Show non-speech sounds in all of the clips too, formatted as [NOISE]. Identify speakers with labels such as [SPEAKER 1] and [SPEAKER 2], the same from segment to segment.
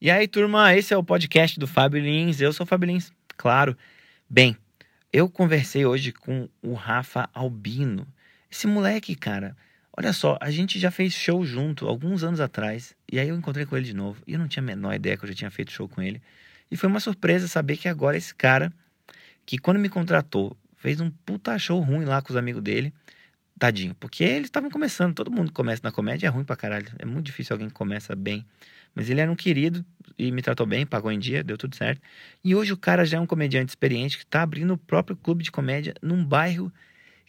[SPEAKER 1] E aí, turma, esse é o podcast do Fábio Lins. Eu sou o Fábio Lins, claro. Bem, eu conversei hoje com o Rafa Albino. Esse moleque, cara, olha só, a gente já fez show junto alguns anos atrás. E aí eu encontrei com ele de novo. E eu não tinha a menor ideia que eu já tinha feito show com ele. E foi uma surpresa saber que agora esse cara, que quando me contratou, fez um puta show ruim lá com os amigos dele. Tadinho, porque eles estavam começando, todo mundo começa na comédia, é ruim pra caralho. É muito difícil alguém que começa bem. Mas ele era um querido e me tratou bem, pagou em dia, deu tudo certo. E hoje o cara já é um comediante experiente que tá abrindo o próprio clube de comédia num bairro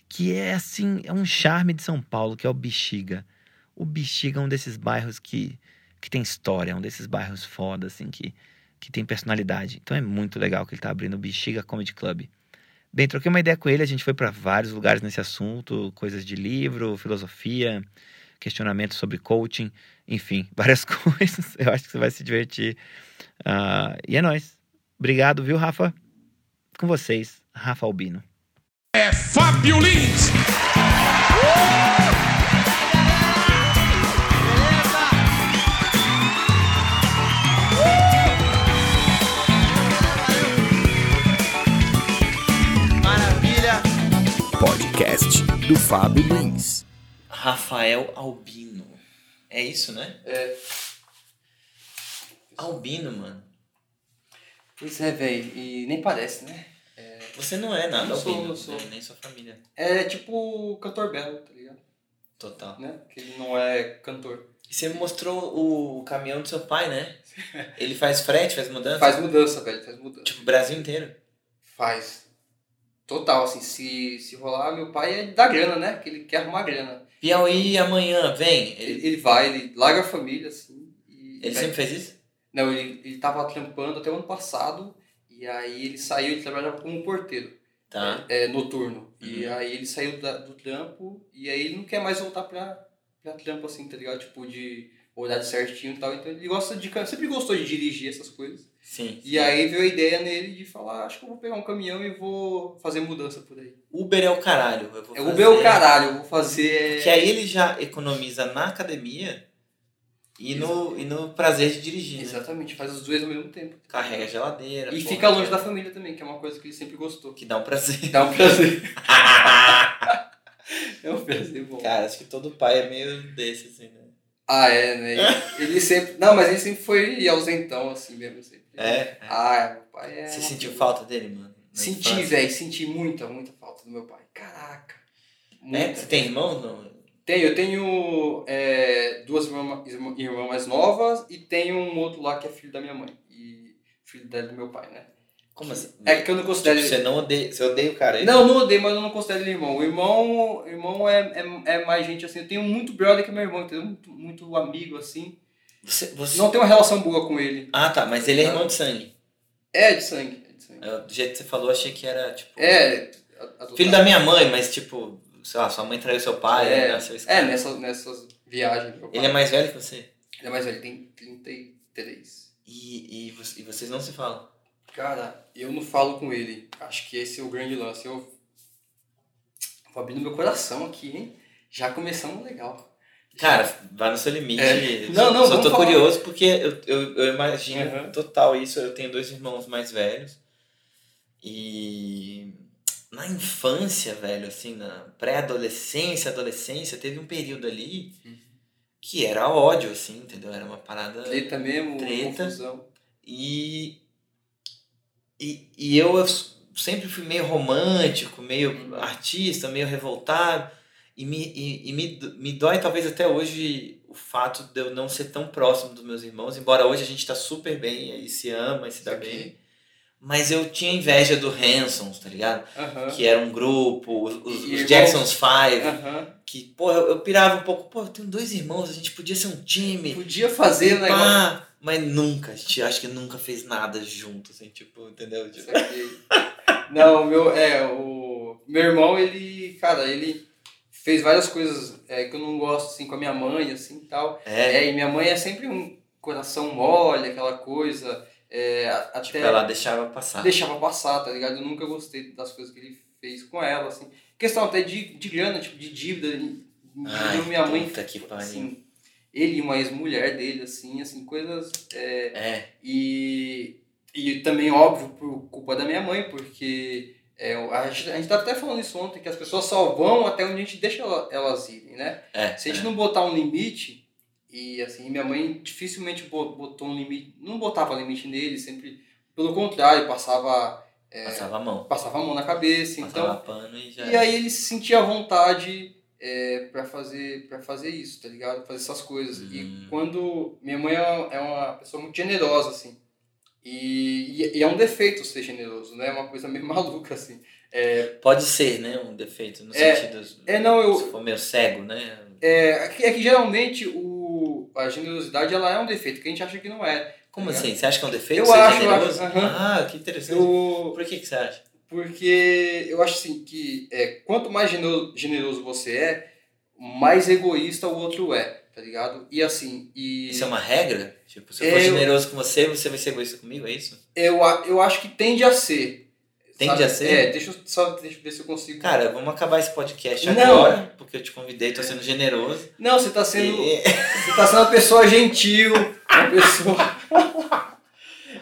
[SPEAKER 1] que é assim, é um charme de São Paulo, que é o Bexiga. O Bexiga é um desses bairros que, que tem história, é um desses bairros foda, assim, que, que tem personalidade. Então é muito legal que ele tá abrindo o Bexiga Comedy Club. Bem, troquei uma ideia com ele, a gente foi para vários lugares nesse assunto, coisas de livro, filosofia, questionamentos sobre coaching, enfim, [LAUGHS] várias coisas. Eu acho que você vai se divertir. Ah, e é nóis. Obrigado, viu, Rafa? Com vocês, Rafa Albino.
[SPEAKER 2] É Fábio Lins.
[SPEAKER 3] Maravilha!
[SPEAKER 4] Podcast do Fábio Lins.
[SPEAKER 1] Rafael Albino. É isso, né?
[SPEAKER 3] É,
[SPEAKER 1] Albino, mano.
[SPEAKER 3] pois é, velho. E nem parece, né?
[SPEAKER 1] Você não é nada
[SPEAKER 3] Não sou,
[SPEAKER 1] albino,
[SPEAKER 3] não sou.
[SPEAKER 1] né? nem sua família.
[SPEAKER 3] É tipo o cantor Belo, tá ligado?
[SPEAKER 1] Total.
[SPEAKER 3] Né? Que ele não é cantor.
[SPEAKER 1] E você me mostrou o caminhão do seu pai,
[SPEAKER 3] [LAUGHS]
[SPEAKER 1] né? Ele faz frete, faz mudança?
[SPEAKER 3] Faz mudança, velho. Faz mudança.
[SPEAKER 1] Tipo, o Brasil inteiro.
[SPEAKER 3] Faz. Total, assim, se, se rolar, meu pai é da grana, né? Que ele quer arrumar grana.
[SPEAKER 1] Piauí amanhã, vem. Ele,
[SPEAKER 3] Ele, ele vai, ele larga a família, assim. E
[SPEAKER 1] ele sempre fez isso?
[SPEAKER 3] Não, ele, ele tava trampando até o ano passado. E aí ele saiu, ele trabalhava como porteiro.
[SPEAKER 1] Tá.
[SPEAKER 3] é, noturno. E
[SPEAKER 1] Uhum.
[SPEAKER 3] aí ele saiu da- do trampo e aí ele não quer mais voltar pra, pra trampo, assim, tá ligado? Tipo, de horário certinho e tal. Então ele gosta de. ca- Sempre gostou de dirigir essas coisas.
[SPEAKER 1] Sim.
[SPEAKER 3] É. E aí veio a ideia nele de falar: acho que eu vou pegar um caminhão e vou fazer mudança por aí.
[SPEAKER 1] Uber é o caralho. Eu vou
[SPEAKER 3] É o
[SPEAKER 1] fazer-
[SPEAKER 3] meu caralho, eu vou fazer. é
[SPEAKER 1] Que é aí ele já economiza na academia e no, e no prazer de dirigir, né?
[SPEAKER 3] Exatamente, faz os dois ao mesmo tempo.
[SPEAKER 1] Carrega a geladeira. né?
[SPEAKER 3] E
[SPEAKER 1] porra,
[SPEAKER 3] fica longe da família também, que é uma coisa que ele sempre gostou. [LAUGHS]
[SPEAKER 1] Que dá um prazer.
[SPEAKER 3] Dá um prazer. é um prazer bom.
[SPEAKER 1] [LAUGHS] Cara, acho que todo pai é meio desse, assim, né?
[SPEAKER 3] Ah, é, né? Ele sempre. Não, mas ele sempre foi ausentão, assim mesmo. Sempre.
[SPEAKER 1] É.
[SPEAKER 3] Ah, meu pai é.
[SPEAKER 1] Você
[SPEAKER 3] uma
[SPEAKER 1] sentiu
[SPEAKER 3] figura.
[SPEAKER 1] falta dele, mano? na
[SPEAKER 3] Senti,
[SPEAKER 1] infância?
[SPEAKER 3] velho. Senti muita, muita falta do meu pai. Caraca.
[SPEAKER 1] É?
[SPEAKER 3] Muita.
[SPEAKER 1] Você tem irmão? Não.
[SPEAKER 3] Tenho, eu tenho é, duas irmãs irmã mais novas e tenho um outro lá que é filho da minha mãe. E filho da- do meu pai, né?
[SPEAKER 1] Como assim?
[SPEAKER 3] É que eu não considero
[SPEAKER 1] Tipo,
[SPEAKER 3] ele.
[SPEAKER 1] você não odeia. Você odeia o cara é aí?
[SPEAKER 3] Não, não odeio, mas eu não considero ele irmão. O irmão, irmão é, é, é mais gente assim. Eu tenho muito brother que meu irmão, entendeu? Muito, muito amigo assim.
[SPEAKER 1] Você, você-
[SPEAKER 3] Não tenho uma relação boa com ele.
[SPEAKER 1] Ah, tá. Mas ele é irmão de sangue.
[SPEAKER 3] É de sangue. É, de sangue.
[SPEAKER 1] Eu- do jeito que você falou, achei que era, tipo.
[SPEAKER 3] é adotado.
[SPEAKER 1] Filho da minha mãe, mas tipo, sei lá, sua mãe traiu seu pai,
[SPEAKER 3] É.
[SPEAKER 1] ele nasceu esse
[SPEAKER 3] É,
[SPEAKER 1] cara.
[SPEAKER 3] nessas, nessas viagens. meu
[SPEAKER 1] Ele é
[SPEAKER 3] pai.
[SPEAKER 1] mais velho que você?
[SPEAKER 3] Ele é mais velho, ele tem 33.
[SPEAKER 1] E, e, vo- e vocês não se falam?
[SPEAKER 3] Cara, eu não falo com ele. Acho que esse é o grande lance. Eu vou abrir meu coração aqui, hein? Já começamos legal.
[SPEAKER 1] Cara, vá no seu limite.
[SPEAKER 3] É.
[SPEAKER 1] Só-
[SPEAKER 3] Não, não,
[SPEAKER 1] Só
[SPEAKER 3] vamos
[SPEAKER 1] tô
[SPEAKER 3] falar.
[SPEAKER 1] curioso porque eu, eu, eu imagino
[SPEAKER 3] Uhum.
[SPEAKER 1] total isso. Eu tenho dois irmãos mais velhos. E na infância, velho, assim, na pré-adolescência, adolescência, teve um período ali
[SPEAKER 3] Uhum.
[SPEAKER 1] que era ódio, assim, entendeu? Era uma parada.
[SPEAKER 3] Treta mesmo,
[SPEAKER 1] Treta.
[SPEAKER 3] confusão.
[SPEAKER 1] E, e, e eu s- sempre fui meio romântico, meio
[SPEAKER 3] Uhum.
[SPEAKER 1] artista, meio revoltado. E, me, e, e me, do- me dói, talvez até hoje, o fato de eu não ser tão próximo dos meus irmãos. Embora hoje a gente tá super bem e se ama e se dá
[SPEAKER 3] Ok.
[SPEAKER 1] bem. Mas eu tinha inveja do Hansons, tá ligado?
[SPEAKER 3] Aham.
[SPEAKER 1] Que era um grupo, os, os-
[SPEAKER 3] E
[SPEAKER 1] os
[SPEAKER 3] irmãos-
[SPEAKER 1] Jacksons Five.
[SPEAKER 3] Aham.
[SPEAKER 1] Que, pô, eu, eu pirava um pouco. Pô, eu tenho dois irmãos, a gente podia ser um time.
[SPEAKER 3] Podia fazer um negócio.
[SPEAKER 1] Ah, mas nunca, a gente acho que nunca fez nada junto, assim, tipo, entendeu? Tipo,
[SPEAKER 3] Isso aqui. Não, o meu, é, o meu irmão, ele, cara, ele fez várias coisas é, que eu não gosto, assim, com a minha mãe, assim, e tal.
[SPEAKER 1] é,
[SPEAKER 3] É, e minha mãe é sempre um coração mole, aquela coisa, é, a- até
[SPEAKER 1] tipo, ela deixava passar.
[SPEAKER 3] deixava passar, tá ligado? Eu nunca gostei das coisas que ele fez com ela, assim. Questão até de, de grana, tipo, de dívida, ele
[SPEAKER 1] Ai,
[SPEAKER 3] endividou minha mãe,
[SPEAKER 1] puta que pariu.
[SPEAKER 3] assim, Ele e uma ex-mulher dele, assim, assim, coisas. é,
[SPEAKER 5] É.
[SPEAKER 3] e, e também, óbvio, por culpa da minha mãe, porque é, a, gente, a gente tava até falando isso ontem, que as pessoas só vão até onde a gente deixa ela- elas irem, né?
[SPEAKER 5] É.
[SPEAKER 3] Se a gente não botar um limite, e assim, minha mãe dificilmente bo- botou um limite, não botava limite nele, sempre, pelo contrário, passava,
[SPEAKER 5] Passava a mão.
[SPEAKER 3] passava a mão na cabeça,
[SPEAKER 5] Passava
[SPEAKER 3] então,
[SPEAKER 5] pano e já.
[SPEAKER 3] e aí ele se sentia à vontade é, para fazer para fazer isso, tá ligado? Fazer essas coisas.
[SPEAKER 5] Hum.
[SPEAKER 3] E quando minha mãe é uma, é uma pessoa muito generosa assim. E, e- e é um defeito ser generoso, né? É uma coisa meio [LAUGHS] maluca assim.
[SPEAKER 5] Pode ser, né? Um defeito no
[SPEAKER 3] É.
[SPEAKER 5] sentido.
[SPEAKER 3] É não, eu
[SPEAKER 5] Se for meio cego, né?
[SPEAKER 3] é, é que, é que geralmente o a generosidade ela é um defeito que a gente acha que não é.
[SPEAKER 5] Como
[SPEAKER 3] tá ligado?
[SPEAKER 5] assim? Você acha que é um defeito?
[SPEAKER 3] Eu
[SPEAKER 5] ser
[SPEAKER 3] acho,
[SPEAKER 5] generoso?
[SPEAKER 3] eu acho, aham.
[SPEAKER 5] Ah, que interessante.
[SPEAKER 3] Eu
[SPEAKER 5] Por que, que você acha?
[SPEAKER 3] porque eu acho assim que é, quanto mais genero- generoso você é, mais egoísta o outro é, tá ligado? E assim, e É,
[SPEAKER 5] Isso é uma regra? Tipo, se eu for
[SPEAKER 3] Eu-
[SPEAKER 5] generoso com você, você vai ser egoísta comigo, é isso?
[SPEAKER 3] Eu, a- eu acho que tende a ser.
[SPEAKER 5] Tende
[SPEAKER 3] sabe?
[SPEAKER 5] a ser?
[SPEAKER 3] É, deixa eu só deixa eu ver se eu consigo.
[SPEAKER 5] Cara, vamos acabar esse podcast
[SPEAKER 3] Não.
[SPEAKER 5] agora, porque eu te convidei, tô sendo generoso.
[SPEAKER 3] Não, você tá sendo.
[SPEAKER 5] E- é,
[SPEAKER 3] Você tá sendo uma pessoa gentil, uma pessoa.
[SPEAKER 5] [LAUGHS]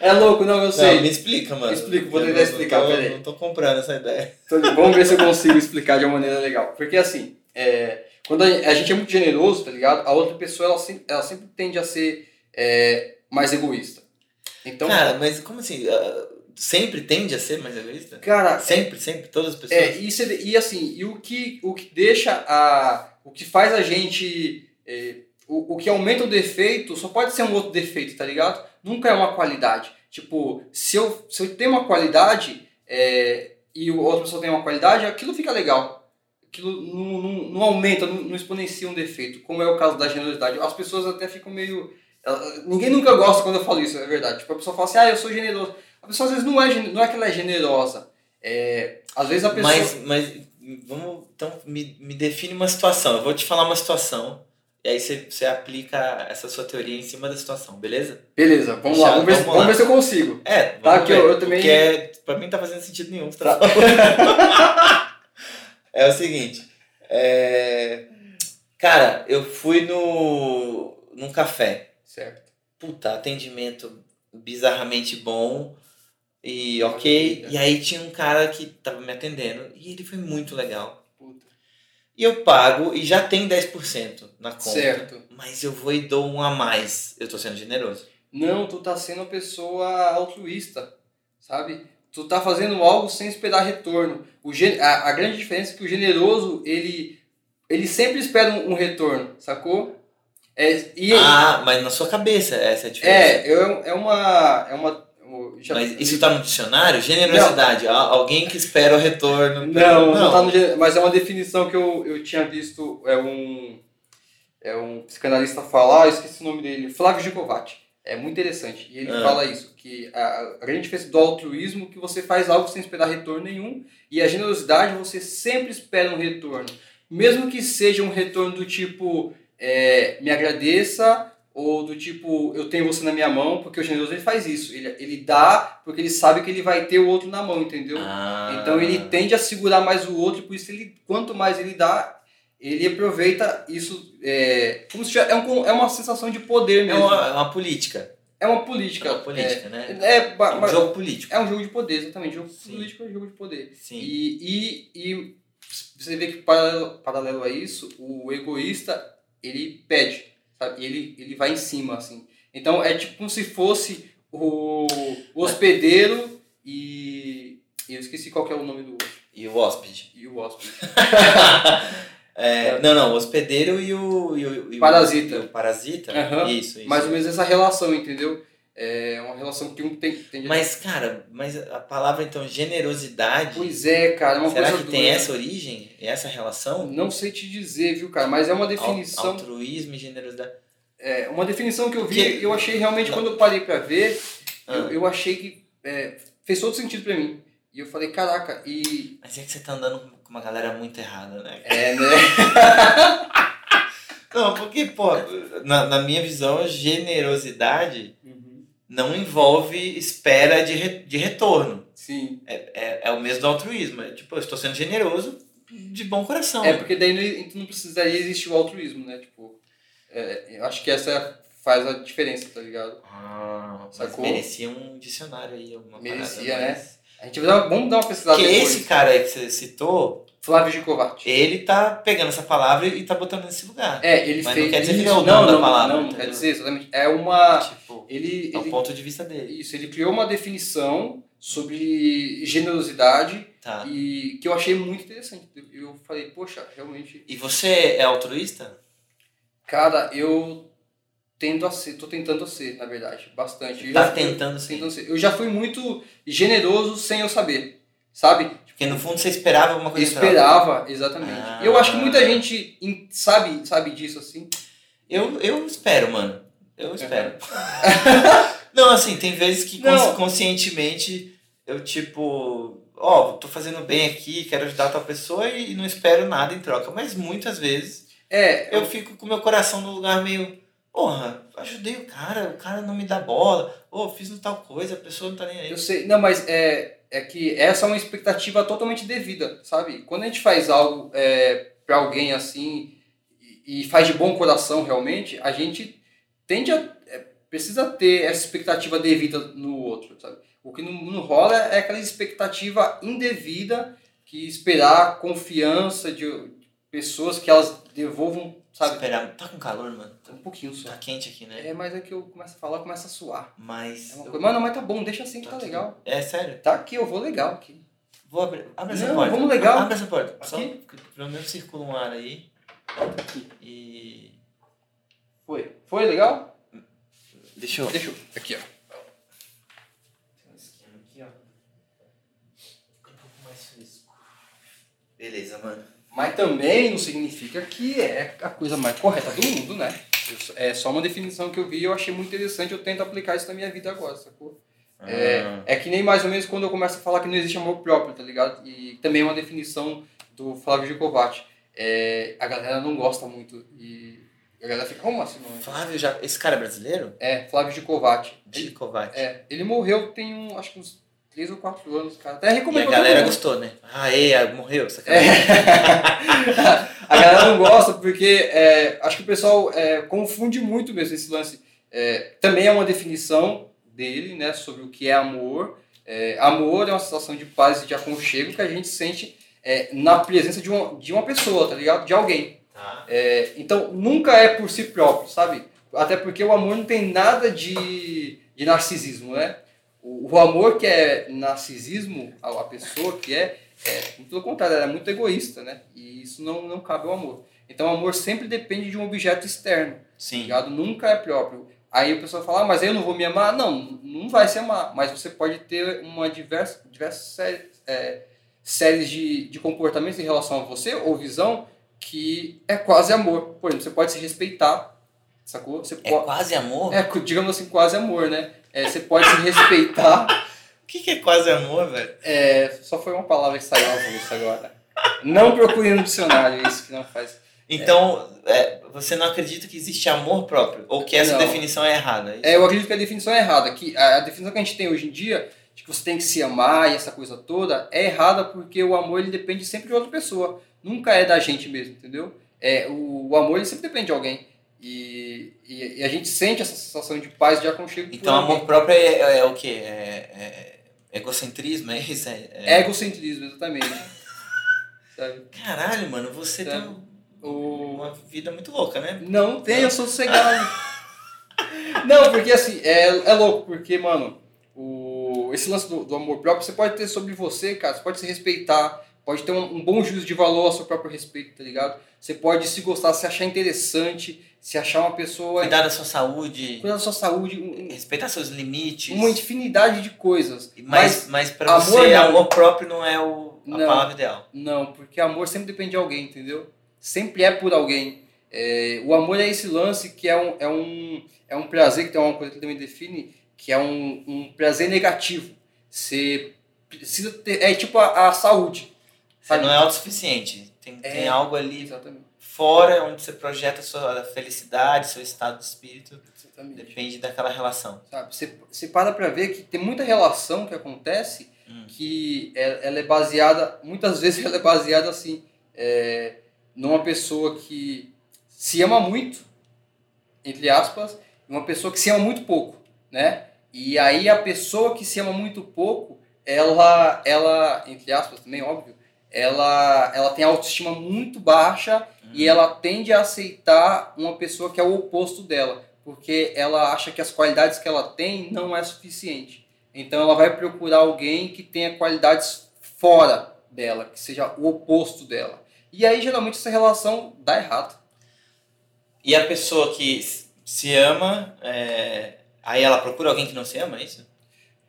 [SPEAKER 3] É louco, não, eu sei.
[SPEAKER 5] Não, me explica, mano.
[SPEAKER 3] Explica, vou
[SPEAKER 5] Eu
[SPEAKER 3] tentar
[SPEAKER 5] não-
[SPEAKER 3] explicar,
[SPEAKER 5] não tô,
[SPEAKER 3] peraí.
[SPEAKER 5] Não tô comprando essa ideia.
[SPEAKER 3] Então, vamos ver se eu consigo explicar de uma maneira legal. Porque assim, é, quando a a gente é muito generoso, tá ligado? A outra pessoa ela, se- ela sempre tende a ser é, mais egoísta. Então,
[SPEAKER 5] Cara, mas como assim? Ah, Sempre tende a ser mais egoísta?
[SPEAKER 3] cara
[SPEAKER 5] Sempre, sempre, todas as pessoas?
[SPEAKER 3] É, e, cê- e assim, e o que, o que deixa a. O que faz a gente. é, o, o que aumenta o defeito só pode ser um outro defeito, tá ligado? Nunca é uma qualidade. Tipo, se eu, se eu tenho uma qualidade é, e o outra pessoa tem uma qualidade, aquilo fica legal. Aquilo não, não, não aumenta, não, não exponencia um defeito, como é o caso da generosidade. As pessoas até ficam meio. ela- Ninguém nunca gosta quando eu falo isso, é verdade. Tipo, a pessoa fala assim, ah, eu sou generoso. A pessoa às vezes não é, gene- não é que ela é generosa. É, às vezes a pessoa.
[SPEAKER 5] Mas, mas vamos, então me, me define uma situação. Eu vou te falar uma situação e aí você, você aplica essa sua teoria em cima da situação, beleza?
[SPEAKER 3] Beleza, vamos
[SPEAKER 5] Já,
[SPEAKER 3] lá, vamos ver, se-
[SPEAKER 5] vamos lá.
[SPEAKER 3] vamos ver se eu consigo.
[SPEAKER 5] É,
[SPEAKER 3] Tá,
[SPEAKER 5] vamos
[SPEAKER 3] que
[SPEAKER 5] ver,
[SPEAKER 3] eu- eu também-
[SPEAKER 5] Porque é- pra mim não tá fazendo sentido nenhum. o que você Tá.
[SPEAKER 3] Tá.
[SPEAKER 5] [LAUGHS] é o seguinte, é, cara, eu fui no num café.
[SPEAKER 3] Certo.
[SPEAKER 5] Puta, atendimento bizarramente bom e ok. E aí tinha um cara que tava me atendendo e ele foi muito legal.
[SPEAKER 3] Puta.
[SPEAKER 5] E eu pago e já tem 10% na conta.
[SPEAKER 3] Certo.
[SPEAKER 5] Mas eu vou e dou um a mais. Eu tô sendo generoso.
[SPEAKER 3] Não, tu tá sendo uma pessoa altruísta, sabe? Tu tá fazendo algo sem esperar retorno. O gen... a, a grande diferença é que o generoso, ele, ele sempre espera um, um retorno, sacou? É, e
[SPEAKER 5] Ah, mas na sua cabeça essa é a diferença.
[SPEAKER 3] é, eu- é uma. É uma eu já-
[SPEAKER 5] Mas isso tá no dicionário? Generosidade. Al- Alguém que espera o retorno.
[SPEAKER 3] Não, não tá no gen- Mas é uma definição que eu, eu tinha visto é um, é um psicanalista falar, eu esqueci o nome dele, Flávio Gicovati. É muito interessante. E ele
[SPEAKER 5] Ah.
[SPEAKER 3] fala isso, que a, a grande diferença do altruísmo é que você faz algo sem esperar retorno nenhum, e a generosidade você sempre espera um retorno. Mesmo que seja um retorno do tipo, é, me agradeça, ou do tipo, eu tenho você na minha mão, porque o generoso ele faz isso. Ele, ele dá porque ele sabe que ele vai ter o outro na mão, entendeu?
[SPEAKER 5] Ah.
[SPEAKER 3] Então ele tende a segurar mais o outro, por isso ele, quanto mais ele dá, ele aproveita isso. É, como se tivesse- é, um con- é uma sensação de poder
[SPEAKER 5] É
[SPEAKER 3] mesmo.
[SPEAKER 5] uma, é uma política.
[SPEAKER 3] É uma
[SPEAKER 5] É
[SPEAKER 3] política.
[SPEAKER 5] uma política,
[SPEAKER 3] É,
[SPEAKER 5] né?
[SPEAKER 3] é, ba-
[SPEAKER 5] É um
[SPEAKER 3] ba-
[SPEAKER 5] jogo político.
[SPEAKER 3] é um jogo de poder, exatamente. Jogo
[SPEAKER 5] Sim.
[SPEAKER 3] político é um jogo de poder.
[SPEAKER 5] Sim.
[SPEAKER 3] E, e, e você vê que paralelo, paralelo a isso, o egoísta ele pede, sabe? E Ele, ele vai em cima, assim. Então é tipo como se fosse o, o hospedeiro e. e Eu esqueci qual que é o nome do outro.
[SPEAKER 5] E o hóspede.
[SPEAKER 3] E o hóspede.
[SPEAKER 5] [LAUGHS] É, Não, não. O hospedeiro e o... E o e o-
[SPEAKER 3] Parasita.
[SPEAKER 5] e o parasita?
[SPEAKER 3] Aham.
[SPEAKER 5] Isso, isso.
[SPEAKER 3] mais ou menos essa relação, entendeu? É uma relação que um tem. tem
[SPEAKER 5] Mas, cara, mas a palavra, então, generosidade...
[SPEAKER 3] pois é, cara, é uma
[SPEAKER 5] Será
[SPEAKER 3] coisa
[SPEAKER 5] que tem
[SPEAKER 3] doida.
[SPEAKER 5] essa origem? Essa relação?
[SPEAKER 3] Não sei te dizer, viu, cara, mas é uma definição.
[SPEAKER 5] Al- Altruísmo e generosidade.
[SPEAKER 3] É uma definição que eu vi
[SPEAKER 5] Que-
[SPEAKER 3] eu achei realmente,
[SPEAKER 5] Não.
[SPEAKER 3] quando eu parei pra ver,
[SPEAKER 5] Ah,
[SPEAKER 3] eu, eu achei que é, fez todo sentido pra mim. E eu falei, caraca,
[SPEAKER 5] [LAUGHS]
[SPEAKER 3] e.
[SPEAKER 5] Mas é que você tá andando com uma galera muito errada, né?
[SPEAKER 3] É, né?
[SPEAKER 5] Não, porque, pô, na, na minha visão, generosidade
[SPEAKER 3] Uhum.
[SPEAKER 5] não envolve espera de, re- de retorno.
[SPEAKER 3] Sim.
[SPEAKER 5] É, é o mesmo do altruísmo. É, tipo, eu estou sendo generoso de bom coração.
[SPEAKER 3] É porque daí não, então não precisaria existir o altruísmo, né? Tipo. É, eu acho que essa faz a diferença, tá ligado?
[SPEAKER 5] Ah, mas
[SPEAKER 3] Sacou?
[SPEAKER 5] merecia um dicionário aí, alguma
[SPEAKER 3] Merecia,
[SPEAKER 5] parada,
[SPEAKER 3] né?
[SPEAKER 5] mas-
[SPEAKER 3] A gente vai dar, vamos dar uma pesquisada
[SPEAKER 5] Porque
[SPEAKER 3] depois.
[SPEAKER 5] esse cara aí que você citou,
[SPEAKER 3] Flávio Gicovati.
[SPEAKER 5] ele tá pegando essa palavra e tá botando nesse lugar.
[SPEAKER 3] É, ele
[SPEAKER 5] Mas não
[SPEAKER 3] fez.
[SPEAKER 5] quer dizer que ele é
[SPEAKER 3] isso,
[SPEAKER 5] o dono da
[SPEAKER 3] não,
[SPEAKER 5] palavra,
[SPEAKER 3] Não, não
[SPEAKER 5] entendeu?
[SPEAKER 3] quer dizer, exatamente. É uma.
[SPEAKER 5] Tipo,
[SPEAKER 3] Ele,
[SPEAKER 5] é o
[SPEAKER 3] ele-
[SPEAKER 5] ponto de vista dele.
[SPEAKER 3] isso, ele criou uma definição sobre generosidade
[SPEAKER 5] Tá.
[SPEAKER 3] e que eu achei muito interessante. Eu falei, poxa, realmente.
[SPEAKER 5] E você é altruísta?
[SPEAKER 3] Cara, eu tendo a ser, tô tentando ser, na verdade, bastante. Eu assim, já
[SPEAKER 5] Tá
[SPEAKER 3] fui-
[SPEAKER 5] tentando sim.
[SPEAKER 3] tentando ser. Eu já fui muito generoso sem eu saber, sabe?
[SPEAKER 5] Porque no fundo você esperava alguma coisa em troca.
[SPEAKER 3] Esperava, exatamente.
[SPEAKER 5] Ah.
[SPEAKER 3] Eu acho que muita gente in- sabe, sabe disso assim.
[SPEAKER 5] Eu, eu espero, mano. Eu
[SPEAKER 3] [LAUGHS]
[SPEAKER 5] espero. não, assim, tem vezes que
[SPEAKER 3] Não.
[SPEAKER 5] cons- conscientemente eu, tipo, ó, tô fazendo bem aqui, quero ajudar tal pessoa e não espero nada em troca. Mas muitas vezes
[SPEAKER 3] É,
[SPEAKER 5] eu fico com meu coração no lugar meio, porra, ajudei o cara, o cara não me dá bola, ou fiz não tal coisa, a pessoa não tá nem aí.
[SPEAKER 3] Eu sei, não, mas é, é que essa é uma expectativa totalmente devida, sabe? Quando a gente faz algo é, para alguém assim e, e faz de bom coração realmente, a gente tende a é, precisa ter essa expectativa devida no outro, sabe? O que não, não rola é aquela expectativa indevida que esperar confiança de pessoas que elas devolvam, sabe?
[SPEAKER 5] Esperar. Tá com calor, mano? Tá,
[SPEAKER 3] Um pouquinho só.
[SPEAKER 5] tá quente aqui, né?
[SPEAKER 3] É, mas é que eu começo a falar, começa a suar.
[SPEAKER 5] Mas.
[SPEAKER 3] É uma
[SPEAKER 5] eu-
[SPEAKER 3] coisa, mano, mas tá bom, deixa assim que tá
[SPEAKER 5] tudo-
[SPEAKER 3] legal.
[SPEAKER 5] É sério?
[SPEAKER 3] Tá aqui, eu vou legal aqui.
[SPEAKER 5] Vou abrir. Abre essa
[SPEAKER 3] Não,
[SPEAKER 5] porta.
[SPEAKER 3] vamos legal.
[SPEAKER 5] Abre essa porta. Só
[SPEAKER 3] Aqui?
[SPEAKER 5] que pelo menos circula um ar aí. E.
[SPEAKER 3] Foi. Foi legal?
[SPEAKER 5] Deixa eu.
[SPEAKER 3] Deixa eu. Aqui, ó.
[SPEAKER 5] Aqui, ó. Um pouco mais fresco. Beleza, mano.
[SPEAKER 3] Mas também não significa que é a coisa mais correta do mundo, né? Eu só- é só uma definição que eu vi e eu achei muito interessante. Eu tento aplicar isso na minha vida agora, sacou?
[SPEAKER 5] Ah.
[SPEAKER 3] É, é que nem mais ou menos quando eu começo a falar que não existe amor próprio, tá ligado? E também é uma definição do Flávio Gicovati. É, a galera não gosta muito e a galera fica, como assim, mano?
[SPEAKER 5] Flávio já. Esse cara é brasileiro?
[SPEAKER 3] É, Flávio Gicovati.
[SPEAKER 5] De Kovac.
[SPEAKER 3] É, ele morreu tem um, acho que uns 3 ou 4 anos, cara. Até
[SPEAKER 5] E a
[SPEAKER 3] recomendo
[SPEAKER 5] galera gostou, né? Ah, é, morreu, sacanagem.
[SPEAKER 3] a galera não gosta porque é, acho que o pessoal é, confunde muito mesmo esse lance. É, também é uma definição dele, né, sobre o que é amor. É, amor é uma sensação de paz e de aconchego que a gente sente é, na presença de uma, de uma pessoa, tá ligado? De alguém.
[SPEAKER 5] Tá.
[SPEAKER 3] É, então nunca é por si próprio, sabe? Até porque o amor não tem nada de, de narcisismo, né? O, o amor que é narcisismo, a, a pessoa que é, é, pelo contrário, ela é muito egoísta, né? E isso não, não cabe ao amor. Então, o amor sempre depende de um objeto externo,
[SPEAKER 5] Sim.
[SPEAKER 3] ligado? Nunca é próprio. Aí o pessoal fala, ah, mas eu não vou me amar. Não, não vai se amar. Mas você pode ter uma diversa, diversas série- é, séries de, de comportamentos em relação a você ou visão que é quase amor. Por exemplo, você pode se respeitar, sacou? Você
[SPEAKER 5] É
[SPEAKER 3] po-
[SPEAKER 5] quase amor?
[SPEAKER 3] é, digamos assim, quase amor, né? É, você pode se respeitar.
[SPEAKER 5] O que, que é quase amor, velho?
[SPEAKER 3] É, só foi uma palavra que saiu ao bolso agora. Não procure no dicionário, é isso que não faz.
[SPEAKER 5] Então, é, você não acredita que existe amor próprio? Ou que essa
[SPEAKER 3] Não.
[SPEAKER 5] definição é errada?
[SPEAKER 3] É, eu acredito que a definição é errada. Que a a definição que a gente tem hoje em dia, de que você tem que se amar e essa coisa toda, é errada porque o amor ele depende sempre de outra pessoa. Nunca é da gente mesmo, entendeu? É, o, o amor ele sempre depende de alguém. E, e- e a gente sente essa sensação de paz, de aconchego. por
[SPEAKER 5] Então,
[SPEAKER 3] alguém.
[SPEAKER 5] amor próprio é, é- é o quê? É, é- egocentrismo? É isso? É, é-
[SPEAKER 3] É
[SPEAKER 5] [LAUGHS]
[SPEAKER 3] egocentrismo, exatamente. Sabe?
[SPEAKER 5] Caralho, mano, você
[SPEAKER 3] É.
[SPEAKER 5] tem um-
[SPEAKER 3] O-
[SPEAKER 5] uma vida muito louca, né?
[SPEAKER 3] Não tem, eu sou sossegado. [LAUGHS] não, porque assim, é, é louco, porque, mano, o, esse lance do, do amor próprio você pode ter sobre você, cara. Você pode se respeitar, pode ter um, um bom juízo de valor ao seu próprio respeito, tá ligado? Você pode se gostar, se achar interessante, se achar uma pessoa.
[SPEAKER 5] Cuidar da sua saúde,
[SPEAKER 3] Cuidar da sua saúde, um-
[SPEAKER 5] respeitar seus limites.
[SPEAKER 3] um- uma infinidade de coisas.
[SPEAKER 5] Mas, mas pra
[SPEAKER 3] amor
[SPEAKER 5] você,
[SPEAKER 3] não.
[SPEAKER 5] amor próprio não é o, a
[SPEAKER 3] Não.
[SPEAKER 5] palavra ideal.
[SPEAKER 3] Não, porque amor sempre depende de alguém, entendeu? Sempre é por alguém. É, o amor é esse lance que é um, é um, é um prazer, que tem uma coisa que ele também define, que é um, um prazer negativo. Você precisa ter. É tipo a, a saúde.
[SPEAKER 5] Você
[SPEAKER 3] Sabe?
[SPEAKER 5] não é autossuficiente. Tem,
[SPEAKER 3] É.
[SPEAKER 5] tem algo ali
[SPEAKER 3] Exatamente.
[SPEAKER 5] fora onde você projeta sua felicidade, seu estado de espírito.
[SPEAKER 3] exatamente.
[SPEAKER 5] Depende daquela relação.
[SPEAKER 3] Sabe? Você, você para pra ver que tem muita relação que acontece
[SPEAKER 5] Hum.
[SPEAKER 3] que é- ela é baseada, muitas [LAUGHS] vezes ela é baseada assim, é, numa pessoa que se ama muito, entre aspas, e uma pessoa que se ama muito pouco, né? E aí a pessoa que se ama muito pouco, ela, ela entre aspas, também óbvio, ela, ela tem a autoestima muito baixa e ela tende a aceitar uma pessoa que é o oposto dela, porque ela acha que as qualidades que ela tem não é suficiente. Então ela vai procurar alguém que tenha qualidades fora dela, que seja o oposto dela. E aí geralmente essa relação dá errado.
[SPEAKER 5] E a pessoa que s- se ama, é, aí ela procura alguém que não se ama, é isso?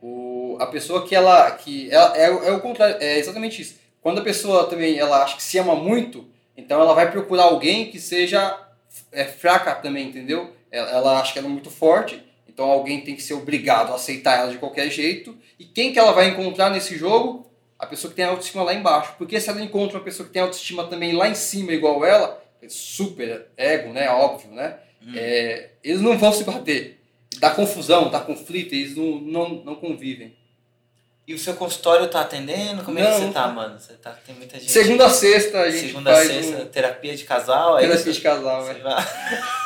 [SPEAKER 3] O, a pessoa que ela que ela, é, o- é o contrário, é exatamente isso. Quando a pessoa também ela acha que se ama muito, então ela vai procurar alguém que seja é, fraca também, entendeu? Ela, ela acha que ela é muito forte, então alguém tem que ser obrigado a aceitar ela de qualquer jeito. E quem que ela vai encontrar nesse jogo? A pessoa que tem a autoestima lá embaixo. Porque se ela encontra uma pessoa que tem a autoestima também lá em cima igual ela, é super ego, né? Óbvio, né?
[SPEAKER 5] Hum.
[SPEAKER 3] É, eles não vão se bater. Dá confusão, dá conflito, eles não, não, não convivem.
[SPEAKER 5] E o seu consultório tá atendendo? Como é que
[SPEAKER 3] Não.
[SPEAKER 5] você tá, mano? Você tá, tem muita gente.
[SPEAKER 3] Segunda a sexta a gente
[SPEAKER 5] Segunda a
[SPEAKER 3] faz
[SPEAKER 5] sexta,
[SPEAKER 3] um
[SPEAKER 5] terapia de casal, é
[SPEAKER 3] terapia
[SPEAKER 5] isso?
[SPEAKER 3] de casal.
[SPEAKER 5] Você
[SPEAKER 3] é.
[SPEAKER 5] vai-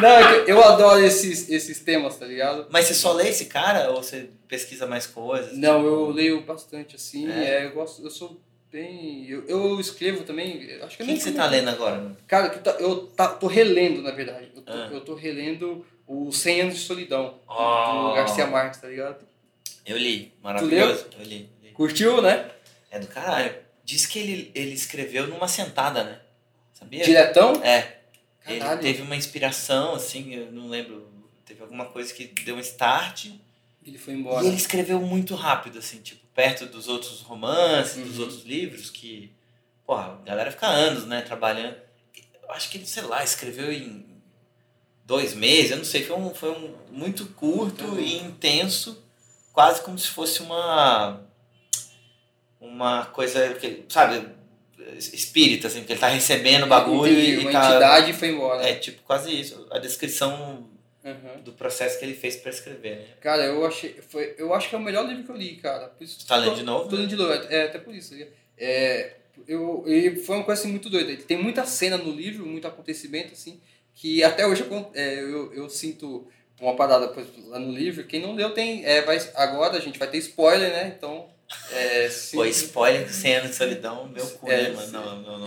[SPEAKER 3] Não, é que eu adoro esses, esses temas, tá ligado?
[SPEAKER 5] Mas você só lê esse cara ou você pesquisa mais coisas?
[SPEAKER 3] Não, eu leio bastante assim,
[SPEAKER 5] É?
[SPEAKER 3] é, eu gosto, eu sou bem... Eu, eu escrevo também, eu acho que eu
[SPEAKER 5] Quem
[SPEAKER 3] nem
[SPEAKER 5] que você
[SPEAKER 3] sei.
[SPEAKER 5] tá lendo agora? mano?
[SPEAKER 3] Cara, que tá- eu tá- tô relendo, na verdade. Eu tô,
[SPEAKER 5] Ah.
[SPEAKER 3] eu tô relendo o 100 Anos de Solidão, do-
[SPEAKER 5] Ah.
[SPEAKER 3] do Garcia Marques, tá ligado?
[SPEAKER 5] Eu li, maravilhoso. Eu li, eu li.
[SPEAKER 3] Curtiu, né?
[SPEAKER 5] É do caralho. Diz que ele, ele escreveu numa sentada, né? Sabia?
[SPEAKER 3] Diretão?
[SPEAKER 5] É. Ele
[SPEAKER 3] Caralho.
[SPEAKER 5] teve uma inspiração, assim, eu não lembro. Teve alguma coisa que deu um start.
[SPEAKER 3] Ele foi embora.
[SPEAKER 5] E ele escreveu muito rápido, assim, tipo, perto dos outros romances, dos
[SPEAKER 3] Uhum.
[SPEAKER 5] outros livros, que, porra, a galera fica anos, né, trabalhando. Eu acho que ele, sei lá, escreveu em dois meses, eu não sei, foi um, foi um muito curto
[SPEAKER 3] Uhum.
[SPEAKER 5] e intenso, quase como se fosse uma. uma coisa, que, sabe, espírita, assim, que ele tá recebendo o bagulho
[SPEAKER 3] Entendi,
[SPEAKER 5] e,
[SPEAKER 3] uma
[SPEAKER 5] e tá.
[SPEAKER 3] entidade e foi embora.
[SPEAKER 5] É, tipo, quase isso, a descrição
[SPEAKER 3] Aham.
[SPEAKER 5] do processo que ele fez pra escrever, né?
[SPEAKER 3] Cara, eu achei. Foi, eu acho que é o melhor livro que eu li, cara. Por isso,
[SPEAKER 5] Você tá
[SPEAKER 3] tô-
[SPEAKER 5] lendo de novo?
[SPEAKER 3] Tô lendo de novo, é, é, até por isso. É, eu, e foi uma coisa assim, muito doida. Tem muita cena no livro, muito acontecimento, assim, que até hoje acon- é, eu, eu sinto uma parada por exemplo, lá no livro. Quem não leu tem. É, vai, agora a gente vai ter spoiler, né? Então. É, se-
[SPEAKER 5] Pô, spoiler do 100 anos de solidão, meu cu,
[SPEAKER 3] É,
[SPEAKER 5] né, mano?
[SPEAKER 3] sim.
[SPEAKER 5] Não, não, não.
[SPEAKER 3] [LAUGHS]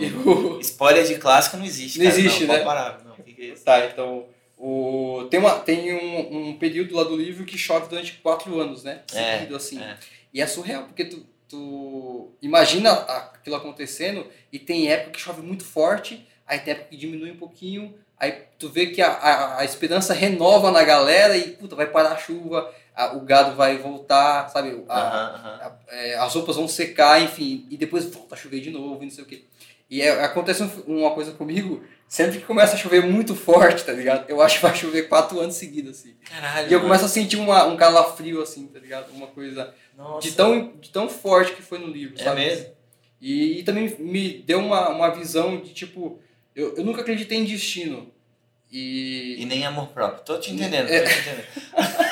[SPEAKER 3] eu-
[SPEAKER 5] Spoiler de clássico não existe,
[SPEAKER 3] Não
[SPEAKER 5] cara.
[SPEAKER 3] existe,
[SPEAKER 5] não, pode
[SPEAKER 3] né?
[SPEAKER 5] parar. Não, que que é isso?
[SPEAKER 3] Tá, então. O, tem uma, tem um, um período lá do livro que chove durante quatro anos, né?
[SPEAKER 5] É,
[SPEAKER 3] Seguido, assim.
[SPEAKER 5] é.
[SPEAKER 3] E é surreal, porque tu, tu imagina aquilo acontecendo e tem época que chove muito forte, aí tem época que diminui um pouquinho, aí tu vê que a, a, a esperança renova na galera e, puta, vai parar a chuva, a- o gado vai voltar, sabe? A-
[SPEAKER 5] Aham, aham.
[SPEAKER 3] é, as roupas vão secar, enfim, e depois volta a chover de novo e não sei o que. E é- acontece um- uma coisa comigo, sempre que começa a chover muito forte, tá ligado? Eu acho que vai chover quatro anos seguidos, assim.
[SPEAKER 5] Caralho.
[SPEAKER 3] E eu
[SPEAKER 5] mano.
[SPEAKER 3] começo a sentir uma, um calafrio, assim, tá ligado? Uma coisa
[SPEAKER 5] Nossa.
[SPEAKER 3] de tão, de tão forte que foi no livro,
[SPEAKER 5] É
[SPEAKER 3] sabe?
[SPEAKER 5] mesmo?
[SPEAKER 3] E, e também me deu uma, uma visão de, tipo, eu, eu nunca acreditei em destino.
[SPEAKER 5] E
[SPEAKER 3] E,
[SPEAKER 5] nem amor próprio. Tô te entendendo,
[SPEAKER 3] É.
[SPEAKER 5] tô te entendendo. [LAUGHS]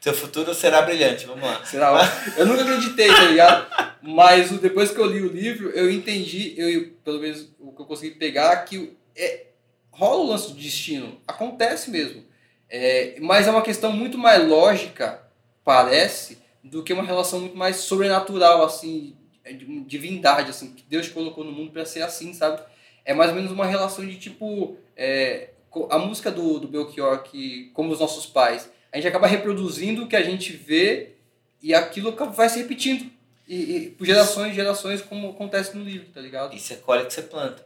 [SPEAKER 5] Teu futuro será brilhante, vamos lá.
[SPEAKER 3] Será? Eu nunca acreditei, tá ligado? Mas o- depois que eu li o livro, eu entendi, eu, pelo menos o que eu consegui pegar, que é, rola o lance do destino. Acontece mesmo. É, mas é uma questão muito mais lógica, parece, do que uma relação muito mais sobrenatural, assim, de de divindade, assim, que Deus colocou no mundo para ser assim, sabe? É mais ou menos uma relação de tipo. é, co- a música do, do Belchior, que, como os nossos pais, a gente acaba reproduzindo o que a gente vê e aquilo acaba- vai se repetindo. E, e por gerações e gerações, como acontece no livro, tá ligado?
[SPEAKER 5] E você colhe o é que você planta.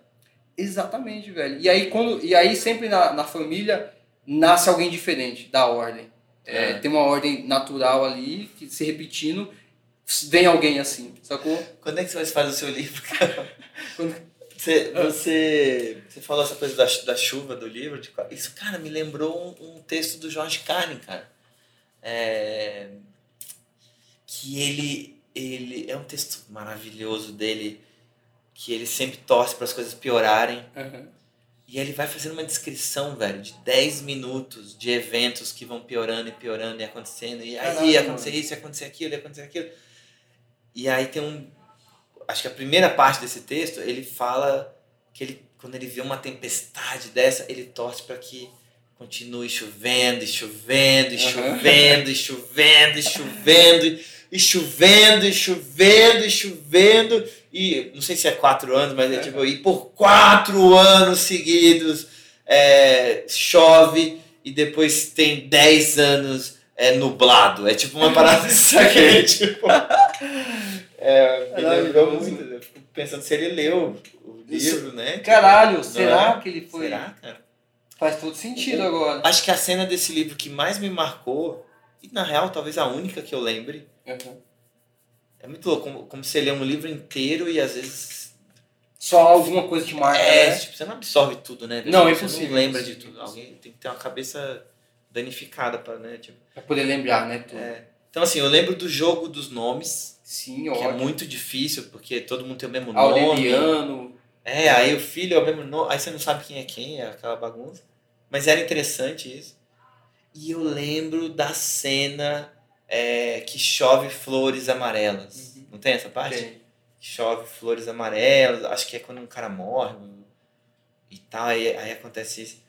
[SPEAKER 3] Exatamente, velho. E aí, quando, e aí sempre na, na família nasce alguém diferente da ordem. É,
[SPEAKER 5] É.
[SPEAKER 3] Tem uma ordem natural ali, que se repetindo, vem alguém assim, sacou?
[SPEAKER 5] Quando é que você vai fazer o seu livro, cara?
[SPEAKER 3] Quando-
[SPEAKER 5] Você, você, você falou essa coisa da, chu- da chuva do livro. de qua- isso, cara, me lembrou um, um texto do Jorge Carlin, cara. É, que ele, ele. É um texto maravilhoso dele, que ele sempre torce para as coisas piorarem. E ele vai fazendo uma descrição, velho, de 10 minutos de eventos que vão piorando e piorando e acontecendo. E aí
[SPEAKER 3] Caralho,
[SPEAKER 5] ia acontecer
[SPEAKER 3] mano.
[SPEAKER 5] isso, ia acontecer aquilo, ia acontecer aquilo. E aí tem um. Acho que a primeira parte desse texto, ele fala que ele, quando ele vê uma tempestade dessa, ele torce para que Continue chovendo, e chovendo, e
[SPEAKER 3] Aham.
[SPEAKER 5] chovendo, e chovendo, e chovendo, e chovendo, e chovendo, e chovendo, e não sei se é quatro anos, mas é tipo, e por quatro anos seguidos é, chove e depois tem dez anos é nublado. É tipo uma
[SPEAKER 3] [LAUGHS]
[SPEAKER 5] parada saquei, tipo. É, me
[SPEAKER 3] Caralho,
[SPEAKER 5] lembrou
[SPEAKER 3] Deus.
[SPEAKER 5] muito. Eu fico pensando se ele leu o
[SPEAKER 3] Isso.
[SPEAKER 5] livro, né?
[SPEAKER 3] Caralho,
[SPEAKER 5] Não
[SPEAKER 3] será
[SPEAKER 5] é?
[SPEAKER 3] que ele foi.
[SPEAKER 5] Será, Uhum. cara?
[SPEAKER 3] Faz todo sentido agora.
[SPEAKER 5] Acho que a cena desse livro que mais me marcou, e na real talvez a única que eu lembre,
[SPEAKER 3] Uhum.
[SPEAKER 5] é muito louco, como, como você lê um livro inteiro e às vezes.
[SPEAKER 3] Só alguma coisa que marca.
[SPEAKER 5] É,
[SPEAKER 3] né?
[SPEAKER 5] tipo, você não absorve tudo, né?
[SPEAKER 3] Não, é
[SPEAKER 5] Você
[SPEAKER 3] impossível,
[SPEAKER 5] não lembra de
[SPEAKER 3] impossível,
[SPEAKER 5] tudo.
[SPEAKER 3] impossível.
[SPEAKER 5] Alguém tem que ter uma cabeça danificada para, né? Tipo,
[SPEAKER 3] Pra poder lembrar, né? tudo.
[SPEAKER 5] é. Então, assim, eu lembro do jogo dos nomes,
[SPEAKER 3] Sim,
[SPEAKER 5] que é
[SPEAKER 3] ótimo.
[SPEAKER 5] muito difícil, porque todo mundo tem o mesmo nome.
[SPEAKER 3] Aureliano.
[SPEAKER 5] É, aí o filho é o mesmo nome, aí você não sabe quem é quem, é aquela bagunça. Mas era interessante isso. E eu lembro da cena é, que chove flores amarelas.
[SPEAKER 3] Uhum.
[SPEAKER 5] Não tem essa parte?
[SPEAKER 3] Tem.
[SPEAKER 5] Que chove flores amarelas, acho que é quando um cara morre um- e tal, aí, aí acontece isso.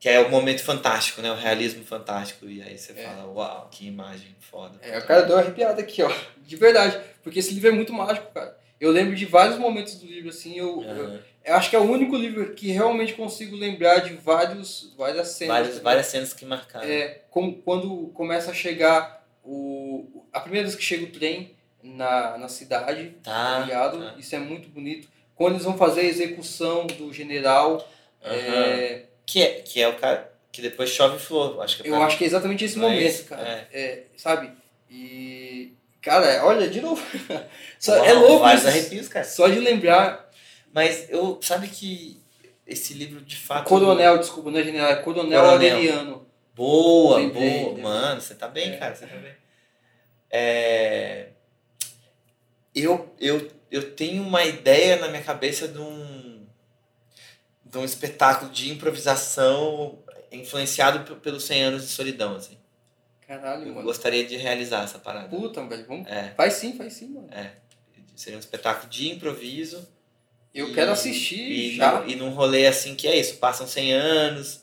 [SPEAKER 5] Que é o momento fantástico, né? O realismo fantástico. E aí você
[SPEAKER 3] É.
[SPEAKER 5] fala, uau, que imagem foda.
[SPEAKER 3] É, o cara deu uma arrepiada aqui, ó. De verdade. Porque esse livro é muito mágico, cara. Eu lembro de vários momentos do livro, assim. Eu, eu-
[SPEAKER 5] Aham.
[SPEAKER 3] eu acho que é o único livro que realmente consigo lembrar de vários, várias cenas. né?
[SPEAKER 5] Várias, várias cenas que marcaram.
[SPEAKER 3] É, como, quando começa a chegar o. A primeira vez que chega o trem na, na cidade, tá
[SPEAKER 5] Tá,
[SPEAKER 3] ligado?
[SPEAKER 5] tá.
[SPEAKER 3] Isso é muito bonito. Quando eles vão fazer a execução do general,
[SPEAKER 5] Aham.
[SPEAKER 3] é,
[SPEAKER 5] Que é, que é o cara que depois chove flor, acho que é
[SPEAKER 3] eu
[SPEAKER 5] pra-
[SPEAKER 3] acho que é exatamente esse
[SPEAKER 5] Não é
[SPEAKER 3] momento,
[SPEAKER 5] isso?
[SPEAKER 3] cara.
[SPEAKER 5] É.
[SPEAKER 3] É, sabe? E. Cara, olha, de novo. [LAUGHS] Só-
[SPEAKER 5] Uau,
[SPEAKER 3] é louco
[SPEAKER 5] vários
[SPEAKER 3] isso.
[SPEAKER 5] arrepios, cara.
[SPEAKER 3] Só de lembrar.
[SPEAKER 5] Mas eu, sabe que esse livro de fato...
[SPEAKER 3] Coronel, desculpa, não é general, é Coronel,
[SPEAKER 5] Ah, Coronel.
[SPEAKER 3] Aureliano.
[SPEAKER 5] Boa,
[SPEAKER 3] Lembrei,
[SPEAKER 5] boa.
[SPEAKER 3] lembrei.
[SPEAKER 5] Mano, você tá bem,
[SPEAKER 3] É.
[SPEAKER 5] cara, você tá bem. É, Eu, eu, eu tenho uma ideia na minha cabeça de um, de um espetáculo de improvisação influenciado pe- pelos 100 anos de solidão, assim.
[SPEAKER 3] Caralho,
[SPEAKER 5] Eu
[SPEAKER 3] mano.
[SPEAKER 5] gostaria de realizar essa parada.
[SPEAKER 3] Puta, velho. Vamos...
[SPEAKER 5] É,
[SPEAKER 3] Faz sim, faz sim, mano.
[SPEAKER 5] seria um espetáculo de improviso
[SPEAKER 3] Eu
[SPEAKER 5] E-
[SPEAKER 3] quero assistir
[SPEAKER 5] E,
[SPEAKER 3] já.
[SPEAKER 5] num- e num rolê assim que é isso, passam 100 anos,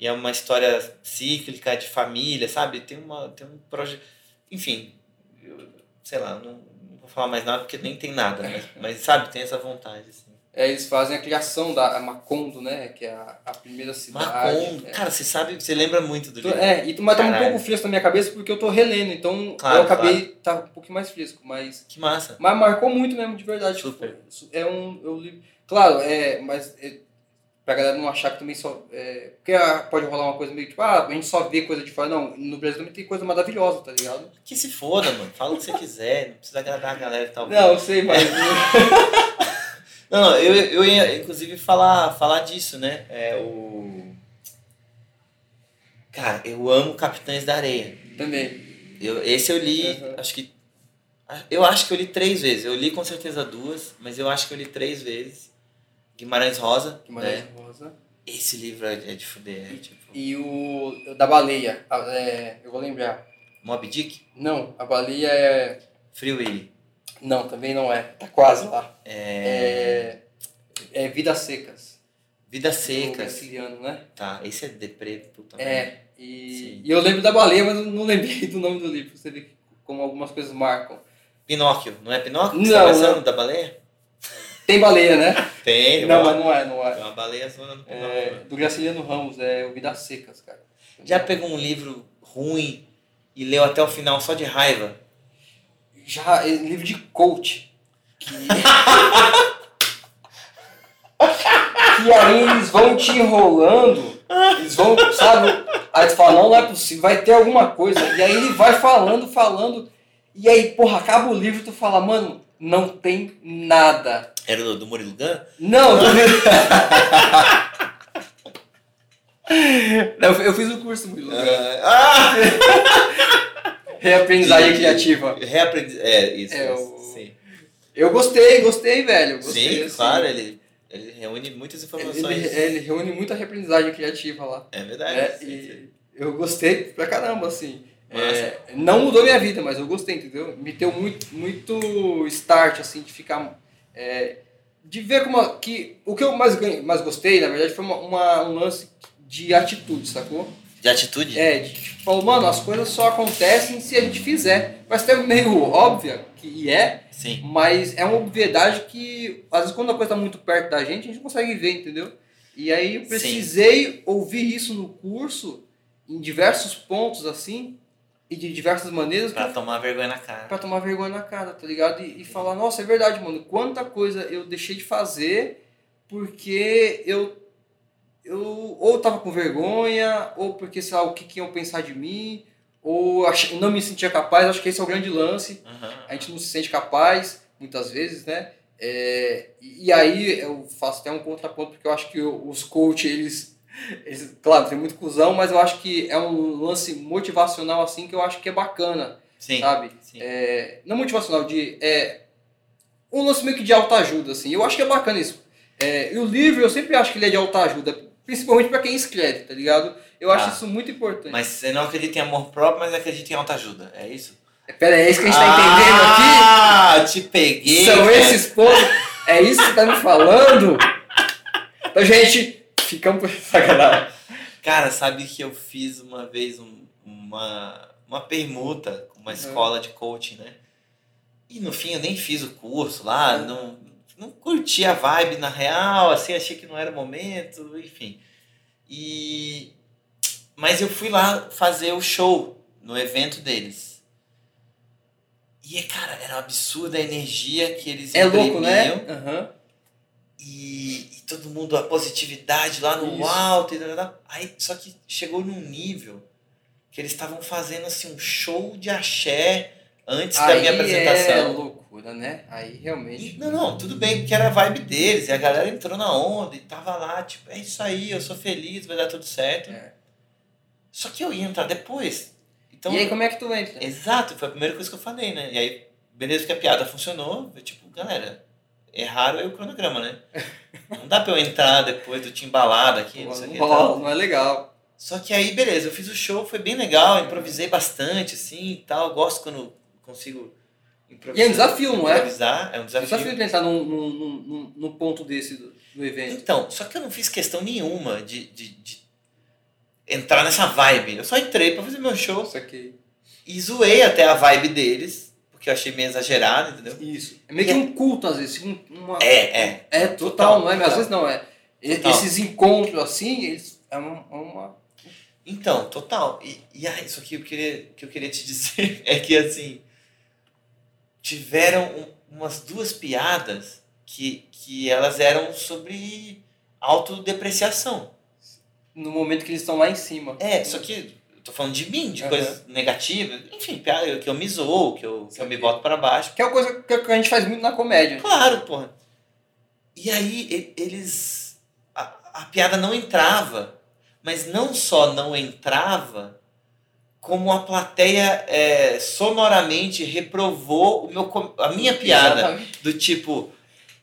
[SPEAKER 5] e é uma história cíclica de família, sabe? Tem, uma, tem um projeto. Enfim, eu- sei lá, não, não vou falar mais nada porque nem tem nada,
[SPEAKER 3] [LAUGHS]
[SPEAKER 5] mas, mas, sabe? Tem essa vontade. Assim.
[SPEAKER 3] É, eles fazem a criação da a Macondo, né? Que é a, a primeira cidade.
[SPEAKER 5] Macondo,
[SPEAKER 3] é.
[SPEAKER 5] cara, você sabe, você lembra muito do
[SPEAKER 3] Tô-
[SPEAKER 5] livro.
[SPEAKER 3] é, e, mas tá um
[SPEAKER 5] Caralho.
[SPEAKER 3] pouco fresco na minha cabeça porque eu tô relendo, então
[SPEAKER 5] Claro,
[SPEAKER 3] eu acabei tá um pouquinho mais fresco, mas
[SPEAKER 5] Que massa.
[SPEAKER 3] mas marcou muito mesmo de verdade. tipo,
[SPEAKER 5] Super.
[SPEAKER 3] su- é um eu li, claro, é, mas é, pra galera não achar que também só é, porque ah, pode rolar uma coisa meio tipo, ah, a gente só vê coisa de fora, não, no Brasil também tem coisa maravilhosa, tá ligado?
[SPEAKER 5] Que se foda, mano. Fala o que você quiser, não precisa agradar a galera e tal.
[SPEAKER 3] Não, eu sei,
[SPEAKER 5] [LAUGHS]
[SPEAKER 3] mas
[SPEAKER 5] É. Não, eu, eu ia inclusive falar, falar disso, né? É o. Cara, eu amo Capitães da Areia.
[SPEAKER 3] também.
[SPEAKER 5] Eu, esse eu li,
[SPEAKER 3] Uhum.
[SPEAKER 5] acho que. ah, Eu acho que eu li três vezes. Eu li com certeza duas, mas eu acho que eu li três vezes. Guimarães Rosa.
[SPEAKER 3] Que mais
[SPEAKER 5] Né?
[SPEAKER 3] rosa.
[SPEAKER 5] Esse livro é é de fuder, é tipo.
[SPEAKER 3] E o o da baleia, a- é, eu vou lembrar.
[SPEAKER 5] Mob Dick?
[SPEAKER 3] Não, a baleia é
[SPEAKER 5] Free Willy.
[SPEAKER 3] não, também não é. Tá quase lá.
[SPEAKER 5] É,
[SPEAKER 3] É, é Vidas Secas.
[SPEAKER 5] Vidas
[SPEAKER 3] do
[SPEAKER 5] Secas.
[SPEAKER 3] Graciliano, né?
[SPEAKER 5] Tá, esse é deprê, puta merda.
[SPEAKER 3] É. E,
[SPEAKER 5] Sim.
[SPEAKER 3] e eu lembro da baleia, mas eu não lembrei do nome do livro. Você vê como algumas coisas marcam.
[SPEAKER 5] Pinóquio, não é Pinóquio? que
[SPEAKER 3] Não,
[SPEAKER 5] Você tá pensando
[SPEAKER 3] não.
[SPEAKER 5] da baleia?
[SPEAKER 3] Tem baleia, né?
[SPEAKER 5] Tem,
[SPEAKER 3] não,
[SPEAKER 5] ó.
[SPEAKER 3] mas não é, não
[SPEAKER 5] É
[SPEAKER 3] é.
[SPEAKER 5] uma baleia zona do Pinóquio.
[SPEAKER 3] É, do Graciliano Ramos, é o Vidas Secas, cara.
[SPEAKER 5] Já pegou um livro ruim e leu até o final só de raiva?
[SPEAKER 3] Já, é livro de coach. Que... [LAUGHS] que aí eles vão te enrolando, eles vão, sabe? Aí tu fala, não, não é possível, vai ter alguma coisa. E aí ele vai falando, falando, e aí, porra, acaba o livro e tu fala, mano, não tem nada.
[SPEAKER 5] Era do, do Murilo Gun?
[SPEAKER 3] Não, não Não, [LAUGHS] Eu fiz um curso muito legal.
[SPEAKER 5] Ah!
[SPEAKER 3] Reaprendizagem
[SPEAKER 5] E-
[SPEAKER 3] criativa.
[SPEAKER 5] Reaprendi... É, isso.
[SPEAKER 3] É,
[SPEAKER 5] isso,
[SPEAKER 3] o-
[SPEAKER 5] Sim,
[SPEAKER 3] Eu gostei, gostei, velho. Gostei,
[SPEAKER 5] sim
[SPEAKER 3] assim.
[SPEAKER 5] claro, ele, ele reúne muitas
[SPEAKER 3] Ele,
[SPEAKER 5] informações.
[SPEAKER 3] ele reúne muita reaprendizagem criativa lá.
[SPEAKER 5] É
[SPEAKER 3] né?
[SPEAKER 5] verdade. sim, sim.
[SPEAKER 3] E eu gostei pra caramba, assim.
[SPEAKER 5] Massa.
[SPEAKER 3] É, não mudou minha vida, mas eu gostei, entendeu? Me deu muito, muito start, assim, de ficar. é, de ver como. a- Que, o que eu mais, ganhei- mais gostei, na verdade, foi uma, uma- um lance de atitude, sacou?
[SPEAKER 5] De atitude?
[SPEAKER 3] É, de, tipo, falou, mano, as coisas só acontecem se a gente fizer. Mas tem meio óbvia, que e é,
[SPEAKER 5] Sim.
[SPEAKER 3] mas é uma obviedade que, às vezes, quando a coisa tá muito perto da gente, a gente não consegue ver, entendeu? E aí eu
[SPEAKER 5] Sim.
[SPEAKER 3] precisei ouvir isso no curso, em diversos pontos, assim, e de diversas maneiras, que eu
[SPEAKER 5] Pra tomar vergonha na cara.
[SPEAKER 3] pra tomar vergonha na cara, tá ligado? E, e falar, nossa, é verdade, mano, quanta coisa eu deixei de fazer porque eu eu ou tava com vergonha, ou porque sei lá o que, que iam pensar de mim, ou ach- não me sentia capaz, acho que esse é o grande lance
[SPEAKER 5] Aham.
[SPEAKER 3] a gente não se sente capaz, muitas vezes, né? É, e e aí eu faço até um contraponto, porque eu acho que o- os coach, eles, eles, claro, tem muito cuzão, mas eu acho que é um lance motivacional, assim, que eu acho que é bacana,
[SPEAKER 5] Sim.
[SPEAKER 3] sabe?
[SPEAKER 5] Sim.
[SPEAKER 3] É, não motivacional, de, é, um lance meio que de autoajuda, assim, eu acho que é bacana isso. É, e o livro, eu sempre acho que ele é de autoajuda, principalmente para quem escreve, tá ligado? Eu acho
[SPEAKER 5] Ah.
[SPEAKER 3] isso muito importante.
[SPEAKER 5] Mas você não acredita em amor próprio, mas acredita em autoajuda. É isso?
[SPEAKER 3] Pera aí, é isso que a gente tá entendendo aqui?
[SPEAKER 5] ah, aqui? te peguei.
[SPEAKER 3] São
[SPEAKER 5] cara.
[SPEAKER 3] esses pontos. É isso que você tá me falando? Então, gente, ficamos por sacanagem.
[SPEAKER 5] Cara, sabe que eu fiz uma vez um- uma, uma permuta com uma
[SPEAKER 3] Uhum.
[SPEAKER 5] escola de coaching, né? E no fim eu nem fiz o curso lá,
[SPEAKER 3] Uhum.
[SPEAKER 5] não, não curti a vibe na real, assim, achei que não era o momento, enfim. E mas eu fui lá fazer o show no evento deles. E cara, era um absurdo a energia que eles
[SPEAKER 3] É louco, né?
[SPEAKER 5] imprimiam
[SPEAKER 3] Aham.
[SPEAKER 5] e, e todo mundo, a positividade lá no
[SPEAKER 3] Isso.
[SPEAKER 5] alto. E tal, tal, tal. Aí, só que chegou num nível que eles estavam fazendo assim, um show de axé antes da minha
[SPEAKER 3] É
[SPEAKER 5] apresentação.
[SPEAKER 3] loucura, né? Aí realmente.
[SPEAKER 5] Não, não, tudo bem, porque era a vibe deles. E a galera entrou na onda e tava lá, tipo, é isso aí, eu sou feliz, vai dar tudo certo.
[SPEAKER 3] É.
[SPEAKER 5] Só que eu ia entrar depois. Então,
[SPEAKER 3] e aí, como é que tu entra?
[SPEAKER 5] Exato, foi a primeira coisa que eu falei, né? E aí, beleza que a piada funcionou, eu, tipo, galera, erraram aí o cronograma, né?
[SPEAKER 3] [LAUGHS]
[SPEAKER 5] Não dá pra eu entrar depois do timbalado aqui, tá. não sei o que. e
[SPEAKER 3] não,
[SPEAKER 5] tal.
[SPEAKER 3] rola, não é legal.
[SPEAKER 5] Só que aí, beleza, eu fiz o show, foi bem legal, improvisei bastante, assim, e tal. eu Gosto quando consigo improvisar.
[SPEAKER 3] E é um desafio, não é?
[SPEAKER 5] Improvisar, é um
[SPEAKER 3] Eu
[SPEAKER 5] desafio.
[SPEAKER 3] só fui tentar num, num, num, num- num ponto desse do, do evento.
[SPEAKER 5] Então, só que eu não fiz questão nenhuma de, de, de entrar nessa vibe. Eu só entrei pra fazer meu show
[SPEAKER 3] Isso aqui.
[SPEAKER 5] e zoei até a vibe deles, porque eu achei meio exagerado, entendeu?
[SPEAKER 3] Isso. É meio que um culto, às vezes. um- uma-
[SPEAKER 5] É, é.
[SPEAKER 3] É total, não é? Mas
[SPEAKER 5] total.
[SPEAKER 3] às vezes não é. E-
[SPEAKER 5] Total.
[SPEAKER 3] Esses encontros assim, eles. É uma. é uma-
[SPEAKER 5] Então, total. E, e ah, isso aqui eu queria, que eu queria te [LAUGHS] dizer é que, assim, tiveram um- umas duas piadas que, que elas eram sobre autodepreciação.
[SPEAKER 3] no momento que eles estão lá em cima.
[SPEAKER 5] É, só que eu tô falando de mim, de
[SPEAKER 3] Aham.
[SPEAKER 5] coisas negativas. Enfim, piada que eu me zoo, que eu, que eu me
[SPEAKER 3] Saquei.
[SPEAKER 5] boto pra baixo.
[SPEAKER 3] Que é uma coisa que a gente faz muito na comédia.
[SPEAKER 5] Claro, porra. E aí e- eles. A, a piada não entrava. Mas não só não entrava, como a plateia é, sonoramente reprovou o meu, com- a minha piada.
[SPEAKER 3] Exatamente.
[SPEAKER 5] Do tipo,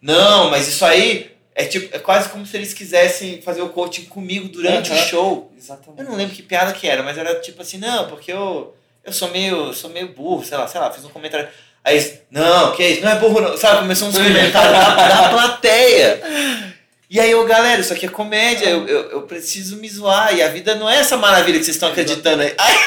[SPEAKER 5] não, mas isso aí é, tipo, é quase como se eles quisessem fazer o coaching comigo durante o
[SPEAKER 3] Aham.
[SPEAKER 5] show. Eu
[SPEAKER 3] Exatamente.
[SPEAKER 5] não lembro que piada que era, mas era tipo assim, não, porque eu, eu sou meio. sou meio burro, sei lá, sei lá, fiz um comentário. Aí, eles, não, que isso, não é burro, não. Sabe, começou uns comentários da,
[SPEAKER 3] [LAUGHS]
[SPEAKER 5] da plateia. E aí eu, galera, isso aqui é comédia, eu, eu, eu preciso me zoar, e a vida não é essa maravilha que vocês estão acreditando aí. Aí,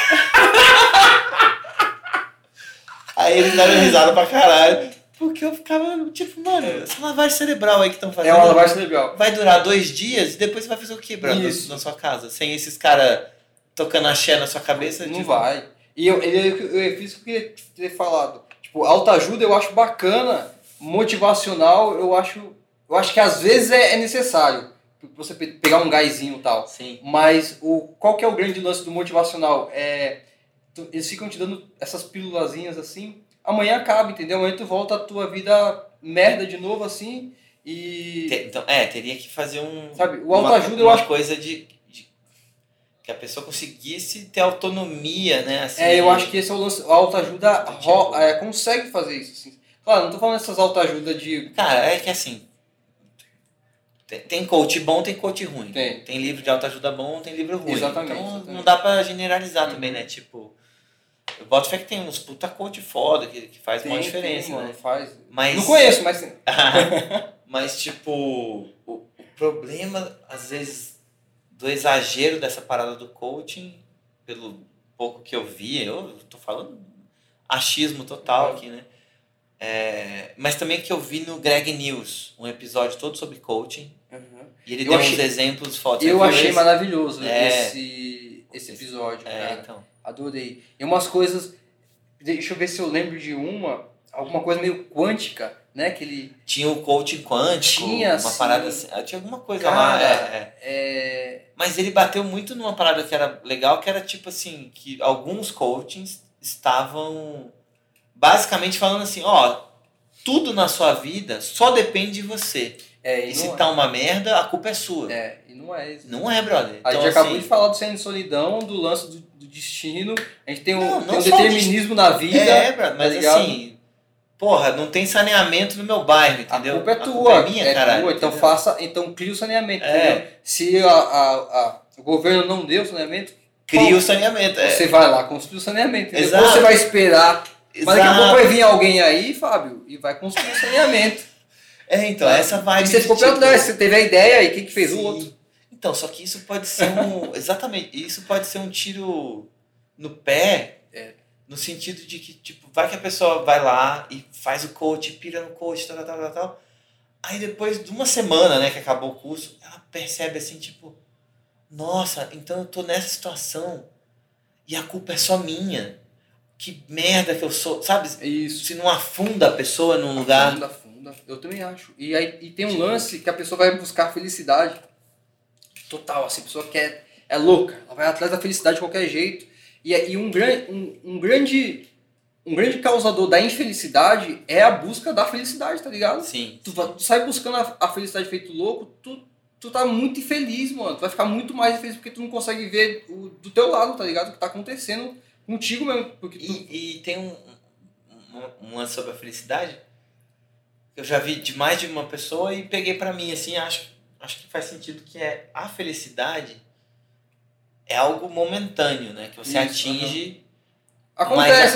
[SPEAKER 5] aí eles deram risada pra caralho. Porque eu ficava, tipo, mano, essa lavagem cerebral aí que estão fazendo
[SPEAKER 3] É uma lavagem cerebral.
[SPEAKER 5] vai durar dois dias e depois você vai fazer o que, Brando,
[SPEAKER 3] Isso.
[SPEAKER 5] na sua casa? Sem esses caras tocando axé na sua cabeça?
[SPEAKER 3] Não
[SPEAKER 5] tipo,
[SPEAKER 3] vai. E eu, eu, eu, eu fiz o que eu queria ter falado. Tipo, autoajuda eu acho bacana, motivacional eu acho. Eu acho que às vezes é, é necessário pra você pe- pegar um gásinho e tal.
[SPEAKER 5] Sim.
[SPEAKER 3] Mas o, qual que é o grande lance do motivacional? É, tu- eles ficam te dando essas pílulazinhas assim. Amanhã acaba, entendeu? Amanhã tu volta à tua vida merda de novo assim. E.
[SPEAKER 5] Te- então, é, teria que fazer um.
[SPEAKER 3] Sabe, o
[SPEAKER 5] uma-
[SPEAKER 3] autoajuda eu
[SPEAKER 5] uma
[SPEAKER 3] acho-
[SPEAKER 5] coisa de, de- Que a pessoa conseguisse ter autonomia, né? Assim,
[SPEAKER 3] É, eu acho que esse é o lance. A autoajuda
[SPEAKER 5] Do
[SPEAKER 3] ro-
[SPEAKER 5] tipo.
[SPEAKER 3] é, consegue fazer isso. Assim. Claro, não tô falando essas autoajudas de.
[SPEAKER 5] Cara, é que assim. Tem, tem coach bom, tem coach ruim.
[SPEAKER 3] Tem.
[SPEAKER 5] livro de autoajuda bom, tem livro ruim.
[SPEAKER 3] Exatamente,
[SPEAKER 5] Então não
[SPEAKER 3] exatamente.
[SPEAKER 5] dá pra generalizar
[SPEAKER 3] Uhum.
[SPEAKER 5] também, né? Tipo. Eu boto fé que tem uns puta coach foda que, que faz uma
[SPEAKER 3] Tem,
[SPEAKER 5] diferença,
[SPEAKER 3] tem,
[SPEAKER 5] né?
[SPEAKER 3] mano, faz.
[SPEAKER 5] Mas.
[SPEAKER 3] Não conheço, mas tem.
[SPEAKER 5] [LAUGHS] Mas, tipo, o, o problema, às vezes, do do exagero dessa parada do coaching, pelo pouco que eu vi, eu tô falando achismo total aqui, né? É, mas também que eu vi no Greg News, um episódio todo sobre coaching,
[SPEAKER 3] Uhum.
[SPEAKER 5] e ele
[SPEAKER 3] Eu
[SPEAKER 5] deu uns
[SPEAKER 3] achei-
[SPEAKER 5] exemplos fotos.
[SPEAKER 3] Eu achei maravilhoso
[SPEAKER 5] É.
[SPEAKER 3] esse, esse episódio,
[SPEAKER 5] É,
[SPEAKER 3] cara.
[SPEAKER 5] então.
[SPEAKER 3] Adorei. E umas coisas. Deixa eu ver se eu lembro de uma. Alguma coisa meio quântica, né? Que ele.
[SPEAKER 5] Tinha o coaching quântico,
[SPEAKER 3] Tinha,
[SPEAKER 5] uma
[SPEAKER 3] assim.
[SPEAKER 5] parada assim. ah, Tinha alguma coisa lá.
[SPEAKER 3] Cara.
[SPEAKER 5] é, é.
[SPEAKER 3] É...
[SPEAKER 5] Mas ele bateu muito numa parada que era legal, que era tipo assim, que alguns coachings estavam basicamente falando assim, ó, tudo na sua vida só depende de você.
[SPEAKER 3] É,
[SPEAKER 5] E
[SPEAKER 3] e
[SPEAKER 5] se
[SPEAKER 3] não
[SPEAKER 5] tá uma merda, a culpa é sua.
[SPEAKER 3] é. é, e não é isso.
[SPEAKER 5] Não é, brother.
[SPEAKER 3] A
[SPEAKER 5] Então,
[SPEAKER 3] gente acabou
[SPEAKER 5] assim,
[SPEAKER 3] de falar do Sendo Solidão, do lance do, do destino. A gente tem
[SPEAKER 5] Não,
[SPEAKER 3] um, tem
[SPEAKER 5] não
[SPEAKER 3] um
[SPEAKER 5] só o
[SPEAKER 3] determinismo na vida.
[SPEAKER 5] É, brother,
[SPEAKER 3] tá
[SPEAKER 5] mas
[SPEAKER 3] ligado?
[SPEAKER 5] assim, porra, não tem saneamento no meu bairro,
[SPEAKER 3] A
[SPEAKER 5] entendeu?
[SPEAKER 3] culpa é tua,
[SPEAKER 5] é minha,
[SPEAKER 3] é
[SPEAKER 5] caralho.
[SPEAKER 3] tua, então
[SPEAKER 5] entendeu?
[SPEAKER 3] faça, então cria o saneamento.
[SPEAKER 5] É.
[SPEAKER 3] entendeu? Se a- a- a- o governo não deu saneamento,
[SPEAKER 5] Cria o saneamento. É.
[SPEAKER 3] você vai lá construir o saneamento. entendeu?
[SPEAKER 5] Exato.
[SPEAKER 3] Ou Você vai esperar Mas daqui a pouco
[SPEAKER 5] Exato.
[SPEAKER 3] vai vir alguém aí, Fábio, e vai construir um saneamento.
[SPEAKER 5] É, então, essa vibe.
[SPEAKER 3] Aí você
[SPEAKER 5] de,
[SPEAKER 3] ficou
[SPEAKER 5] tipo,
[SPEAKER 3] perguntando, "Ah, você teve a ideia aí, quem que fez o
[SPEAKER 5] Sim.
[SPEAKER 3] outro?
[SPEAKER 5] Então, só que isso pode ser
[SPEAKER 3] [LAUGHS]
[SPEAKER 5] um. exatamente, isso pode ser um tiro no pé,
[SPEAKER 3] É.
[SPEAKER 5] no sentido de que, tipo, vai que a pessoa vai lá e faz o coach, pira no coach, tal, tal, tal, tal, tal. Aí depois de uma semana, né, que acabou o curso, ela percebe assim, tipo, nossa, então eu tô nessa situação e a culpa é só minha. Que merda que eu sou, sabe?
[SPEAKER 3] Isso.
[SPEAKER 5] Se não afunda a pessoa num lugar.
[SPEAKER 3] Funda, funda. Eu também acho. E aí e tem um lance que a pessoa vai buscar felicidade. Total, assim, a pessoa quer. É louca. Ela vai atrás da felicidade de qualquer jeito. E, aí um, gran, um, um grande. Um grande causador da infelicidade é a busca da felicidade, tá ligado?
[SPEAKER 5] Sim.
[SPEAKER 3] Tu, va- tu sai buscando a, a felicidade feito louco, tu, tu tá muito infeliz, mano. Tu vai ficar muito mais infeliz porque tu não consegue ver o, do teu lado, tá ligado? O que tá acontecendo contigo mesmo. Porque tu,
[SPEAKER 5] E, e tem um, um, um lance sobre a felicidade que eu já vi de mais de uma pessoa e peguei pra mim, assim, acho, acho que faz sentido que é a felicidade é algo momentâneo, né? Que você
[SPEAKER 3] Isso,
[SPEAKER 5] atinge,
[SPEAKER 3] acontece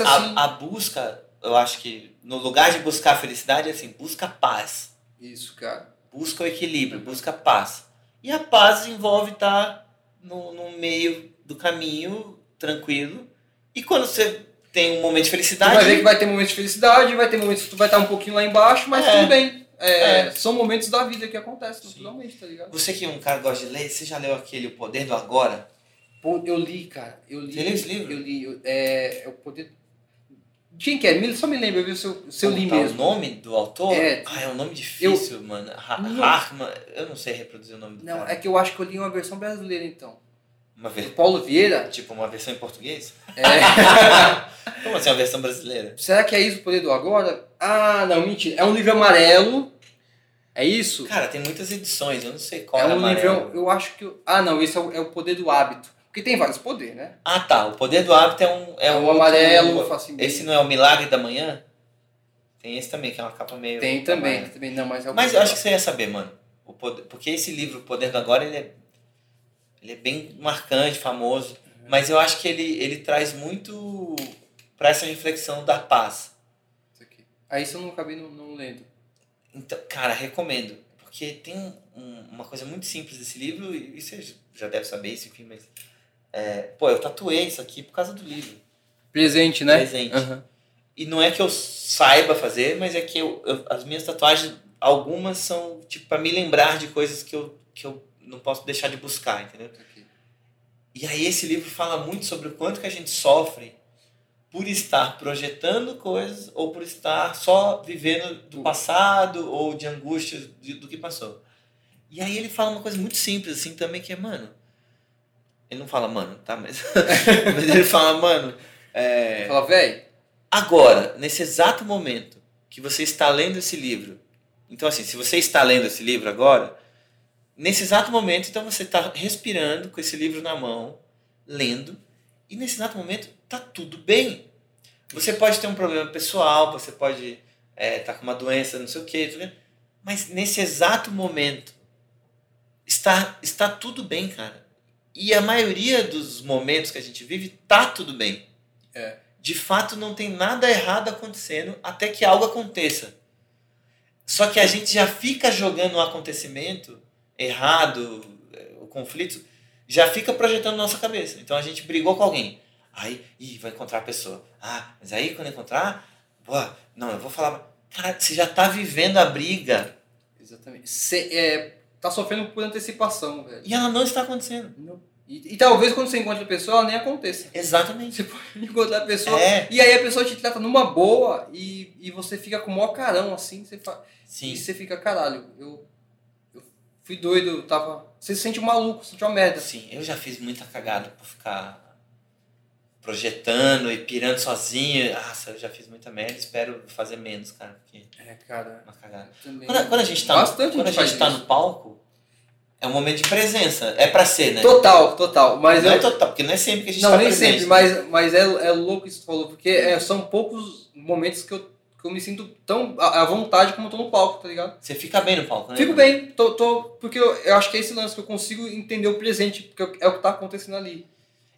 [SPEAKER 5] mas é a,
[SPEAKER 3] assim.
[SPEAKER 5] a busca, eu acho que no lugar de buscar a felicidade, é assim, busca a paz,
[SPEAKER 3] Isso, cara.
[SPEAKER 5] busca o equilíbrio, busca a paz. E a paz envolve estar no, no meio do caminho, tranquilo, e quando você tem um momento de
[SPEAKER 3] Tu vai ver
[SPEAKER 5] felicidade,
[SPEAKER 3] que vai ter momentos de felicidade, vai ter momentos que tu vai estar um pouquinho lá embaixo, mas
[SPEAKER 5] É.
[SPEAKER 3] tudo bem. É,
[SPEAKER 5] É.
[SPEAKER 3] São momentos da vida que acontecem,
[SPEAKER 5] Sim.
[SPEAKER 3] naturalmente, tá ligado?
[SPEAKER 5] Você que é um cara que gosta de ler, você já leu aquele O Poder do Agora?
[SPEAKER 3] Pô, eu li, cara. Eu li.
[SPEAKER 5] Você leu esse livro?
[SPEAKER 3] Eu li. eu- é, é o poder. Quem que é? Me- Só me lembra, viu? Se eu, se eu li
[SPEAKER 5] Como tá
[SPEAKER 3] mesmo.
[SPEAKER 5] O nome do autor?
[SPEAKER 3] É.
[SPEAKER 5] Ah, é um nome difícil, mano. Ha
[SPEAKER 3] Não.
[SPEAKER 5] Harman, eu não sei reproduzir o nome do
[SPEAKER 3] Não,
[SPEAKER 5] cara. É.
[SPEAKER 3] é que eu acho que eu li uma versão brasileira, então.
[SPEAKER 5] Uma
[SPEAKER 3] Do
[SPEAKER 5] versão,
[SPEAKER 3] Paulo Vieira?
[SPEAKER 5] tipo, uma versão em português? [LAUGHS]
[SPEAKER 3] É. [LAUGHS]
[SPEAKER 5] Como assim, uma versão brasileira?
[SPEAKER 3] Será que é isso o poder do agora? Ah, não, mentira. É um livro amarelo. É isso?
[SPEAKER 5] Cara, tem muitas edições, eu não sei qual
[SPEAKER 3] É
[SPEAKER 5] é o
[SPEAKER 3] um
[SPEAKER 5] amarelo.
[SPEAKER 3] livrão. Eu acho que. eu- Ah, não, esse é o, é o poder do hábito. Porque tem vários poderes, né?
[SPEAKER 5] Ah, tá. O Poder do Hábito é um... É,
[SPEAKER 3] É
[SPEAKER 5] um
[SPEAKER 3] o
[SPEAKER 5] outro-
[SPEAKER 3] amarelo, faço assim,
[SPEAKER 5] Esse não é o Milagre da Manhã? Tem esse também, que é uma capa meio...
[SPEAKER 3] Tem também,
[SPEAKER 5] amarela.
[SPEAKER 3] também. Não, mas é o
[SPEAKER 5] Mas eu acho que você ia saber, mano. O poder- porque esse livro, O Poder do Agora, ele é, ele é bem marcante, famoso.
[SPEAKER 3] Uhum.
[SPEAKER 5] Mas eu acho que ele, ele traz muito pra essa reflexão da paz.
[SPEAKER 3] Isso aqui. Aí isso eu não acabei não, não lendo.
[SPEAKER 5] Então, cara, recomendo. Porque tem um- um- uma coisa muito simples desse livro, e e você já deve saber isso, enfim, mas. é, pô, eu tatuei isso aqui por causa do livro.
[SPEAKER 3] Presente, né?
[SPEAKER 5] Presente.
[SPEAKER 3] Aham.
[SPEAKER 5] E não é que eu saiba fazer, mas é que eu, eu- as minhas tatuagens, algumas são, tipo, pra me lembrar de coisas que eu, que eu não posso deixar de buscar, entendeu?
[SPEAKER 3] Isso aqui.
[SPEAKER 5] E aí esse livro fala muito sobre o quanto que a gente sofre por estar projetando coisas ou por estar só vivendo do passado ou de angústia de- do que passou. E aí ele fala uma coisa muito simples assim também que é, mano, ele não fala mano, tá, mas, [LAUGHS] mas ele fala, mano, é,
[SPEAKER 3] Fala, velho.
[SPEAKER 5] agora, nesse exato momento que você está lendo esse livro, então assim, se você está lendo esse livro agora, nesse exato momento, então você está respirando com esse livro na mão, lendo, e nesse exato momento tá tudo bem. Você pode ter um problema pessoal, você pode estar com uma doença, não sei o quê, tudo bem, mas nesse exato momento está, está tudo bem, cara. E a maioria dos momentos que a gente vive tá tudo bem de fato não tem nada errado acontecendo até que algo aconteça. Só que a gente já fica jogando o acontecimento errado, eh, o é, conflito, já fica projetando na nossa cabeça. Então a gente brigou com alguém. Aí, ih, vou encontrar a pessoa. Ah, mas aí quando encontrar, boa, não, eu vou falar. Cara, você já tá vivendo a briga
[SPEAKER 3] Exatamente. Cê, é, tá sofrendo por antecipação, velho.
[SPEAKER 5] e ela não está acontecendo.
[SPEAKER 3] Entendeu? E, e talvez quando você encontra a pessoa, ela nem aconteça. [LAUGHS]
[SPEAKER 5] Exatamente.
[SPEAKER 3] Você pode encontrar a pessoa.
[SPEAKER 5] É,
[SPEAKER 3] E aí a pessoa te trata numa boa e, e você fica com o maior carão, assim. Você fa... E
[SPEAKER 5] sim,
[SPEAKER 3] você fica, caralho, eu, eu fui doido, eu tava. Você se sente um maluco, se sente uma merda.
[SPEAKER 5] sim. Assim, Eu já fiz muita cagada por ficar projetando e pirando sozinho. Nossa, eu já fiz muita merda. Espero fazer menos, cara, porque
[SPEAKER 3] É, cara.
[SPEAKER 5] é uma cagada.
[SPEAKER 3] Também.
[SPEAKER 5] Quando, quando a gente tá,
[SPEAKER 3] Bastante
[SPEAKER 5] quando a
[SPEAKER 3] faz
[SPEAKER 5] gente tá
[SPEAKER 3] isso.
[SPEAKER 5] no palco, é um momento de presença. É pra ser, né?
[SPEAKER 3] Total, total. Mas
[SPEAKER 5] não
[SPEAKER 3] eu.
[SPEAKER 5] é total, porque não é sempre que a gente
[SPEAKER 3] não,
[SPEAKER 5] tá
[SPEAKER 3] nem
[SPEAKER 5] presente.
[SPEAKER 3] sempre, mas, mas é, é louco isso que tu falou, porque é, são poucos momentos que eu, que eu me sinto tão à à vontade como eu tô no palco, tá ligado?
[SPEAKER 5] Você fica bem no palco, né?
[SPEAKER 3] Fico bem, tô, tô, porque eu, eu acho que é esse lance que eu consigo entender o presente, porque eu- é o que tá acontecendo ali.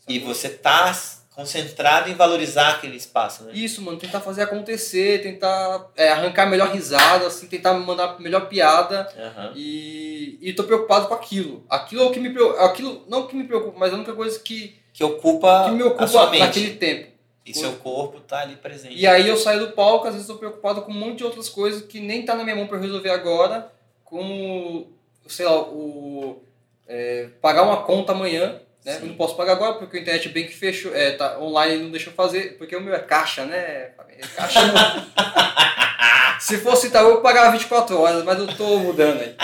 [SPEAKER 5] E você tá concentrado em valorizar aquele espaço, né?
[SPEAKER 3] Isso, mano, tentar fazer acontecer, tentar é, arrancar a melhor risada, assim, tentar mandar a melhor piada.
[SPEAKER 5] Aham.
[SPEAKER 3] E, e tô preocupado com aquilo. Aquilo é o que me preocupa. Aquilo, não que me preocupa, mas é a única coisa que,
[SPEAKER 5] Que ocupa
[SPEAKER 3] que me
[SPEAKER 5] a sua
[SPEAKER 3] ocupa
[SPEAKER 5] mente.
[SPEAKER 3] naquele tempo.
[SPEAKER 5] E seu corpo tá ali presente.
[SPEAKER 3] E aí eu saio do palco, às vezes tô preocupado com um monte de outras coisas que nem tá na minha mão pra eu resolver agora, como, sei lá, o. é, pagar uma conta amanhã. Né?
[SPEAKER 5] Sim.
[SPEAKER 3] Eu não posso pagar agora porque o internet bem que fechou, é, tá online ele não deixou fazer, porque o meu é caixa, né? É caixa não. [LAUGHS] Se fosse Itaú, eu pagava 24 horas, mas eu tô mudando aí.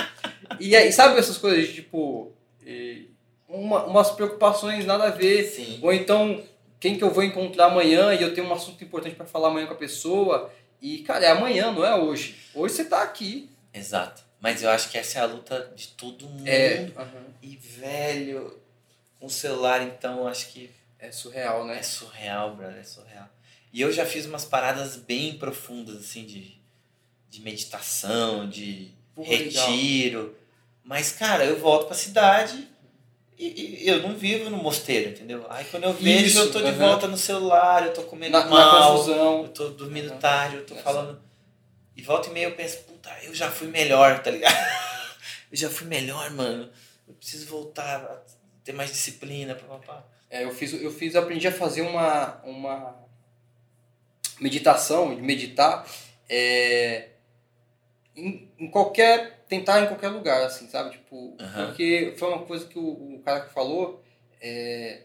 [SPEAKER 3] E aí, sabe essas coisas de tipo. eh, uma- umas preocupações nada a ver,
[SPEAKER 5] Sim.
[SPEAKER 3] ou então, quem que eu vou encontrar amanhã e eu tenho um assunto importante pra falar amanhã com a pessoa. E, cara, é amanhã, não é hoje. Hoje você tá aqui.
[SPEAKER 5] Exato. Mas eu acho que essa é a luta de todo mundo.
[SPEAKER 3] É, aham.
[SPEAKER 5] E, velho, com o celular, então, eu acho que
[SPEAKER 3] é surreal, né?
[SPEAKER 5] É surreal, brother, é surreal. E eu já fiz umas paradas bem profundas, assim, de, de meditação, de
[SPEAKER 3] Pô, legal.
[SPEAKER 5] retiro. Mas, cara, eu volto pra cidade e, e eu não vivo no mosteiro, entendeu? Aí quando eu vejo,
[SPEAKER 3] Isso,
[SPEAKER 5] eu tô de
[SPEAKER 3] aham.
[SPEAKER 5] volta no celular, eu tô comendo
[SPEAKER 3] Na, na
[SPEAKER 5] mal, eu
[SPEAKER 3] confusão.
[SPEAKER 5] tô dormindo
[SPEAKER 3] Aham.
[SPEAKER 5] tarde, eu tô
[SPEAKER 3] Essa.
[SPEAKER 5] falando. E volta e meia eu penso, puta, eu já fui melhor, tá ligado? [LAUGHS] eu já fui melhor, mano. Eu preciso voltar a ter mais disciplina, papapá.
[SPEAKER 3] É, eu fiz, eu fiz, eu aprendi a fazer uma, uma meditação, de meditar, é, em, em qualquer, tentar em qualquer lugar, assim, sabe? Tipo,
[SPEAKER 5] Aham.
[SPEAKER 3] porque foi uma coisa que o, o cara que falou, é,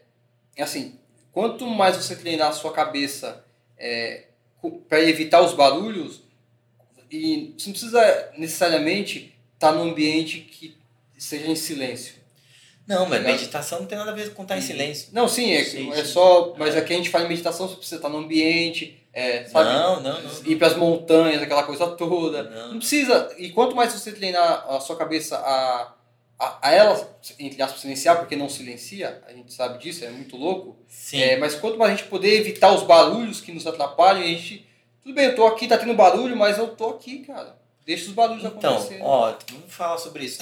[SPEAKER 3] assim, quanto mais você treinar a sua cabeça é, para evitar os barulhos, e você não precisa necessariamente estar num ambiente que seja em silêncio.
[SPEAKER 5] Não, mas
[SPEAKER 3] Ligado?
[SPEAKER 5] meditação não tem nada a ver com estar em
[SPEAKER 3] Uhum.
[SPEAKER 5] silêncio.
[SPEAKER 3] Não, sim, é,
[SPEAKER 5] Sim,
[SPEAKER 3] é
[SPEAKER 5] sim.
[SPEAKER 3] só. Mas aqui a gente faz meditação, você precisa estar no ambiente, é, sabe?
[SPEAKER 5] Não, não, não.
[SPEAKER 3] Ir para as montanhas, aquela coisa toda. Não
[SPEAKER 5] Não,
[SPEAKER 3] precisa. E quanto mais você treinar a sua cabeça a, a, a ela, entre aspas, silenciar, porque não silencia, a gente sabe disso, é muito louco.
[SPEAKER 5] Sim,
[SPEAKER 3] É, mas quanto mais a gente poder evitar os barulhos que nos atrapalham, a gente. Tudo bem, eu tô aqui, tá tendo barulho, mas eu tô aqui, cara. Deixa os barulhos
[SPEAKER 5] então,
[SPEAKER 3] acontecerem.
[SPEAKER 5] ó, vamos falar sobre
[SPEAKER 3] [LAUGHS]
[SPEAKER 5] isso.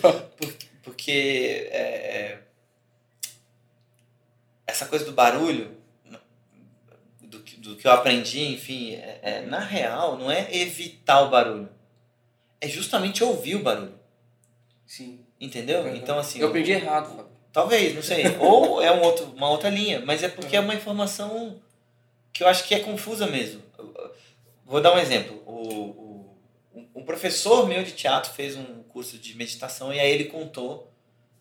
[SPEAKER 5] Por- Porque é, é, essa coisa do barulho, do, que- do que eu aprendi, enfim, é- é, na real, não é evitar o barulho. É justamente ouvir o barulho.
[SPEAKER 3] Sim.
[SPEAKER 5] Entendeu? Então, assim.
[SPEAKER 3] Uhum. Eu aprendi errado, Fábio.
[SPEAKER 5] Talvez, não sei. Ou é um outro, uma outra linha, mas é porque é uma informação que eu acho que é confusa mesmo. Vou dar um exemplo. O, o, um professor meu de teatro fez um curso de meditação e aí ele contou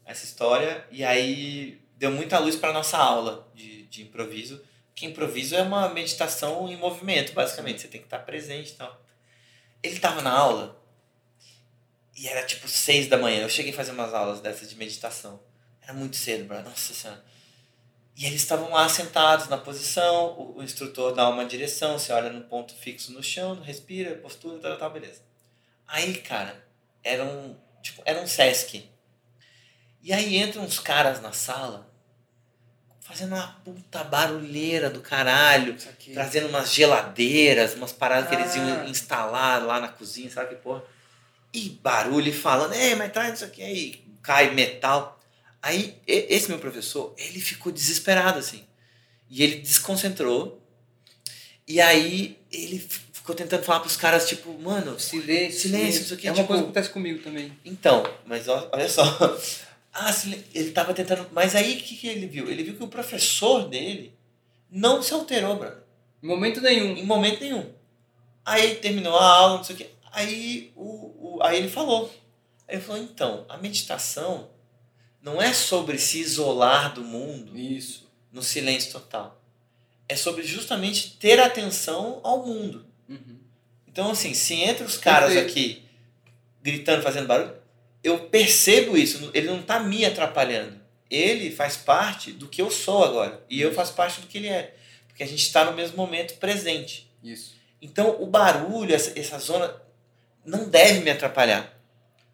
[SPEAKER 5] essa história e aí deu muita luz para nossa aula de, de improviso. Que improviso é uma meditação em movimento, basicamente. Você tem que estar presente e tal. Ele estava na aula e era tipo seis da manhã. Eu cheguei a fazer umas aulas dessas de meditação. Era muito cedo, bro. Nossa senhora. E eles estavam lá sentados na posição, o, o instrutor dá uma direção, você olha no ponto fixo no chão, respira, postura, tal, tal, beleza. Aí, cara, era um, tipo, era um Sesc. E aí entram uns caras na sala, fazendo uma puta barulheira do caralho,
[SPEAKER 3] Isso aqui.
[SPEAKER 5] trazendo umas geladeiras, umas paradas que eles
[SPEAKER 3] Ah.
[SPEAKER 5] iam instalar lá na cozinha, sabe que porra? E barulho e falando, é, mas traz isso aqui aí, cai metal. Aí e- esse meu professor, ele ficou desesperado assim. E ele desconcentrou. E aí ele f- ficou tentando falar pros caras tipo, mano,
[SPEAKER 3] Silêncio.
[SPEAKER 5] Silêncio, isso aqui é
[SPEAKER 3] é uma
[SPEAKER 5] tipo-
[SPEAKER 3] coisa que acontece comigo também.
[SPEAKER 5] então, mas ó- olha só. [LAUGHS] Ah, se ele- ele tava tentando. Mas aí o que, que ele viu? Ele viu que o professor dele não se alterou, brother.
[SPEAKER 3] Em momento nenhum.
[SPEAKER 5] Em momento nenhum. Aí terminou a aula, não sei o quê. Aí, o, o- aí ele falou. Aí ele falou, então, a meditação não é sobre se isolar do mundo
[SPEAKER 3] Isso.
[SPEAKER 5] no silêncio total. É sobre justamente ter atenção ao mundo.
[SPEAKER 3] Uhum.
[SPEAKER 5] Então, assim, se entra os caras
[SPEAKER 3] Perfeito.
[SPEAKER 5] aqui gritando, fazendo barulho, eu percebo isso. Ele não tá me atrapalhando. Ele faz parte do que eu sou agora. E eu faço parte do que ele é. Porque a gente está no mesmo momento presente.
[SPEAKER 3] Isso.
[SPEAKER 5] Então o barulho, essa, essa zona, não deve me atrapalhar.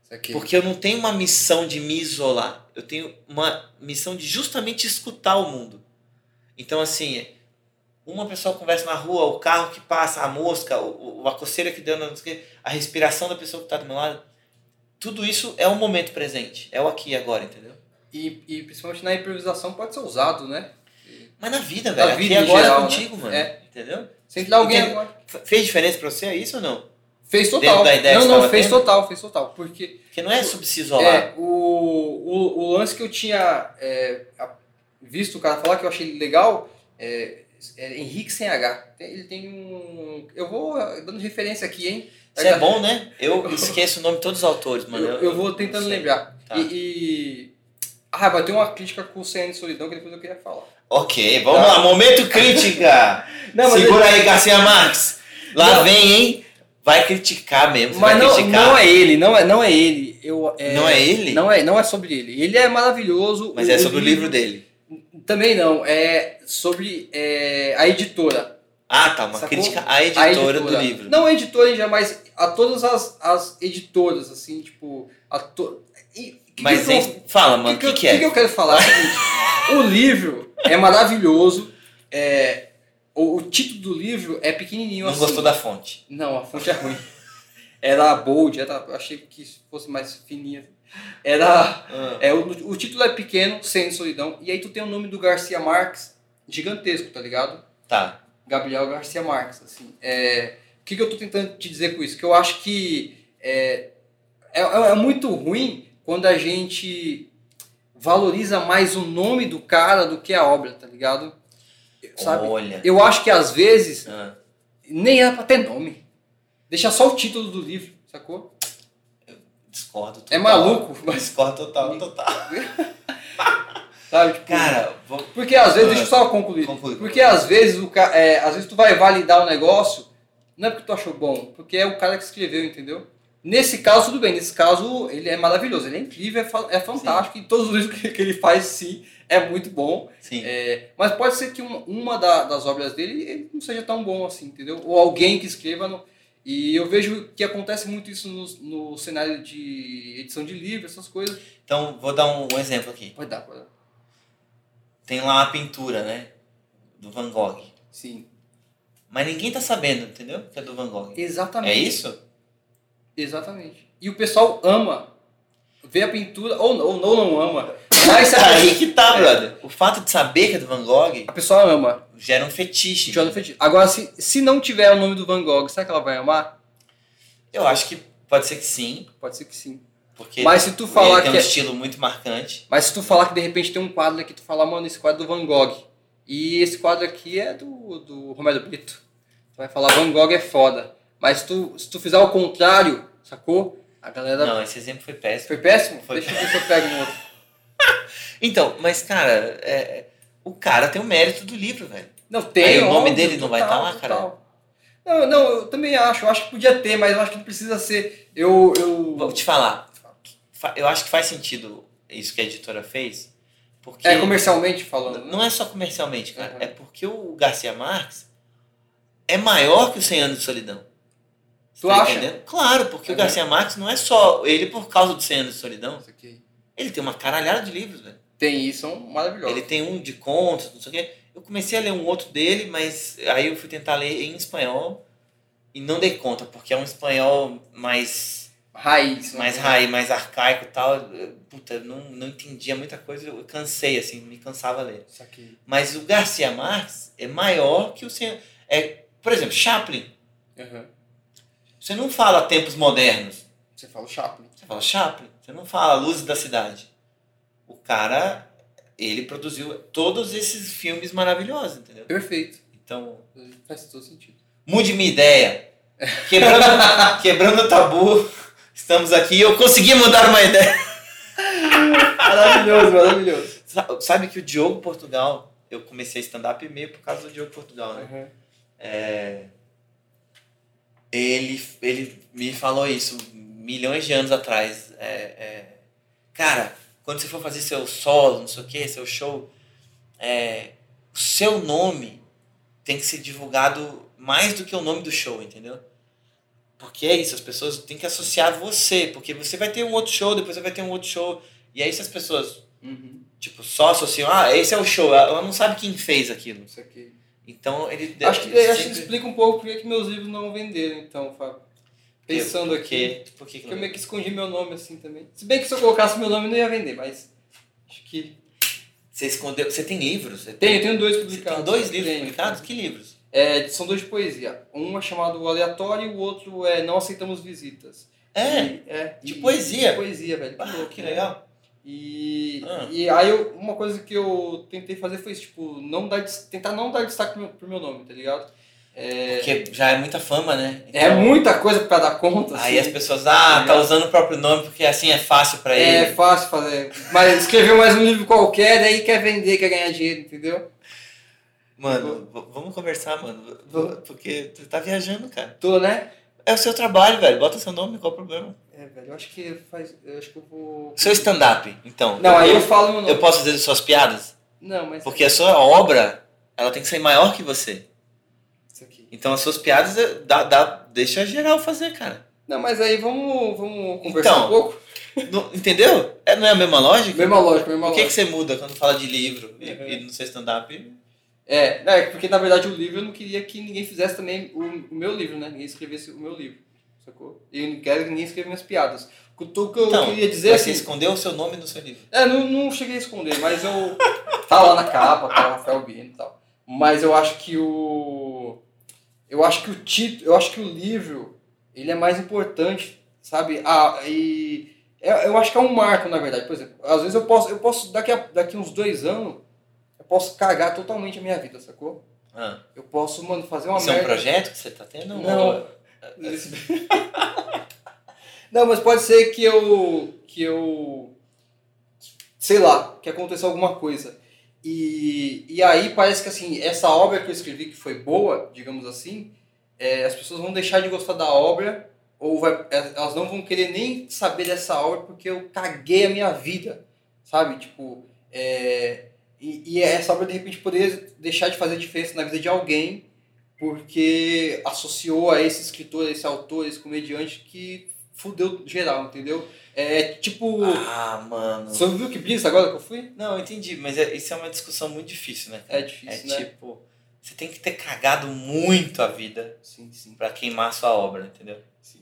[SPEAKER 3] Isso aqui.
[SPEAKER 5] Porque eu não tenho uma missão de me isolar. Eu tenho uma missão de justamente escutar o mundo. Então, assim, uma pessoa conversa na rua, o carro que passa, a mosca, o, o- a coceira que deu, não sei o quê, a respiração da pessoa que está do meu lado. Tudo isso é o momento presente. É o aqui e agora, entendeu?
[SPEAKER 3] E, e principalmente na improvisação pode ser usado, né?
[SPEAKER 5] Mas na vida,
[SPEAKER 3] Na
[SPEAKER 5] velho.
[SPEAKER 3] vida
[SPEAKER 5] aqui e
[SPEAKER 3] em
[SPEAKER 5] agora
[SPEAKER 3] geral,
[SPEAKER 5] é contigo,
[SPEAKER 3] né?
[SPEAKER 5] mano.
[SPEAKER 3] É.
[SPEAKER 5] Entendeu?
[SPEAKER 3] Sente lá alguém
[SPEAKER 5] Entendeu?
[SPEAKER 3] agora.
[SPEAKER 5] F- Fez diferença pra você é isso ou não?
[SPEAKER 3] Fez total.
[SPEAKER 5] Dentro da ideia que
[SPEAKER 3] não,
[SPEAKER 5] você
[SPEAKER 3] não,
[SPEAKER 5] tava
[SPEAKER 3] fez
[SPEAKER 5] tendo?
[SPEAKER 3] total, fez total. Porque
[SPEAKER 5] Porque não é sobre se isolar.
[SPEAKER 3] É, o, o, o lance que eu tinha é, a- visto o cara falar que eu achei legal é, é Henrique sem H. Tem- Ele tem um. Eu vou eh, dando referência aqui, hein?
[SPEAKER 5] Isso é bom, né? Eu esqueço o nome de todos os autores, mano.
[SPEAKER 3] eu, eu vou tentando
[SPEAKER 5] sei.
[SPEAKER 3] lembrar.
[SPEAKER 5] Tá.
[SPEAKER 3] E, e- Ah, vai ter uma crítica com o CN Solidão que depois eu queria falar.
[SPEAKER 5] Ok, vamos lá. Momento crítica.
[SPEAKER 3] [LAUGHS]
[SPEAKER 5] Segura aí, Garcia Marques. Lá
[SPEAKER 3] Não.
[SPEAKER 5] vem, hein? Vai criticar mesmo. você
[SPEAKER 3] Mas
[SPEAKER 5] vai
[SPEAKER 3] não,
[SPEAKER 5] criticar.
[SPEAKER 3] não é ele, não é, não é ele. Eu,
[SPEAKER 5] Não é ele?
[SPEAKER 3] Não é, não é sobre ele. Ele é maravilhoso.
[SPEAKER 5] Mas é sobre o livro dele.
[SPEAKER 3] Também não, é sobre eh, a editora.
[SPEAKER 5] Ah, tá. Uma
[SPEAKER 3] Sacou?
[SPEAKER 5] crítica à editora,
[SPEAKER 3] A
[SPEAKER 5] do livro.
[SPEAKER 3] Não a editora em geral, mas a todas as, as editoras, assim, tipo. A to... e- que
[SPEAKER 5] Mas
[SPEAKER 3] que eu-
[SPEAKER 5] hein, fala, mano, o que, que,
[SPEAKER 3] eu-
[SPEAKER 5] é?
[SPEAKER 3] que eu quero falar? é o seguinte, o livro é maravilhoso. É, o, o título do livro é pequenininho
[SPEAKER 5] não
[SPEAKER 3] assim.
[SPEAKER 5] gostou da fonte.
[SPEAKER 3] Não, a fonte é ruim. Era bold, era, eu achei que fosse mais fininha. Era. É, o, o título é pequeno, sem solidão. E aí tu tem o nome do Garcia Marques gigantesco, tá ligado?
[SPEAKER 5] Tá.
[SPEAKER 3] Gabriel Garcia Marques. Assim, É, o que, que eu estou tentando te dizer com isso? Que eu acho que é, é, é muito ruim quando a gente valoriza mais o nome do cara do que a obra, tá ligado? Sabe?
[SPEAKER 5] Olha.
[SPEAKER 3] Eu acho que às vezes
[SPEAKER 5] Ah,
[SPEAKER 3] nem era pra ter nome. Deixa só o título do livro, sacou?
[SPEAKER 5] discordo total.
[SPEAKER 3] É maluco, mas
[SPEAKER 5] Discordo total,
[SPEAKER 3] [LAUGHS]
[SPEAKER 5] total.
[SPEAKER 3] sabe, tipo,
[SPEAKER 5] Cara, vou...
[SPEAKER 3] Porque às vezes,
[SPEAKER 5] Ah,
[SPEAKER 3] deixa eu só concluir.
[SPEAKER 5] conclui.
[SPEAKER 3] Porque às vezes o ca... é, às vezes tu vai validar o negócio, não é porque tu achou bom, porque é o cara que escreveu, entendeu? Nesse caso, tudo bem. Nesse caso, ele é maravilhoso, ele é incrível, é, fa- é fantástico, e todos os livros que, que ele faz, sim, é muito bom.
[SPEAKER 5] sim.
[SPEAKER 3] É, mas pode ser que uma, uma da- das obras dele ele não seja tão bom assim, entendeu? Ou alguém que escreva. no- E eu vejo que acontece muito isso no, no cenário de edição de livro, essas coisas.
[SPEAKER 5] Então, vou dar um- um exemplo aqui.
[SPEAKER 3] Pode dar, pode dar.
[SPEAKER 5] Tem lá a pintura, né? Do Van Gogh.
[SPEAKER 3] Sim.
[SPEAKER 5] Mas ninguém tá sabendo, entendeu? Que é do Van Gogh.
[SPEAKER 3] Exatamente.
[SPEAKER 5] É isso?
[SPEAKER 3] Exatamente. E o pessoal ama ver a pintura, ou, ou não, não ama. Mas se a,
[SPEAKER 5] aí que tá, brother. O fato de saber que é do Van Gogh
[SPEAKER 3] a pessoa ama.
[SPEAKER 5] gera um fetiche.
[SPEAKER 3] Joana Fetiche. Agora, se, se não tiver o nome do Van Gogh, será que ela vai amar?
[SPEAKER 5] Eu acho que pode ser que sim,
[SPEAKER 3] Pode ser que sim.
[SPEAKER 5] porque
[SPEAKER 3] Mas se tu
[SPEAKER 5] ele
[SPEAKER 3] falar
[SPEAKER 5] tem
[SPEAKER 3] que
[SPEAKER 5] um
[SPEAKER 3] é-
[SPEAKER 5] estilo muito marcante.
[SPEAKER 3] Mas se tu falar que de repente tem um quadro aqui, tu fala, mano, esse quadro é do Van Gogh. E esse quadro aqui é do, do Romero Brito. Tu vai falar, Van Gogh é foda. Mas se tu, se tu fizer o contrário, sacou? A galera.
[SPEAKER 5] Não, esse exemplo foi péssimo.
[SPEAKER 3] Foi péssimo?
[SPEAKER 5] Foi.
[SPEAKER 3] Deixa eu ver se eu pego um outro.
[SPEAKER 5] Então, mas cara, é- o cara tem o mérito do livro, velho.
[SPEAKER 3] Não tem.
[SPEAKER 5] Aí o nome
[SPEAKER 3] óbvio,
[SPEAKER 5] dele não vai tá lá, cara?
[SPEAKER 3] total. Não, não, eu também acho. Eu acho que podia ter, mas eu acho que não precisa ser. Eu,
[SPEAKER 5] Vou
[SPEAKER 3] eu.
[SPEAKER 5] te falar. fa- Eu acho que faz sentido isso que a editora fez, porque
[SPEAKER 3] É comercialmente falando. né?
[SPEAKER 5] não é só comercialmente, cara.
[SPEAKER 3] Uhum.
[SPEAKER 5] É porque o Garcia Marques é maior que o 100 anos de solidão.
[SPEAKER 3] Tu
[SPEAKER 5] Tá
[SPEAKER 3] acha?
[SPEAKER 5] entendendo? Claro, porque
[SPEAKER 3] Uhum.
[SPEAKER 5] o Garcia Marques não é só ele por causa do 100 anos de solidão.
[SPEAKER 3] Isso aqui.
[SPEAKER 5] Ele tem uma caralhada de livros, velho.
[SPEAKER 3] Tem isso, é um maravilhoso.
[SPEAKER 5] Ele tem um de contos, não sei o quê. Eu comecei a ler um outro dele, mas aí eu fui tentar ler em espanhol e não dei conta, porque é um espanhol mais,
[SPEAKER 3] Raiz. né?
[SPEAKER 5] mais raiz, mais arcaico e tal. Eu, Puta, eu não, não entendia muita coisa, eu cansei, assim, me cansava ler.
[SPEAKER 3] Isso aqui.
[SPEAKER 5] Mas o Garcia Marques é maior que o senhor. É, por exemplo, Chaplin.
[SPEAKER 3] Aham.
[SPEAKER 5] Você não fala tempos modernos,
[SPEAKER 3] Você fala o Chaplin.
[SPEAKER 5] você fala Chaplin. Você não fala Luzes da Cidade. o cara, ele produziu todos esses filmes maravilhosos, entendeu?
[SPEAKER 3] Perfeito.
[SPEAKER 5] Então,
[SPEAKER 3] Faz todo sentido.
[SPEAKER 5] mude minha ideia. Quebrando, quebrando o tabu, estamos aqui e eu consegui mudar uma ideia.
[SPEAKER 3] Maravilhoso, maravilhoso.
[SPEAKER 5] Sa- Sabe que o Diogo Portugal, eu comecei stand-up meio por causa do Diogo Portugal, né? Ele, ele me falou isso milhões de anos atrás. É, é, cara, quando você for fazer seu solo, não sei o que, seu show, é, o seu nome tem que ser divulgado mais do que o nome do show, entendeu? Porque é isso, as pessoas têm que associar você, porque você vai ter um outro show, depois você vai ter um outro show. E aí se as pessoas,
[SPEAKER 3] Uhum.
[SPEAKER 5] tipo, só associam, ah, esse é o show, ela ela não sabe quem fez aquilo.
[SPEAKER 3] Isso aqui.
[SPEAKER 5] Então ele
[SPEAKER 3] Acho que,
[SPEAKER 5] ele
[SPEAKER 3] acho que
[SPEAKER 5] sempre-
[SPEAKER 3] explica um pouco por que que meus livros não venderam, então, Fábio. Pensando aqui.
[SPEAKER 5] Porque, porque
[SPEAKER 3] Porque eu meio que escondi meu nome assim também. Se bem que se eu colocasse meu nome não ia vender, mas. Acho que.
[SPEAKER 5] Você escondeu. Você tem livros? Você
[SPEAKER 3] Tenho, tenho dois
[SPEAKER 5] Você
[SPEAKER 3] publicados.
[SPEAKER 5] tem dois livros
[SPEAKER 3] Tenho.
[SPEAKER 5] publicados? Que livros?
[SPEAKER 3] É, são dois de poesia. Um é chamado O Aleatório e o outro é Não Aceitamos Visitas.
[SPEAKER 5] É.
[SPEAKER 3] E- é
[SPEAKER 5] De
[SPEAKER 3] e-
[SPEAKER 5] poesia?
[SPEAKER 3] De poesia, velho.
[SPEAKER 5] Ah,
[SPEAKER 3] louco,
[SPEAKER 5] que
[SPEAKER 3] né?
[SPEAKER 5] legal.
[SPEAKER 3] E,
[SPEAKER 5] Ah.
[SPEAKER 3] e aí eu- uma coisa que eu tentei fazer foi isso, tipo, não dar, des- tentar não dar destaque pro meu, pro meu nome, tá ligado?
[SPEAKER 5] Porque já é muita fama, né?
[SPEAKER 3] É
[SPEAKER 5] Então,
[SPEAKER 3] muita coisa pra dar conta,
[SPEAKER 5] Aí as
[SPEAKER 3] assim.
[SPEAKER 5] pessoas, ah, tá usando o próprio nome porque assim é fácil pra
[SPEAKER 3] É
[SPEAKER 5] ele.
[SPEAKER 3] fácil fazer. Mas escreveu mais um livro qualquer, aí quer vender, quer ganhar dinheiro, entendeu?
[SPEAKER 5] Mano, v- vamos conversar, mano. V- Porque tu tá viajando, cara.
[SPEAKER 3] Tô, né?
[SPEAKER 5] É o seu trabalho, velho. Bota seu nome, qual o problema?
[SPEAKER 3] É, velho, eu acho que faz. Eu acho que eu vou.
[SPEAKER 5] Seu stand-up, então.
[SPEAKER 3] Não, aí eu falo meu nome.
[SPEAKER 5] Eu posso fazer suas piadas?
[SPEAKER 3] Não, mas. é
[SPEAKER 5] Porque a sua obra, ela tem que ser maior que você.
[SPEAKER 3] Isso aqui.
[SPEAKER 5] Então as suas piadas é- dá, dá, deixa geral fazer, cara.
[SPEAKER 3] Não, mas aí vamos, vamos conversar
[SPEAKER 5] Então.
[SPEAKER 3] um pouco.
[SPEAKER 5] Não- entendeu? É, não é a mesma lógica?
[SPEAKER 3] Mesma lógica, mesma
[SPEAKER 5] Por que,
[SPEAKER 3] lógica.
[SPEAKER 5] que você muda quando fala de livro e,
[SPEAKER 3] Uhum.
[SPEAKER 5] e no seu stand-up?
[SPEAKER 3] É, é, porque na verdade o livro eu não queria que ninguém fizesse também o, o meu livro, né? Ninguém escrevesse o meu livro, sacou? E eu não quero que ninguém escreva minhas piadas. O que eu
[SPEAKER 5] Então,
[SPEAKER 3] queria dizer
[SPEAKER 5] Você
[SPEAKER 3] assim.
[SPEAKER 5] escondeu o seu nome no seu livro.
[SPEAKER 3] É, não, não cheguei a esconder, mas eu. tá lá na capa, tá o Rafael Bino e tal. Mas eu acho que o. Eu acho que o título. Eu acho que o livro. Ele é mais importante, sabe? Ah, e. é- Eu acho que é um marco, na verdade. Por exemplo, às vezes eu posso. Eu posso daqui, a, daqui uns dois anos. Eu posso cagar totalmente a minha vida, sacou?
[SPEAKER 5] Ah,
[SPEAKER 3] Eu posso, mano, fazer uma
[SPEAKER 5] isso é um
[SPEAKER 3] merda.
[SPEAKER 5] projeto que você tá tendo?
[SPEAKER 3] Não. [LAUGHS] Não, mas pode ser que eu. que eu. sei lá, que aconteceu alguma coisa. E, e aí parece que assim, essa obra que eu escrevi que foi boa, digamos assim, é, as pessoas vão deixar de gostar da obra, ou vai- é, elas não vão querer nem saber dessa obra porque eu caguei a minha vida, sabe? Tipo, é, e, e essa obra de repente poderia deixar de fazer diferença na vida de alguém porque associou a esse escritor, a esse autor, a esse comediante que fudeu geral, entendeu? É tipo.
[SPEAKER 5] Ah, mano.
[SPEAKER 3] Você viu que brisa agora que eu fui?
[SPEAKER 5] Não, eu entendi, mas é- isso é uma discussão muito difícil, né? cara?
[SPEAKER 3] É difícil, né?
[SPEAKER 5] é tipo, você tem que ter cagado muito a vida
[SPEAKER 3] tipo, Sim, sim,
[SPEAKER 5] pra queimar a sua obra, entendeu?
[SPEAKER 3] sim.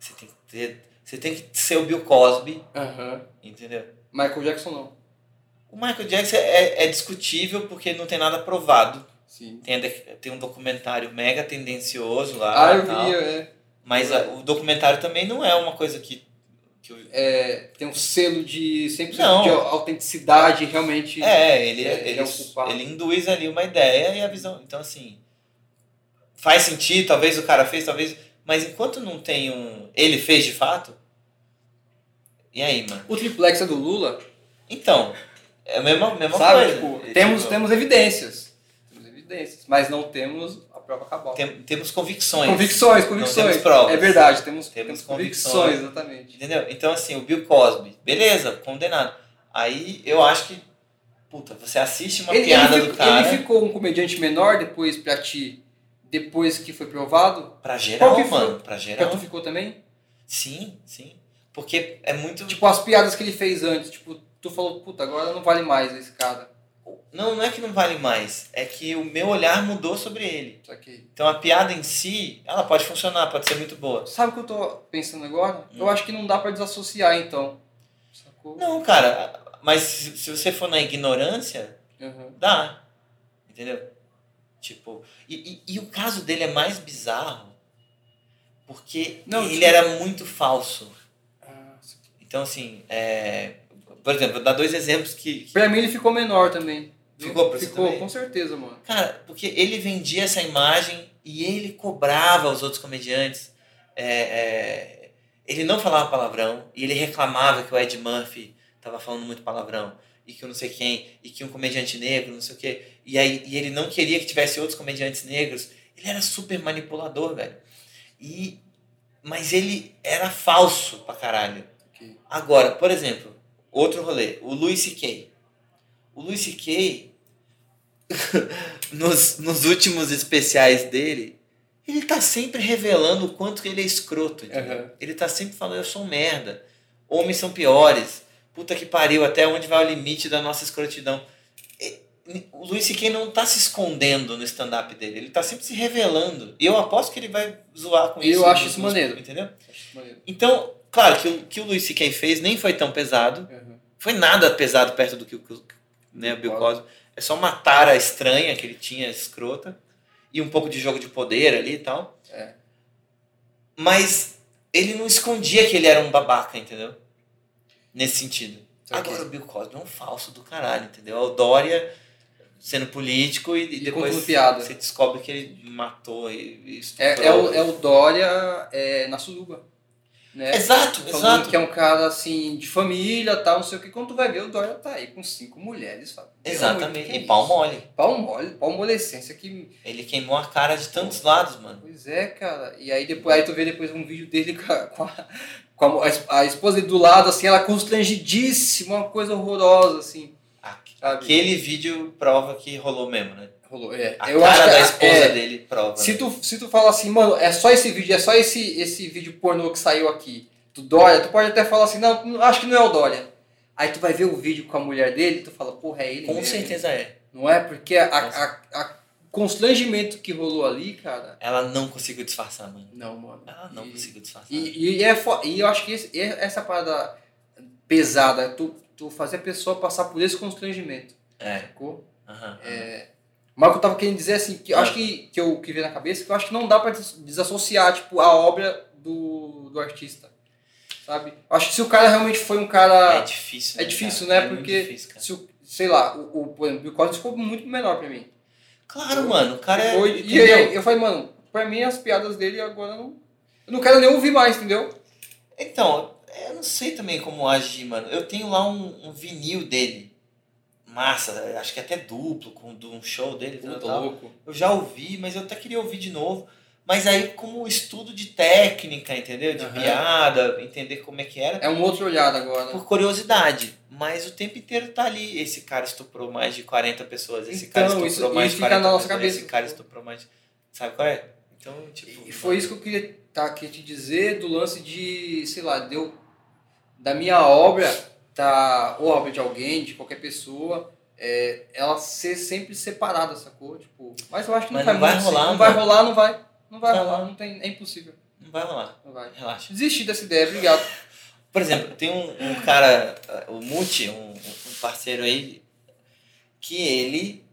[SPEAKER 5] Você tem que ter, você tem que ser o Bill Cosby,
[SPEAKER 3] Aham.
[SPEAKER 5] entendeu?
[SPEAKER 3] Michael Jackson não.
[SPEAKER 5] O Michael Jackson é, é discutível porque não tem nada provado.
[SPEAKER 3] Sim.
[SPEAKER 5] Tem, a dec- tem um documentário mega tendencioso lá.
[SPEAKER 3] Ah, eu
[SPEAKER 5] e tal.
[SPEAKER 3] vi, é,
[SPEAKER 5] Mas a- o documentário também não é uma coisa que. que eu- é,
[SPEAKER 3] é, Tem um selo de 100%
[SPEAKER 5] Não.
[SPEAKER 3] de autenticidade, realmente.
[SPEAKER 5] ele,
[SPEAKER 3] É, ele
[SPEAKER 5] ele,
[SPEAKER 3] é o culpado.
[SPEAKER 5] ele induz ali uma ideia e a visão. Então, assim. Faz sentido, talvez o cara fez, talvez. Mas enquanto não tem um. Ele fez de fato? E aí, mano?
[SPEAKER 3] O triplex é do Lula,
[SPEAKER 5] Então. É a mesma, mesma
[SPEAKER 3] sabe?
[SPEAKER 5] coisa.
[SPEAKER 3] Tipo,
[SPEAKER 5] É,
[SPEAKER 3] temos,
[SPEAKER 5] tipo,
[SPEAKER 3] temos evidências. Temos evidências, mas não temos a prova cabal.
[SPEAKER 5] tem- temos convicções.
[SPEAKER 3] Convicções,
[SPEAKER 5] Não
[SPEAKER 3] convicções.
[SPEAKER 5] temos provas.
[SPEAKER 3] É verdade, temos,
[SPEAKER 5] Temos
[SPEAKER 3] temos,
[SPEAKER 5] convicções.
[SPEAKER 3] convicções, exatamente.
[SPEAKER 5] Entendeu? Então, assim, o Bill Cosby, beleza, condenado. Aí eu acho que. Puta, você assiste uma
[SPEAKER 3] Ele,
[SPEAKER 5] piada
[SPEAKER 3] ele
[SPEAKER 5] do
[SPEAKER 3] fico-
[SPEAKER 5] cara.
[SPEAKER 3] ele ficou um comediante menor depois pra ti, depois que foi provado?
[SPEAKER 5] Pra geral,
[SPEAKER 3] Qual que foi?
[SPEAKER 5] mano. Pra
[SPEAKER 3] Pra
[SPEAKER 5] geral.
[SPEAKER 3] tu ficou também?
[SPEAKER 5] Sim, sim. Porque é muito.
[SPEAKER 3] Tipo, as piadas que ele fez antes, tipo, tu falou, puta, agora não vale mais esse cara.
[SPEAKER 5] Não, não é que não vale mais. É que o meu olhar mudou sobre ele.
[SPEAKER 3] Isso aqui.
[SPEAKER 5] Então a piada em si, ela pode funcionar, pode ser muito boa.
[SPEAKER 3] Sabe o que eu tô pensando agora? Eu acho que não dá pra desassociar, então. Sacou?
[SPEAKER 5] Hum. Não, cara. Mas se se você for na ignorância,
[SPEAKER 3] Aham.
[SPEAKER 5] dá. Entendeu? Tipo. E, e, e o caso dele é mais bizarro. Porque
[SPEAKER 3] Não,
[SPEAKER 5] ele
[SPEAKER 3] tipo-
[SPEAKER 5] era muito falso.
[SPEAKER 3] Ah, isso aqui.
[SPEAKER 5] Então, assim, é, Por exemplo, vou dar dois exemplos que. que-
[SPEAKER 3] Pra mim ele ficou menor também. viu?
[SPEAKER 5] Ficou pra você
[SPEAKER 3] Ficou,
[SPEAKER 5] também?
[SPEAKER 3] com certeza, mano.
[SPEAKER 5] Cara, porque ele vendia essa imagem e ele cobrava os outros comediantes. É, é, ele não falava palavrão e ele reclamava que o Ed Murphy tava falando muito palavrão e que eu não sei quem, e que um comediante negro, não sei o quê. E, aí, e ele não queria que tivesse outros comediantes negros. Ele era super manipulador, velho. E, mas ele era falso pra caralho.
[SPEAKER 3] Ok.
[SPEAKER 5] Agora, por exemplo, outro rolê, o Louis C.K. O Louis C.K., [LAUGHS] nos, nos últimos especiais dele, ele tá sempre revelando o quanto que ele é escroto. entendeu?
[SPEAKER 3] Aham.
[SPEAKER 5] Ele tá sempre falando, eu sou um merda, homens são piores, puta que pariu, até onde vai o limite da nossa escrotidão. E- O Louis C.K. não tá se escondendo no stand-up dele, ele tá sempre se revelando. E eu aposto que ele vai zoar com
[SPEAKER 3] Eu
[SPEAKER 5] isso.
[SPEAKER 3] acho
[SPEAKER 5] nos-
[SPEAKER 3] isso
[SPEAKER 5] nos-
[SPEAKER 3] maneiro.
[SPEAKER 5] Entendeu?
[SPEAKER 3] Acho maneiro.
[SPEAKER 5] Então, claro que o que o Luiz C.K. fez nem foi tão pesado.
[SPEAKER 3] Aham.
[SPEAKER 5] Foi nada pesado perto do que o, que o- né, o Bill Cosby. É só uma tara estranha que ele tinha, escrota. E um pouco de jogo de poder ali e tal.
[SPEAKER 3] É.
[SPEAKER 5] Mas ele não escondia que ele era um babaca, entendeu? Nesse sentido.
[SPEAKER 3] Só que-
[SPEAKER 5] Agora o Bill Cosby é um falso do caralho, entendeu? É o Dória sendo político e, e depois
[SPEAKER 3] contando piada.
[SPEAKER 5] você descobre que ele matou e, e
[SPEAKER 3] É,
[SPEAKER 5] estuprou.
[SPEAKER 3] é, o, é o Dória é, na Suruba. Né?
[SPEAKER 5] Exato,
[SPEAKER 3] Falando
[SPEAKER 5] exato.
[SPEAKER 3] que é um cara assim, de família, tal, não sei o que. Quando tu vai ver, o Dória tá aí com cinco mulheres, sabe?
[SPEAKER 5] Exatamente.
[SPEAKER 3] Que é
[SPEAKER 5] E pau
[SPEAKER 3] isso?
[SPEAKER 5] mole.
[SPEAKER 3] Pau mole, palmolescência que.
[SPEAKER 5] Ele queimou a cara de tantos lados, mano.
[SPEAKER 3] Pois é, cara. E aí depois aí tu vê depois um vídeo dele com a, com a, com a mo- a es- a esposa dele do lado, assim, ela constrangidíssima, uma coisa horrorosa, assim.
[SPEAKER 5] Aque-
[SPEAKER 3] Sabe?
[SPEAKER 5] Aquele vídeo prova que rolou mesmo, né?
[SPEAKER 3] Rolou. É.
[SPEAKER 5] A
[SPEAKER 3] Eu acho
[SPEAKER 5] cara
[SPEAKER 3] que-
[SPEAKER 5] da esposa
[SPEAKER 3] é,
[SPEAKER 5] dele prova.
[SPEAKER 3] Se
[SPEAKER 5] né?
[SPEAKER 3] tu, se tu fala assim, mano, é só esse vídeo, é só esse, esse vídeo pornô que saiu aqui do Dória, tu pode até falar assim, não, não, acho que não é o Dória. Aí tu vai ver o vídeo com a mulher dele, tu fala, porra, é ele
[SPEAKER 5] Com
[SPEAKER 3] mesmo.
[SPEAKER 5] certeza é.
[SPEAKER 3] Não é? Porque a,
[SPEAKER 5] Com
[SPEAKER 3] a, a, a constrangimento que rolou ali, cara...
[SPEAKER 5] Ela não conseguiu disfarçar, mano.
[SPEAKER 3] Não, mano.
[SPEAKER 5] Ela Ah, não
[SPEAKER 3] e,
[SPEAKER 5] conseguiu disfarçar.
[SPEAKER 3] E, e, é fo- e eu acho que esse- e essa parada pesada, tu, tu fazer a pessoa passar por esse constrangimento,
[SPEAKER 5] É.
[SPEAKER 3] sacou?
[SPEAKER 5] aham.
[SPEAKER 3] é,
[SPEAKER 5] É
[SPEAKER 3] Mas o que eu tava querendo dizer assim, que eu
[SPEAKER 5] Ah.
[SPEAKER 3] acho que, que eu que veio na cabeça, que eu acho que não dá pra des- desassociar, tipo, a obra do, do artista. Sabe? Eu acho que se o cara realmente foi um
[SPEAKER 5] É
[SPEAKER 3] cara.
[SPEAKER 5] difícil.
[SPEAKER 3] é difícil,
[SPEAKER 5] cara?
[SPEAKER 3] né?
[SPEAKER 5] É muito
[SPEAKER 3] Porque
[SPEAKER 5] difícil, cara.
[SPEAKER 3] se o- sei lá, o, o, por exemplo, o Bill Cosby ficou muito menor pra mim.
[SPEAKER 5] Claro, mano. O cara é.
[SPEAKER 3] Eu- e
[SPEAKER 5] entendeu?
[SPEAKER 3] aí eu falei, mano, pra mim as piadas dele agora não. Eu não quero nem ouvir mais, entendeu?
[SPEAKER 5] Então, eu não sei também como agir, mano. Eu tenho lá um, um vinil dele. Massa, acho que até duplo, com de um show dele. tal, tal.
[SPEAKER 3] louco.
[SPEAKER 5] Eu já ouvi, mas eu até queria ouvir de novo. Mas aí, como estudo de técnica, entendeu? De
[SPEAKER 3] Aham.
[SPEAKER 5] piada, entender como é que era.
[SPEAKER 3] É um outro olhado agora.
[SPEAKER 5] Por curiosidade. Mas o tempo inteiro tá ali. Esse cara estuprou mais de 40 pessoas. Esse
[SPEAKER 3] Então,
[SPEAKER 5] cara estuprou
[SPEAKER 3] isso-
[SPEAKER 5] mais de
[SPEAKER 3] isso fica
[SPEAKER 5] 40
[SPEAKER 3] na nossa
[SPEAKER 5] pessoas.
[SPEAKER 3] cabeça. tipo.
[SPEAKER 5] Esse cara estuprou mais. de- Sabe qual é? Então, tipo.
[SPEAKER 3] E foi isso que eu queria tá, aqui te dizer do lance de, sei lá, deu da minha obra, tá, ou a obra de alguém, de qualquer pessoa, é, ela ser sempre separada, sacou? Tipo, mas eu acho que não,
[SPEAKER 5] Mas
[SPEAKER 3] faz
[SPEAKER 5] não vai
[SPEAKER 3] muito
[SPEAKER 5] rolar,
[SPEAKER 3] sentido. não
[SPEAKER 5] mano.
[SPEAKER 3] vai rolar, não vai. Não vai
[SPEAKER 5] Não.
[SPEAKER 3] rolar, não tem, é impossível.
[SPEAKER 5] Não vai rolar.
[SPEAKER 3] Não vai.
[SPEAKER 5] Relaxa.
[SPEAKER 3] Desisti dessa ideia, obrigado.
[SPEAKER 5] Por exemplo, tem um, um cara, uh, o Muti, um, um parceiro aí, que ele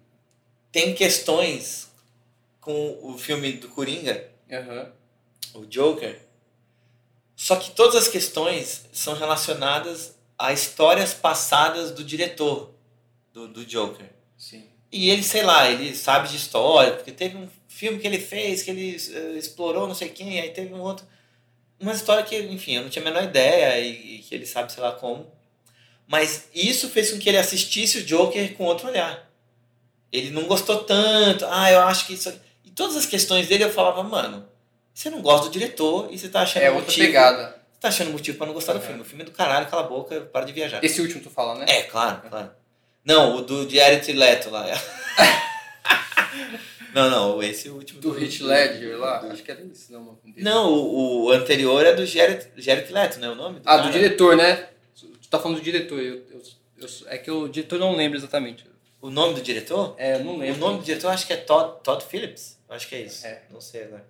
[SPEAKER 5] tem questões com o filme do Coringa,
[SPEAKER 3] Aham.
[SPEAKER 5] o Joker. Só que todas as questões são relacionadas a histórias passadas do diretor do, do Joker.
[SPEAKER 3] Sim.
[SPEAKER 5] E ele, sei lá, ele sabe de história, porque teve um filme que ele fez, que ele eh, explorou não sei quem, aí teve um outro. Uma história que, enfim, eu não tinha a menor ideia e, e que ele sabe, sei lá como. Mas isso fez com que ele assistisse o Joker com outro olhar. Ele não gostou tanto, ah, eu acho que isso. aqui-" E todas as questões dele eu falava, mano, você não gosta do diretor e você tá achando
[SPEAKER 3] É outra
[SPEAKER 5] motivo.
[SPEAKER 3] pegada.
[SPEAKER 5] Você tá achando motivo pra não gostar do
[SPEAKER 3] Uhum.
[SPEAKER 5] filme. O filme é do caralho, cala a boca, para de viajar.
[SPEAKER 3] Esse último tu fala, né?
[SPEAKER 5] É, claro, claro. Não, o do Diário de Leto lá. não, não, esse é o último.
[SPEAKER 3] Do Hit Ledger lá, acho que era isso, não, mano.
[SPEAKER 5] Não, o, o anterior é do Jared Jared Leto, né? O nome do
[SPEAKER 3] Ah,
[SPEAKER 5] cara.
[SPEAKER 3] do diretor, né? Tu tá falando do diretor, eu, eu- eu- é que o diretor eu não lembro exatamente.
[SPEAKER 5] O nome do diretor?
[SPEAKER 3] É, eu não
[SPEAKER 5] O
[SPEAKER 3] lembro.
[SPEAKER 5] nome do diretor acho que é Todd, Todd Phillips. Acho que é isso.
[SPEAKER 3] É.
[SPEAKER 5] Não sei agora.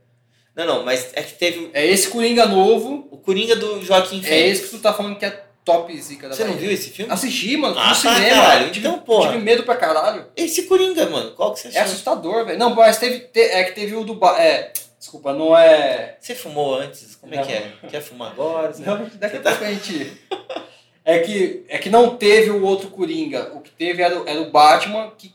[SPEAKER 5] Não, não, mas é que teve
[SPEAKER 3] É esse Coringa novo.
[SPEAKER 5] o Coringa do Joaquim
[SPEAKER 3] É
[SPEAKER 5] Fênix.
[SPEAKER 3] esse que tu tá falando que é top zica da
[SPEAKER 5] Você não
[SPEAKER 3] Bahia.
[SPEAKER 5] viu esse filme?
[SPEAKER 3] Assisti, mano,
[SPEAKER 5] Ah,
[SPEAKER 3] no
[SPEAKER 5] tá,
[SPEAKER 3] cinema.
[SPEAKER 5] caralho,
[SPEAKER 3] tive,
[SPEAKER 5] então, porra.
[SPEAKER 3] tive medo pra caralho.
[SPEAKER 5] Esse Coringa, mano. Qual que você
[SPEAKER 3] É
[SPEAKER 5] achou?
[SPEAKER 3] assustador, velho. Não, mas teve. te- é que teve o do. Ba é. Desculpa, não é.
[SPEAKER 5] Você fumou antes? Como é
[SPEAKER 3] Não.
[SPEAKER 5] que é? Quer fumar agora? Você-
[SPEAKER 3] Não, daqui a pouco a gente. É que, é que não teve o outro Coringa. O que teve era, o- era o Batman, que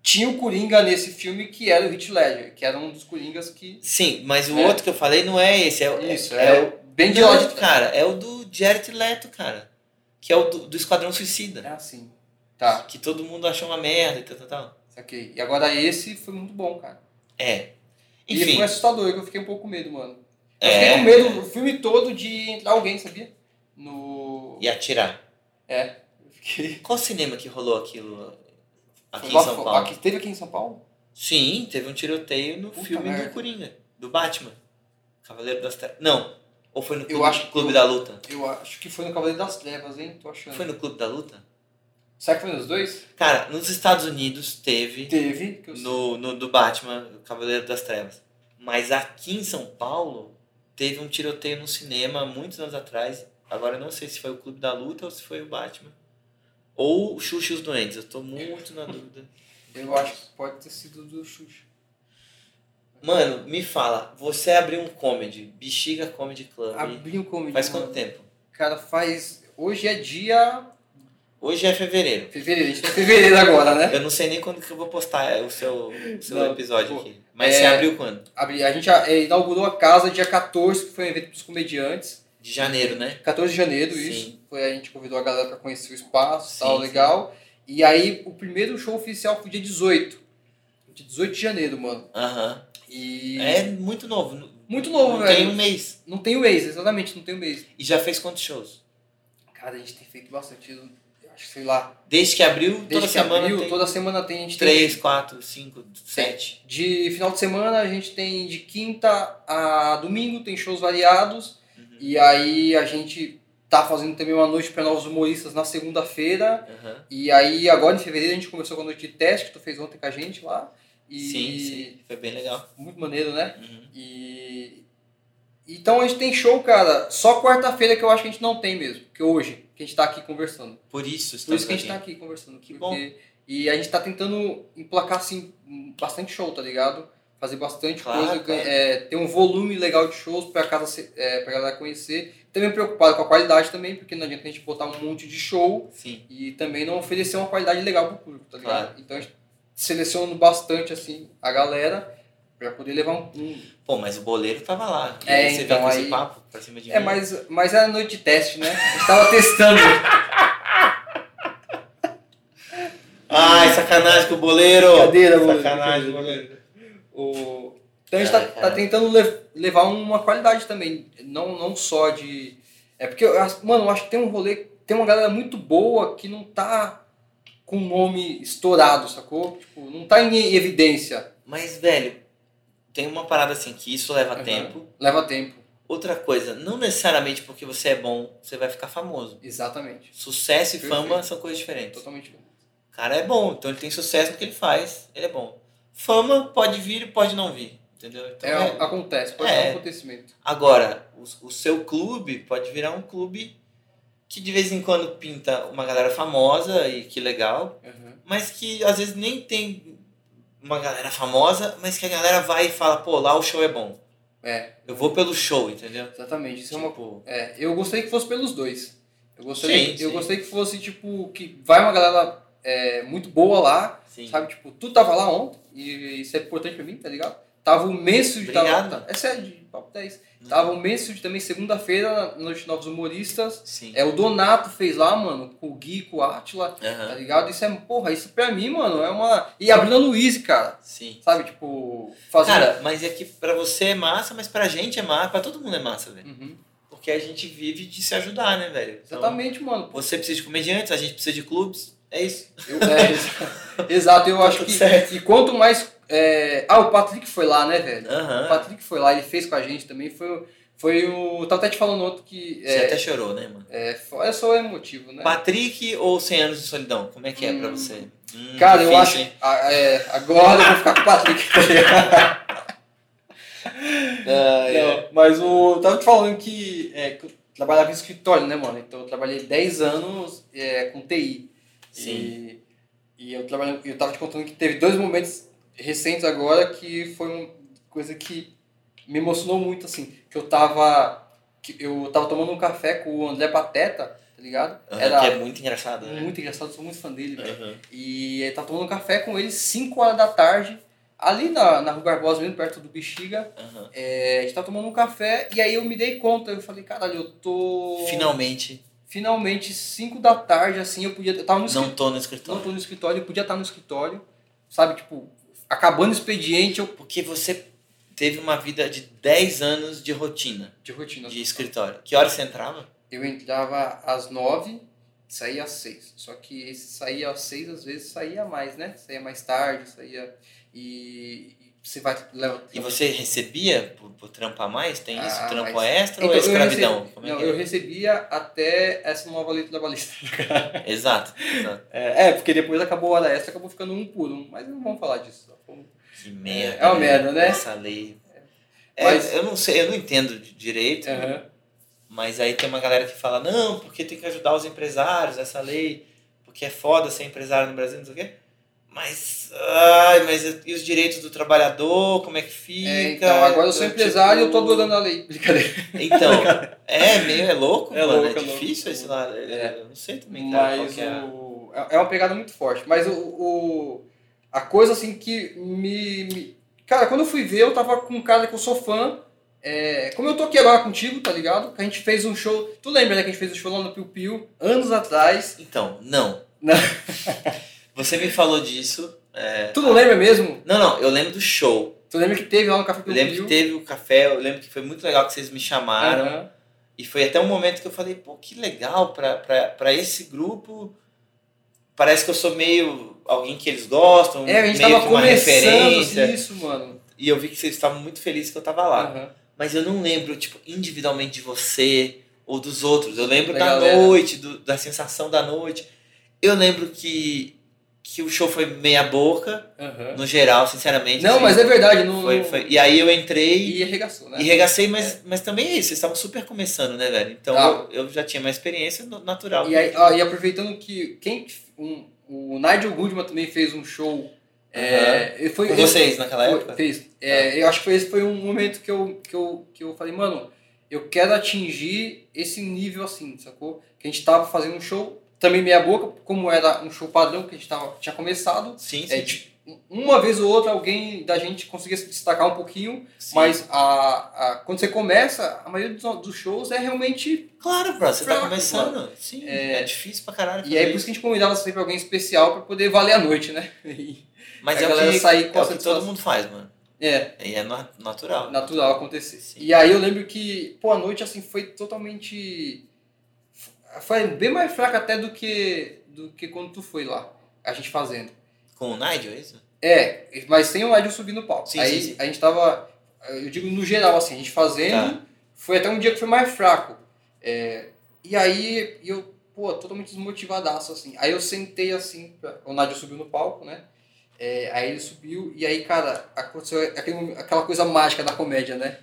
[SPEAKER 3] tinha o Coringa nesse filme, que era o Heath Ledger, que era um dos Coringas que...
[SPEAKER 5] Sim, mas o
[SPEAKER 3] É.
[SPEAKER 5] outro que eu falei não é esse. É, o- é-
[SPEAKER 3] Isso,
[SPEAKER 5] é,
[SPEAKER 3] é,
[SPEAKER 5] o.
[SPEAKER 3] bem de
[SPEAKER 5] não,
[SPEAKER 3] lógica.
[SPEAKER 5] cara. É o do Jared Leto, cara. Que é o do, do Esquadrão Suicida.
[SPEAKER 3] É assim. Tá,
[SPEAKER 5] Que todo mundo achou uma merda e tal, tal, tal.
[SPEAKER 3] saquei. E agora esse foi muito bom, cara.
[SPEAKER 5] É.
[SPEAKER 3] E
[SPEAKER 5] Enfim.
[SPEAKER 3] foi assustador, que eu fiquei um pouco com medo, mano. Eu
[SPEAKER 5] é,
[SPEAKER 3] fiquei com medo o filme todo de entrar alguém, sabia? No...
[SPEAKER 5] E atirar.
[SPEAKER 3] É. Eu fiquei...
[SPEAKER 5] Qual cinema que rolou aquilo aqui
[SPEAKER 3] Foi
[SPEAKER 5] em
[SPEAKER 3] lá-
[SPEAKER 5] São
[SPEAKER 3] foi-
[SPEAKER 5] Paulo?
[SPEAKER 3] aqui- teve aqui em São Paulo?
[SPEAKER 5] Sim, teve um tiroteio no
[SPEAKER 3] Puta
[SPEAKER 5] filme
[SPEAKER 3] merda.
[SPEAKER 5] do Coringa, do Batman. Cavaleiro das Trevas. Não. Ou foi no
[SPEAKER 3] Eu
[SPEAKER 5] Clube,
[SPEAKER 3] acho que
[SPEAKER 5] Clube
[SPEAKER 3] eu-
[SPEAKER 5] da Luta?
[SPEAKER 3] Eu acho que foi no Cavaleiro das Trevas, hein? Tô achando.
[SPEAKER 5] Foi no Clube da Luta?
[SPEAKER 3] Será que foi nos dois?
[SPEAKER 5] Cara, nos Estados Unidos teve
[SPEAKER 3] Teve. Que eu sei.
[SPEAKER 5] no, no do Batman, Cavaleiro das Trevas. Mas aqui em São Paulo teve um tiroteio no cinema muitos anos atrás. Agora eu não sei se foi o Clube da Luta ou se foi o Batman. Ou o Xuxa e os Doentes. Eu tô muito na dúvida.
[SPEAKER 3] Eu acho que pode ter sido do Xuxa.
[SPEAKER 5] Mano, me fala, você abriu um comedy, Bexiga Comedy Club,
[SPEAKER 3] Abriu o comedy.
[SPEAKER 5] faz
[SPEAKER 3] mano.
[SPEAKER 5] quanto tempo?
[SPEAKER 3] Cara, faz. Hoje é dia.
[SPEAKER 5] Hoje é fevereiro.
[SPEAKER 3] Fevereiro, a gente tá em fevereiro agora, né?
[SPEAKER 5] Eu não sei nem quando que eu vou postar o seu, o seu
[SPEAKER 3] Não,
[SPEAKER 5] episódio
[SPEAKER 3] pô,
[SPEAKER 5] aqui. Mas
[SPEAKER 3] é-
[SPEAKER 5] você abriu quando?
[SPEAKER 3] Abri- A gente é, inaugurou a casa dia 14, que foi um evento dos comediantes.
[SPEAKER 5] De janeiro, né?
[SPEAKER 3] 14 de janeiro,
[SPEAKER 5] Sim.
[SPEAKER 3] isso. Foi, a gente convidou a galera pra conhecer o espaço,
[SPEAKER 5] Sim,
[SPEAKER 3] tal,
[SPEAKER 5] sim.
[SPEAKER 3] legal. E aí, o primeiro show oficial foi dia 18. Dia 18 de janeiro, mano.
[SPEAKER 5] Aham.
[SPEAKER 3] E.
[SPEAKER 5] É muito novo.
[SPEAKER 3] Muito
[SPEAKER 5] não
[SPEAKER 3] novo, velho.
[SPEAKER 5] Tem um mês.
[SPEAKER 3] Não tem o mês, exatamente, não tem o mês.
[SPEAKER 5] E já fez quantos shows?
[SPEAKER 3] Cara, a gente tem feito bastante. Eu acho que sei lá.
[SPEAKER 5] Desde que abriu,
[SPEAKER 3] Desde
[SPEAKER 5] toda
[SPEAKER 3] que
[SPEAKER 5] semana
[SPEAKER 3] abriu,
[SPEAKER 5] tem
[SPEAKER 3] toda semana tem. A gente tem-
[SPEAKER 5] 3, 4, 5, 7.
[SPEAKER 3] De final de semana a gente tem de quinta a domingo, tem shows variados.
[SPEAKER 5] Uhum.
[SPEAKER 3] E aí a gente tá fazendo também uma noite para novos humoristas na segunda-feira.
[SPEAKER 5] Aham.
[SPEAKER 3] E aí agora em fevereiro a gente começou com a noite de teste que tu fez ontem com a gente lá. E
[SPEAKER 5] Sim, sim. Foi bem legal.
[SPEAKER 3] muito maneiro, né?
[SPEAKER 5] Uhum.
[SPEAKER 3] E então a gente tem show, cara, só quarta-feira que eu acho que a gente não tem mesmo, que hoje que a gente tá aqui conversando.
[SPEAKER 5] Por isso
[SPEAKER 3] Por
[SPEAKER 5] estamos
[SPEAKER 3] isso que a gente
[SPEAKER 5] aqui.
[SPEAKER 3] tá aqui conversando. Que
[SPEAKER 5] bom.
[SPEAKER 3] E a gente tá tentando emplacar, assim, bastante show, tá ligado? Fazer bastante
[SPEAKER 5] Claro,
[SPEAKER 3] coisa,
[SPEAKER 5] claro.
[SPEAKER 3] é, ter um volume legal de shows pra, casa, se- é, pra galera conhecer. Também preocupado com a qualidade também, porque não adianta a gente botar um monte de show
[SPEAKER 5] Sim.
[SPEAKER 3] e também não oferecer uma qualidade legal pro público, tá ligado?
[SPEAKER 5] Claro.
[SPEAKER 3] Então a gente selecionando bastante, assim, a galera pra poder levar um... um-
[SPEAKER 5] Pô, mas o boleiro tava lá. E
[SPEAKER 3] É,
[SPEAKER 5] aí você
[SPEAKER 3] então,
[SPEAKER 5] vem com
[SPEAKER 3] aí-
[SPEAKER 5] esse papo pra cima de
[SPEAKER 3] É,
[SPEAKER 5] mim.
[SPEAKER 3] mas, mas era noite de teste, né? A gente
[SPEAKER 5] [LAUGHS]
[SPEAKER 3] tava testando.
[SPEAKER 5] Ai, sacanagem com o boleiro!
[SPEAKER 3] Brincadeira, boleiro.
[SPEAKER 5] Sacanagem, boleiro.
[SPEAKER 3] O- Então a gente
[SPEAKER 5] Cara,
[SPEAKER 3] tá,
[SPEAKER 5] cara.
[SPEAKER 3] tá tentando lev- levar uma qualidade também, não, não só de. É porque, eu acho- mano, eu acho que tem um rolê, tem uma galera muito boa que não tá com o nome estourado, sacou? Tipo, não tá em evidência.
[SPEAKER 5] Mas, velho, tem uma parada assim que isso leva
[SPEAKER 3] Aham.
[SPEAKER 5] tempo.
[SPEAKER 3] Leva tempo.
[SPEAKER 5] Outra coisa, não necessariamente porque você é bom, você vai ficar famoso.
[SPEAKER 3] Exatamente.
[SPEAKER 5] Sucesso e
[SPEAKER 3] Perfeito.
[SPEAKER 5] fama são coisas diferentes.
[SPEAKER 3] Totalmente.
[SPEAKER 5] O cara é bom, então ele tem sucesso no que ele faz, ele é bom. Fama pode vir e pode não vir, entendeu? Então,
[SPEAKER 3] É,
[SPEAKER 5] é-
[SPEAKER 3] acontece, pode
[SPEAKER 5] É.
[SPEAKER 3] ser um acontecimento.
[SPEAKER 5] Agora, o, o seu clube pode virar um clube que de vez em quando pinta uma galera famosa e que legal, mas que às vezes nem tem uma galera famosa, mas que a galera vai e fala, pô, lá o show é bom.
[SPEAKER 3] É,
[SPEAKER 5] Eu vou pelo show, entendeu?
[SPEAKER 3] exatamente. Isso é uma
[SPEAKER 5] Tipo,
[SPEAKER 3] É, eu gostaria que fosse pelos dois. Eu gostaria,
[SPEAKER 5] Sim,
[SPEAKER 3] eu
[SPEAKER 5] sim.
[SPEAKER 3] gostaria que fosse, tipo, que vai uma galera é, muito boa lá,
[SPEAKER 5] sim.
[SPEAKER 3] Sabe, tipo, tu tava lá ontem, e isso é importante pra mim, tá ligado? Tava o Menso de.
[SPEAKER 5] Obrigado.
[SPEAKER 3] Tava, é sério, de papo 10. Tava um o Menso de também, segunda-feira, nos Novos Humoristas.
[SPEAKER 5] Sim.
[SPEAKER 3] É, o Donato fez lá, mano, com o Gui, com o Atila, tá
[SPEAKER 5] Aham,
[SPEAKER 3] ligado? Isso é, porra, isso pra mim, mano, é uma. E abrindo a Luiz, cara,
[SPEAKER 5] Sim.
[SPEAKER 3] sabe, tipo, fazendo.
[SPEAKER 5] Cara, mas é que pra você é massa, mas pra gente é massa, pra todo mundo é massa, velho.
[SPEAKER 3] Uhum.
[SPEAKER 5] Porque a gente vive de se ajudar, né, velho? Então,
[SPEAKER 3] Exatamente, mano.
[SPEAKER 5] Você precisa de comediantes, a gente precisa de clubes, é isso.
[SPEAKER 3] Eu- é, exa- [LAUGHS] exato, eu
[SPEAKER 5] Tá
[SPEAKER 3] acho
[SPEAKER 5] tudo
[SPEAKER 3] que.
[SPEAKER 5] certo.
[SPEAKER 3] E quanto mais. é, Ah, o Patrick foi lá, né, velho?
[SPEAKER 5] Aham.
[SPEAKER 3] O Patrick foi lá, ele fez com a gente também. Foi, foi o. Tava até te falando outro que.
[SPEAKER 5] Você
[SPEAKER 3] É,
[SPEAKER 5] até chorou, né, mano?
[SPEAKER 3] é, fo- é só emotivo, né?
[SPEAKER 5] Patrick ou 100 anos de solidão? Como é que é pra
[SPEAKER 3] Hum.
[SPEAKER 5] você? Hum,
[SPEAKER 3] Cara, eu
[SPEAKER 5] difícil,
[SPEAKER 3] acho.
[SPEAKER 5] hein?
[SPEAKER 3] a- é, agora eu vou ficar com o
[SPEAKER 5] [LAUGHS]
[SPEAKER 3] Patrick. tá ligado? Não, é. mas o. Eu tava te falando que, é, que eu trabalhava em escritório, né, mano? Então eu trabalhei 10 anos é, com TI.
[SPEAKER 5] Sim.
[SPEAKER 3] E, e eu, trabalhei, eu tava te contando que teve dois momentos recentes agora que foi uma coisa que me emocionou muito, assim. Que eu tava. Que eu tava tomando um café com o André Pateta. tá ligado?
[SPEAKER 5] Aham,
[SPEAKER 3] Era
[SPEAKER 5] que é muito engraçado, né? É.
[SPEAKER 3] muito engraçado, sou muito fã dele, velho.
[SPEAKER 5] Aham.
[SPEAKER 3] E ele tá tomando café com ele 5 horas da tarde, ali na, na Rua Barbosa, mesmo perto do Bexiga.
[SPEAKER 5] aham.
[SPEAKER 3] É, a gente tá tomando um café e aí eu me dei conta, eu falei, caralho, eu tô.
[SPEAKER 5] Finalmente,
[SPEAKER 3] Finalmente, 5 da tarde, assim, eu podia. Eu tava no
[SPEAKER 5] não
[SPEAKER 3] escritório.
[SPEAKER 5] tô no
[SPEAKER 3] Não
[SPEAKER 5] escritório.
[SPEAKER 3] tô no escritório, eu podia estar no escritório, sabe? Tipo, acabando o expediente, eu.
[SPEAKER 5] Porque você teve uma vida de 10 anos de rotina,
[SPEAKER 3] De rotina.
[SPEAKER 5] de escritório. Que hora você entrava?
[SPEAKER 3] Eu entrava às 9, saía às 6. Só que esse saía às 6, às vezes saía mais, né? Saía mais tarde, saía. E, e você vai. Leva,
[SPEAKER 5] E você recebia por, por trampar mais? Tem isso?
[SPEAKER 3] Ah,
[SPEAKER 5] Trampo
[SPEAKER 3] mas-
[SPEAKER 5] extra ou
[SPEAKER 3] Então,
[SPEAKER 5] é
[SPEAKER 3] eu
[SPEAKER 5] escravidão?
[SPEAKER 3] recebi-
[SPEAKER 5] Como é
[SPEAKER 3] não,
[SPEAKER 5] que
[SPEAKER 3] eu
[SPEAKER 5] é?
[SPEAKER 3] recebia até essa nova letra da balista.
[SPEAKER 5] Exato, exato.
[SPEAKER 3] [LAUGHS] É, é, porque depois acabou a hora extra, acabou ficando um por um. Mas não vamos falar disso. Vamos-
[SPEAKER 5] Que merda.
[SPEAKER 3] É uma merda, né?
[SPEAKER 5] Essa lei. É,
[SPEAKER 3] Mas- É.
[SPEAKER 5] eu não sei, eu não entendo de- direito,
[SPEAKER 3] Aham.
[SPEAKER 5] mas aí tem uma galera que fala, não, porque tem que ajudar os empresários, essa lei, porque é foda ser empresário no Brasil, não sei o quê. Mas, ai, mas e os direitos do trabalhador, como é que fica?
[SPEAKER 3] É, então, agora eu sou empresário e eu tô
[SPEAKER 5] tipo,
[SPEAKER 3] adorando a lei. [LAUGHS] Brincadeira.
[SPEAKER 5] Então,
[SPEAKER 3] [LAUGHS]
[SPEAKER 5] é meio, é louco,
[SPEAKER 3] É
[SPEAKER 5] mano,
[SPEAKER 3] louco,
[SPEAKER 5] é
[SPEAKER 3] é louco.
[SPEAKER 5] difícil esse lado.
[SPEAKER 3] É.
[SPEAKER 5] Eu não sei também, cara, qual
[SPEAKER 3] Mas
[SPEAKER 5] que é.
[SPEAKER 3] o- é é uma pegada muito forte. Mas o, o- a coisa assim que me, me- Cara, quando eu fui ver, eu tava com um cara que eu sou fã. É, como eu tô aqui agora contigo, tá ligado? Que a gente fez um show. Tu lembra, né? Que a gente fez um show lá no Piu Piu, anos atrás.
[SPEAKER 5] Então, não.
[SPEAKER 3] Não.
[SPEAKER 5] [LAUGHS] Você me falou disso. é,
[SPEAKER 3] Tu não lembra mesmo?
[SPEAKER 5] Não, não, eu lembro do show.
[SPEAKER 3] Tu lembra que teve lá no Café
[SPEAKER 5] Eu
[SPEAKER 3] Piu
[SPEAKER 5] lembro que
[SPEAKER 3] Piu?
[SPEAKER 5] teve um o café, eu lembro que foi muito legal que vocês me chamaram.
[SPEAKER 3] um- Aham.
[SPEAKER 5] E foi até um momento que eu falei, pô, que legal, pra, pra, pra esse grupo. Parece que eu sou meio alguém que eles gostam,
[SPEAKER 3] É, a gente
[SPEAKER 5] meio
[SPEAKER 3] tava
[SPEAKER 5] que uma
[SPEAKER 3] começando
[SPEAKER 5] referência.
[SPEAKER 3] isso, mano.
[SPEAKER 5] E eu vi que vocês estavam muito felizes que eu tava lá.
[SPEAKER 3] Aham.
[SPEAKER 5] Mas eu não lembro, tipo, individualmente de você ou dos outros. Eu lembro
[SPEAKER 3] Da
[SPEAKER 5] da,
[SPEAKER 3] galera.
[SPEAKER 5] noite, do- da sensação da noite. Eu lembro que, que o show foi meia boca,
[SPEAKER 3] Aham.
[SPEAKER 5] no geral, sinceramente.
[SPEAKER 3] Não,
[SPEAKER 5] assim.
[SPEAKER 3] mas é verdade. No,
[SPEAKER 5] Foi- foi- E aí eu entrei
[SPEAKER 3] E arregaçou, né?
[SPEAKER 5] e regacei, mas, mas também é isso, vocês estavam super começando, né, velho? Então
[SPEAKER 3] Tá.
[SPEAKER 5] eu, eu já tinha uma experiência no- natural.
[SPEAKER 3] E, aí, ó, e aproveitando que quem, um- o Nigel Goodman também fez um show. É, e foi,
[SPEAKER 5] Com vocês naquela
[SPEAKER 3] foi-
[SPEAKER 5] época? Tá.
[SPEAKER 3] Fez. É, Eu acho que foi- esse foi um momento que eu, que, eu, que eu falei, mano, eu quero atingir esse nível assim, sacou? Que a gente tava fazendo um show, também meia boca, como era um show padrão que a gente tava, tinha começado.
[SPEAKER 5] Sim, sim.
[SPEAKER 3] É, tipo, uma vez ou outra alguém da gente conseguia se destacar um pouquinho,
[SPEAKER 5] sim.
[SPEAKER 3] mas a, a- quando você começa, a maioria dos, dos shows é realmente
[SPEAKER 5] Claro, bro, você tá
[SPEAKER 3] Fraco,
[SPEAKER 5] começando. Sim, é... difícil pra caralho.
[SPEAKER 3] E aí
[SPEAKER 5] fazer
[SPEAKER 3] por isso que a gente convidava sempre alguém especial pra poder valer a noite, né? [LAUGHS] E-
[SPEAKER 5] isso. Mas
[SPEAKER 3] a
[SPEAKER 5] é o
[SPEAKER 3] galera
[SPEAKER 5] que,
[SPEAKER 3] sair com
[SPEAKER 5] é
[SPEAKER 3] a
[SPEAKER 5] o que todo
[SPEAKER 3] satisfação.
[SPEAKER 5] mundo faz, mano.
[SPEAKER 3] é,
[SPEAKER 5] E é na- natural.
[SPEAKER 3] natural acontecer.
[SPEAKER 5] Sim.
[SPEAKER 3] E aí eu lembro que, pô, a noite assim foi totalmente foi bem mais fraca até do que do que quando tu foi lá, a gente fazendo.
[SPEAKER 5] Com o Nigel, é isso?
[SPEAKER 3] É, mas sem o Edson subir no palco.
[SPEAKER 5] Sim,
[SPEAKER 3] aí
[SPEAKER 5] sim, sim.
[SPEAKER 3] a gente tava, eu digo no geral assim, a gente fazendo,
[SPEAKER 5] Tá.
[SPEAKER 3] foi até um dia que foi mais fraco. É, e aí eu, pô, totalmente desmotivadaço assim. Aí eu sentei assim, pra- o Nádio subiu no palco, né? É, aí ele subiu e aí, cara, aconteceu aquele- aquela coisa mágica da comédia, né?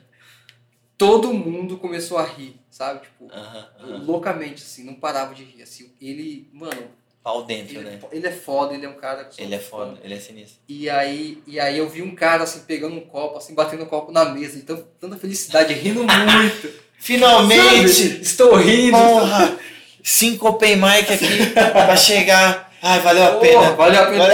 [SPEAKER 3] Todo mundo começou a rir, sabe? Tipo,
[SPEAKER 5] Aham, aham.
[SPEAKER 3] loucamente assim, não parava de rir. Assim, ele, mano,
[SPEAKER 5] Pau dentro,
[SPEAKER 3] ele,
[SPEAKER 5] né?
[SPEAKER 3] ele é foda, ele é um cara que eu sou
[SPEAKER 5] Ele é
[SPEAKER 3] fã.
[SPEAKER 5] foda, ele é sinistro.
[SPEAKER 3] E aí, e aí eu vi um cara assim pegando um copo, assim, batendo um copo na mesa, então tanta felicidade,
[SPEAKER 5] [LAUGHS]
[SPEAKER 3] rindo muito.
[SPEAKER 5] Finalmente!
[SPEAKER 3] Sabe? Estou rindo.
[SPEAKER 5] Porra! Cinco open mic aqui pra chegar. Ai, valeu a pena.
[SPEAKER 3] valeu a pena.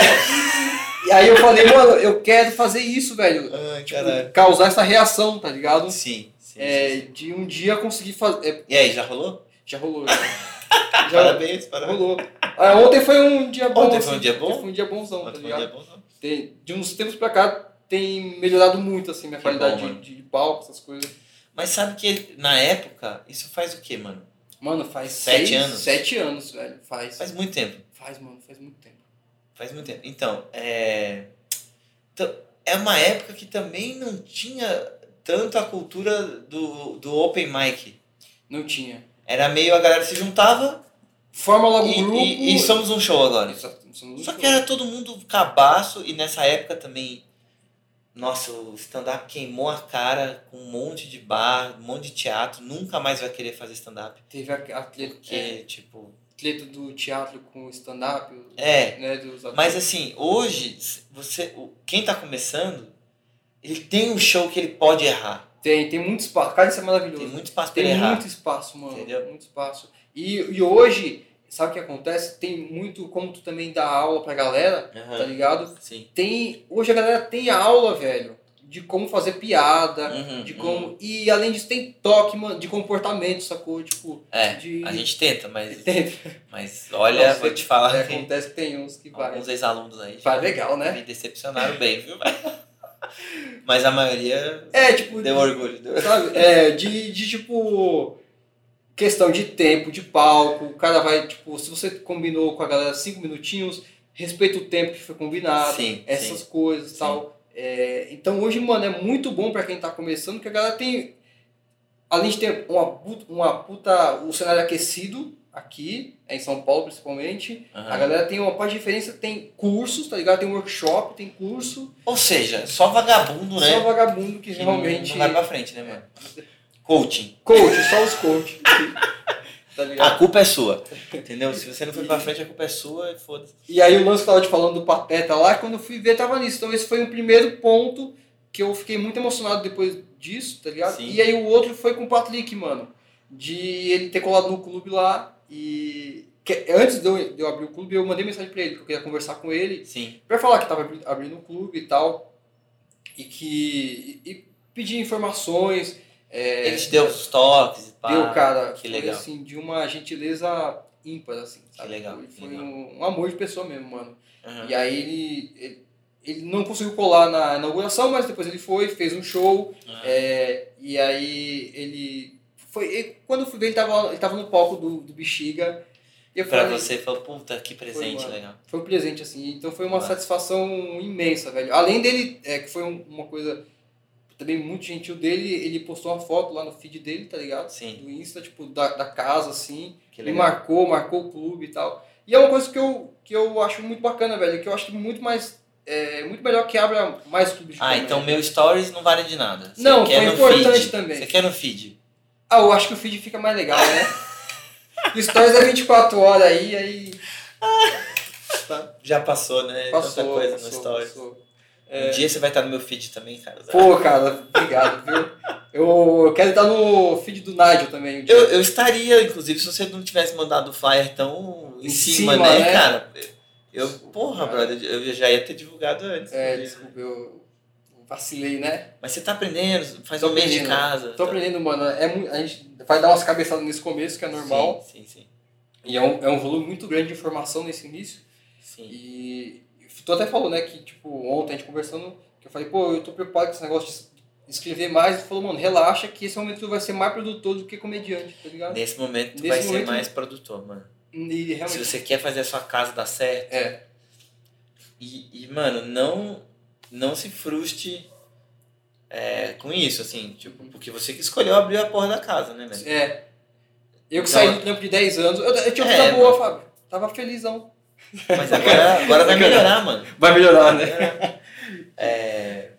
[SPEAKER 3] E aí eu falei, mano, eu quero fazer isso, velho.
[SPEAKER 5] Ai,
[SPEAKER 3] Tipo,
[SPEAKER 5] caralho.
[SPEAKER 3] causar essa reação, tá ligado?
[SPEAKER 5] Sim, sim,
[SPEAKER 3] É,
[SPEAKER 5] sim.
[SPEAKER 3] de um dia conseguir fazer. é,
[SPEAKER 5] E aí, já rolou?
[SPEAKER 3] já rolou,
[SPEAKER 5] [LAUGHS]
[SPEAKER 3] já. já
[SPEAKER 5] Parabéns, parabéns.
[SPEAKER 3] rolou. Ah, ontem foi um dia bom.
[SPEAKER 5] Ontem foi um
[SPEAKER 3] assim,
[SPEAKER 5] dia bom?
[SPEAKER 3] Foi um dia bonzão, tá
[SPEAKER 5] Outro
[SPEAKER 3] ligado?
[SPEAKER 5] dia bom, né? não?
[SPEAKER 3] Tem- de uns tempos pra cá tem melhorado muito, assim, minha
[SPEAKER 5] Que
[SPEAKER 3] qualidade
[SPEAKER 5] bom,
[SPEAKER 3] de-
[SPEAKER 5] mano.
[SPEAKER 3] de, palco, essas coisas.
[SPEAKER 5] Mas sabe que na época, isso faz o quê, mano?
[SPEAKER 3] Mano, faz
[SPEAKER 5] Sete
[SPEAKER 3] seis-
[SPEAKER 5] anos?
[SPEAKER 3] Sete anos, velho. Faz.
[SPEAKER 5] Faz
[SPEAKER 3] Faz,
[SPEAKER 5] muito tempo.
[SPEAKER 3] mano, faz muito tempo.
[SPEAKER 5] Faz muito tempo. Então, é. Então, é uma época que também não tinha tanto a cultura do, do open mic.
[SPEAKER 3] Não tinha.
[SPEAKER 5] Era meio a galera se juntava
[SPEAKER 3] Forma logo
[SPEAKER 5] e,
[SPEAKER 3] um grupo.
[SPEAKER 5] e- e somos um show agora.
[SPEAKER 3] Só, somos um
[SPEAKER 5] Só que é-
[SPEAKER 3] grupo.
[SPEAKER 5] era todo mundo cabaço e nessa época também. Nossa, o stand-up queimou a cara com um monte de bar, um monte de teatro. Nunca mais vai querer fazer stand-up.
[SPEAKER 3] Teve a, a treta,
[SPEAKER 5] Porque,
[SPEAKER 3] é,
[SPEAKER 5] tipo.
[SPEAKER 3] treta do teatro com o stand-up, o-
[SPEAKER 5] É,
[SPEAKER 3] né? Dos atores.
[SPEAKER 5] Mas assim, hoje, você, o- quem tá começando, ele tem um show que ele pode errar.
[SPEAKER 3] Tem, tem muito espaço. Cara, isso é maravilhoso.
[SPEAKER 5] Tem muito espaço pra
[SPEAKER 3] Tem
[SPEAKER 5] ele errar.
[SPEAKER 3] muito espaço, mano.
[SPEAKER 5] Entendeu?
[SPEAKER 3] Muito espaço. E, e hoje, sabe o que acontece? Tem muito, como tu também dá aula pra galera, tá
[SPEAKER 5] Aham.
[SPEAKER 3] ligado?
[SPEAKER 5] Sim.
[SPEAKER 3] Tem, hoje a galera tem aula, velho, de como fazer piada,
[SPEAKER 5] Uhum,
[SPEAKER 3] Tá, de
[SPEAKER 5] uhum.
[SPEAKER 3] como... E além disso, tem toque, mano, de comportamento, sacou? Tipo,
[SPEAKER 5] É,
[SPEAKER 3] de...
[SPEAKER 5] a gente tenta, mas,
[SPEAKER 3] [LAUGHS] Tem-
[SPEAKER 5] mas olha,
[SPEAKER 3] Nossa,
[SPEAKER 5] vou te falar
[SPEAKER 3] é,
[SPEAKER 5] que
[SPEAKER 3] acontece que tem uns que vai...
[SPEAKER 5] alguns ex-alunos aí já
[SPEAKER 3] Vai legal, né?
[SPEAKER 5] me decepcionaram bem,
[SPEAKER 3] [LAUGHS]
[SPEAKER 5] viu? Mas a maioria
[SPEAKER 3] É, tipo...
[SPEAKER 5] deu orgulho. Deu...
[SPEAKER 3] Sabe? É, de, de tipo. Questão de tempo, de palco. O cara vai, tipo, se você combinou com a galera cinco minutinhos, respeita o tempo que foi combinado,
[SPEAKER 5] Sim,
[SPEAKER 3] essas
[SPEAKER 5] sim.
[SPEAKER 3] coisas e
[SPEAKER 5] Sim.
[SPEAKER 3] tal. É, então hoje, mano, é muito bom pra quem tá começando, que a galera tem. Além de ter uma, puta- uma puta. O cenário aquecido aqui, é em São Paulo principalmente.
[SPEAKER 5] Aham.
[SPEAKER 3] A galera tem uma parte de diferença, tem cursos, tá ligado? Tem workshop, tem curso.
[SPEAKER 5] Ou seja, só vagabundo, né?
[SPEAKER 3] Só vagabundo que
[SPEAKER 5] que não-
[SPEAKER 3] realmente. É.
[SPEAKER 5] Não vai pra frente, né, mano? Coaching.
[SPEAKER 3] Coach, só os
[SPEAKER 5] [LAUGHS]
[SPEAKER 3] coach. tá ligado?
[SPEAKER 5] A culpa é sua. Entendeu? Se você não foi pra frente, a culpa é sua e foda-se.
[SPEAKER 3] E aí o lance que eu tava te falando do Pateta lá, quando eu fui ver, tava nisso. Então esse foi um primeiro ponto que eu fiquei muito emocionado depois disso, tá ligado?
[SPEAKER 5] Sim.
[SPEAKER 3] E aí o outro foi com o Patrick, mano. De ele ter colado no clube lá e... que- antes de eu, de eu abrir o clube, eu mandei mensagem pra ele, que eu queria conversar com ele.
[SPEAKER 5] Sim.
[SPEAKER 3] Pra falar que tava abri- abrindo o clube e tal. E que... E, e pedir informações. é,
[SPEAKER 5] Ele te deu os toques e pá.
[SPEAKER 3] Deu, cara.
[SPEAKER 5] que
[SPEAKER 3] foi,
[SPEAKER 5] legal.
[SPEAKER 3] assim, de uma gentileza ímpar, assim. Sabe?
[SPEAKER 5] legal,
[SPEAKER 3] Foi,
[SPEAKER 5] que
[SPEAKER 3] foi
[SPEAKER 5] legal.
[SPEAKER 3] Um, um amor de pessoa mesmo, mano.
[SPEAKER 5] Aham.
[SPEAKER 3] E aí ele, ele, ele não conseguiu colar na inauguração, mas depois ele foi, fez um show.
[SPEAKER 5] Aham.
[SPEAKER 3] é, e aí ele. Foi, e quando eu fui ver, ele tava, ele tava no palco do, do Bexiga. E eu
[SPEAKER 5] Pra
[SPEAKER 3] falei,
[SPEAKER 5] você, falou, puta, que presente
[SPEAKER 3] mano.
[SPEAKER 5] legal.
[SPEAKER 3] foi um presente, assim. Então foi uma
[SPEAKER 5] Massa.
[SPEAKER 3] satisfação imensa, velho. Além dele, é, que foi um- uma coisa também muito gentil dele, ele postou uma foto lá no feed dele, tá ligado?
[SPEAKER 5] Sim.
[SPEAKER 3] Do Insta, tipo, da, da casa, assim.
[SPEAKER 5] Que
[SPEAKER 3] Ele
[SPEAKER 5] legal.
[SPEAKER 3] marcou, marcou o clube e tal. E é uma coisa que eu, que eu acho muito bacana, velho. Que eu acho muito mais. É, muito melhor que abra mais clubes de
[SPEAKER 5] Ah,
[SPEAKER 3] comédia.
[SPEAKER 5] então meu stories não vale de nada. Você
[SPEAKER 3] Não,
[SPEAKER 5] quer
[SPEAKER 3] foi
[SPEAKER 5] no
[SPEAKER 3] importante
[SPEAKER 5] feed.
[SPEAKER 3] também.
[SPEAKER 5] Você quer no feed.
[SPEAKER 3] Ah, eu acho que o feed fica mais legal, né?
[SPEAKER 5] [LAUGHS]
[SPEAKER 3] Stories é 24 horas aí, aí.
[SPEAKER 5] Já passou, né?
[SPEAKER 3] Passou.
[SPEAKER 5] Tanta coisa
[SPEAKER 3] passou,
[SPEAKER 5] no stories.
[SPEAKER 3] passou. É.
[SPEAKER 5] Um dia você vai estar no meu feed também, cara.
[SPEAKER 3] Pô, cara, obrigado, viu? Eu, eu quero estar no feed do Nádio também. um dia.
[SPEAKER 5] Eu, eu estaria, inclusive, se você não tivesse mandado o flyer tão em,
[SPEAKER 3] Em
[SPEAKER 5] cima,
[SPEAKER 3] cima,
[SPEAKER 5] né,
[SPEAKER 3] né?
[SPEAKER 5] cara? Eu, porra,
[SPEAKER 3] Cara.
[SPEAKER 5] brother, eu já ia ter divulgado antes.
[SPEAKER 3] É, desculpa, eu eu vacilei, né?
[SPEAKER 5] Mas você tá aprendendo, faz
[SPEAKER 3] Tô
[SPEAKER 5] um mês de
[SPEAKER 3] aprendendo.
[SPEAKER 5] casa.
[SPEAKER 3] Tô aprendendo, mano. É, mu- a gente vai dar umas cabeçadas nesse começo, que é normal.
[SPEAKER 5] Sim, sim,
[SPEAKER 3] E é um, é um volume muito grande de informação nesse início.
[SPEAKER 5] sim. sim.
[SPEAKER 3] E tu até falou, né, que tipo, ontem a gente conversando, que eu falei, pô, eu tô preocupado com esse negócio de es- escrever mais. E falou, mano, relaxa que esse momento tu vai ser mais produtor do que comediante, tá ligado?
[SPEAKER 5] Nesse momento tu
[SPEAKER 3] Nesse
[SPEAKER 5] vai ser
[SPEAKER 3] momento-
[SPEAKER 5] mais produtor, mano.
[SPEAKER 3] E
[SPEAKER 5] Se
[SPEAKER 3] realmente.
[SPEAKER 5] você quer fazer a sua casa dar certo.
[SPEAKER 3] É.
[SPEAKER 5] E, e, mano, não, não se frustre é, com isso, assim, tipo, porque você que escolheu abrir a porra da casa, né, velho?
[SPEAKER 3] É. Eu que
[SPEAKER 5] Então-
[SPEAKER 3] saí do tempo de 10 anos. Eu, eu tinha uma vida
[SPEAKER 5] É,
[SPEAKER 3] boa, Fábio. Tava felizão.
[SPEAKER 5] Mas agora, agora vai melhorar, mano.
[SPEAKER 2] [LAUGHS]
[SPEAKER 3] Vai melhorar, né?
[SPEAKER 5] É,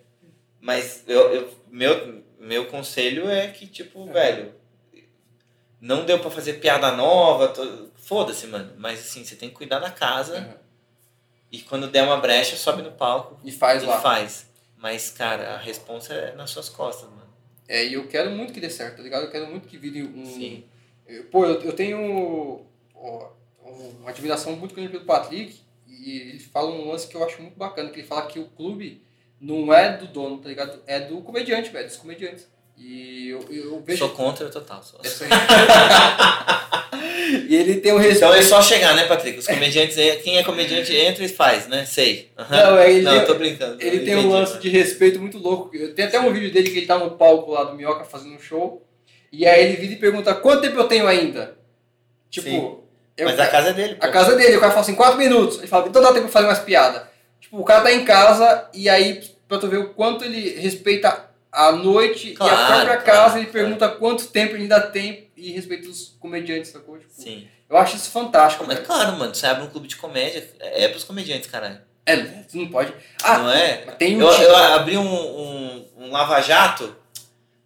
[SPEAKER 5] mas eu, eu- meu, meu conselho é que, tipo, velho, não deu pra fazer piada nova, to- foda-se, mano. Mas assim, você tem que cuidar da casa
[SPEAKER 3] Uhum.
[SPEAKER 5] e quando der uma brecha, sobe no palco
[SPEAKER 3] E faz
[SPEAKER 5] e
[SPEAKER 3] lá.
[SPEAKER 5] faz. Mas, cara, a responsa é nas suas costas, mano.
[SPEAKER 3] É, e eu quero muito que dê certo, tá ligado? Eu quero muito que vire um.
[SPEAKER 5] Sim.
[SPEAKER 3] Eu- Pô, eu, eu tenho ó, uma admiração muito grande pelo Patrick e ele fala um lance que eu acho muito bacana, que ele fala que o clube não é do dono, tá ligado? É do comediante, velho, dos comediantes. E eu, eu vejo.
[SPEAKER 5] Sou contra total. Sou.
[SPEAKER 3] [LAUGHS] e ele tem um respeito.
[SPEAKER 5] Então é só chegar, né, Patrick? Os comediantes aí, quem é comediante entra e faz, né? Sei. Aham.
[SPEAKER 3] Não, é, ele,
[SPEAKER 5] Não, eu tô
[SPEAKER 3] tem,
[SPEAKER 5] brincando.
[SPEAKER 3] ele
[SPEAKER 5] eu
[SPEAKER 3] tem um
[SPEAKER 5] entendi,
[SPEAKER 3] lance
[SPEAKER 5] mano.
[SPEAKER 3] de respeito muito louco. Tem até um vídeo dele que ele tá no palco lá do Minhoca fazendo um show. E aí ele vira e pergunta quanto tempo eu tenho ainda? Tipo,
[SPEAKER 5] Sim.
[SPEAKER 3] eu-
[SPEAKER 5] Mas a casa é dele, pô.
[SPEAKER 3] A casa dele, o cara fala assim, 4 minutos. Ele fala, então dá tempo pra fazer umas piadas. Tipo, o cara tá em casa e aí, pra tu ver o quanto ele respeita a noite e a
[SPEAKER 5] Claro,
[SPEAKER 3] própria
[SPEAKER 5] claro,
[SPEAKER 3] casa, ele
[SPEAKER 5] claro.
[SPEAKER 3] pergunta quanto tempo ele ainda tem e respeita os comediantes, sacou? Tipo,
[SPEAKER 5] Sim.
[SPEAKER 3] Eu acho isso fantástico,
[SPEAKER 5] Mas
[SPEAKER 3] cara.
[SPEAKER 5] claro, é mano, você abre um clube de comédia, é pros comediantes, caralho.
[SPEAKER 3] É, né? tu não pode. Ah,
[SPEAKER 5] não é?
[SPEAKER 3] mas tem um
[SPEAKER 5] Eu,
[SPEAKER 3] ti-
[SPEAKER 5] eu abri um, um, um lava-jato,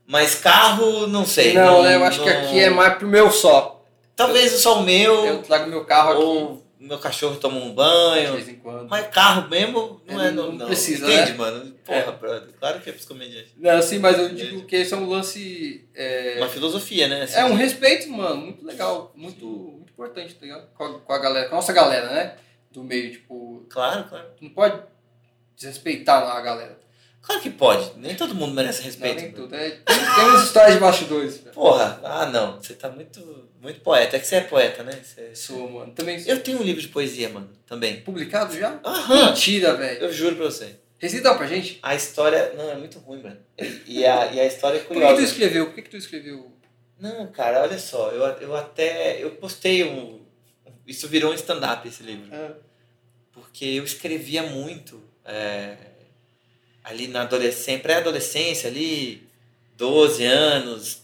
[SPEAKER 5] mas carro, não sei.
[SPEAKER 3] Não, né? Eu acho que aqui é mais pro meu só.
[SPEAKER 5] Talvez só o
[SPEAKER 3] é Eu
[SPEAKER 5] meu,
[SPEAKER 3] trago meu carro aqui.
[SPEAKER 5] ou meu cachorro toma um
[SPEAKER 3] de
[SPEAKER 5] banho.
[SPEAKER 3] vez em quando.
[SPEAKER 5] Mas carro mesmo não
[SPEAKER 3] É,
[SPEAKER 5] é. Não,
[SPEAKER 3] não precisa,
[SPEAKER 5] Entende,
[SPEAKER 3] né?
[SPEAKER 5] mano? Porra, brother. Claro que é pros comediantes.
[SPEAKER 3] Não, sim, mas eu digo que esse é um lance. É,
[SPEAKER 5] Uma filosofia, né? Assim,
[SPEAKER 3] é um respeito, mano, muito legal. Muito, muito importante, tá ligado? Com a, com a galera, com a nossa galera, né? Do meio, tipo,
[SPEAKER 5] Claro, claro.
[SPEAKER 3] tu não pode desrespeitar a galera.
[SPEAKER 5] Claro que pode. Nem todo mundo merece
[SPEAKER 3] Não,
[SPEAKER 5] respeito. né?
[SPEAKER 3] nem
[SPEAKER 5] mano.
[SPEAKER 3] tudo. É, tem, tem umas histórias de bastidores, velho.
[SPEAKER 5] Porra, ah não. Você tá muito, muito poeta. É que você é poeta, né? Você-
[SPEAKER 3] Sou, mano. Também sou.
[SPEAKER 5] Eu tenho um livro de poesia, mano, também.
[SPEAKER 3] Publicado já?
[SPEAKER 5] Aham.
[SPEAKER 3] Mentira, velho.
[SPEAKER 5] Eu juro pra você.
[SPEAKER 3] Recita pra gente.
[SPEAKER 5] A história. Não, é muito ruim, mano. E a, e a história é
[SPEAKER 3] Por que que tu
[SPEAKER 5] curiosa.
[SPEAKER 3] escreveu? Por que que tu escreveu?
[SPEAKER 5] Não, cara, olha só. Eu, eu até. Eu postei um. Isso virou um stand-up, esse livro.
[SPEAKER 3] Ah,
[SPEAKER 5] porque eu escrevia muito é, ali na adolescência, pré-adolescência, ali 12 anos,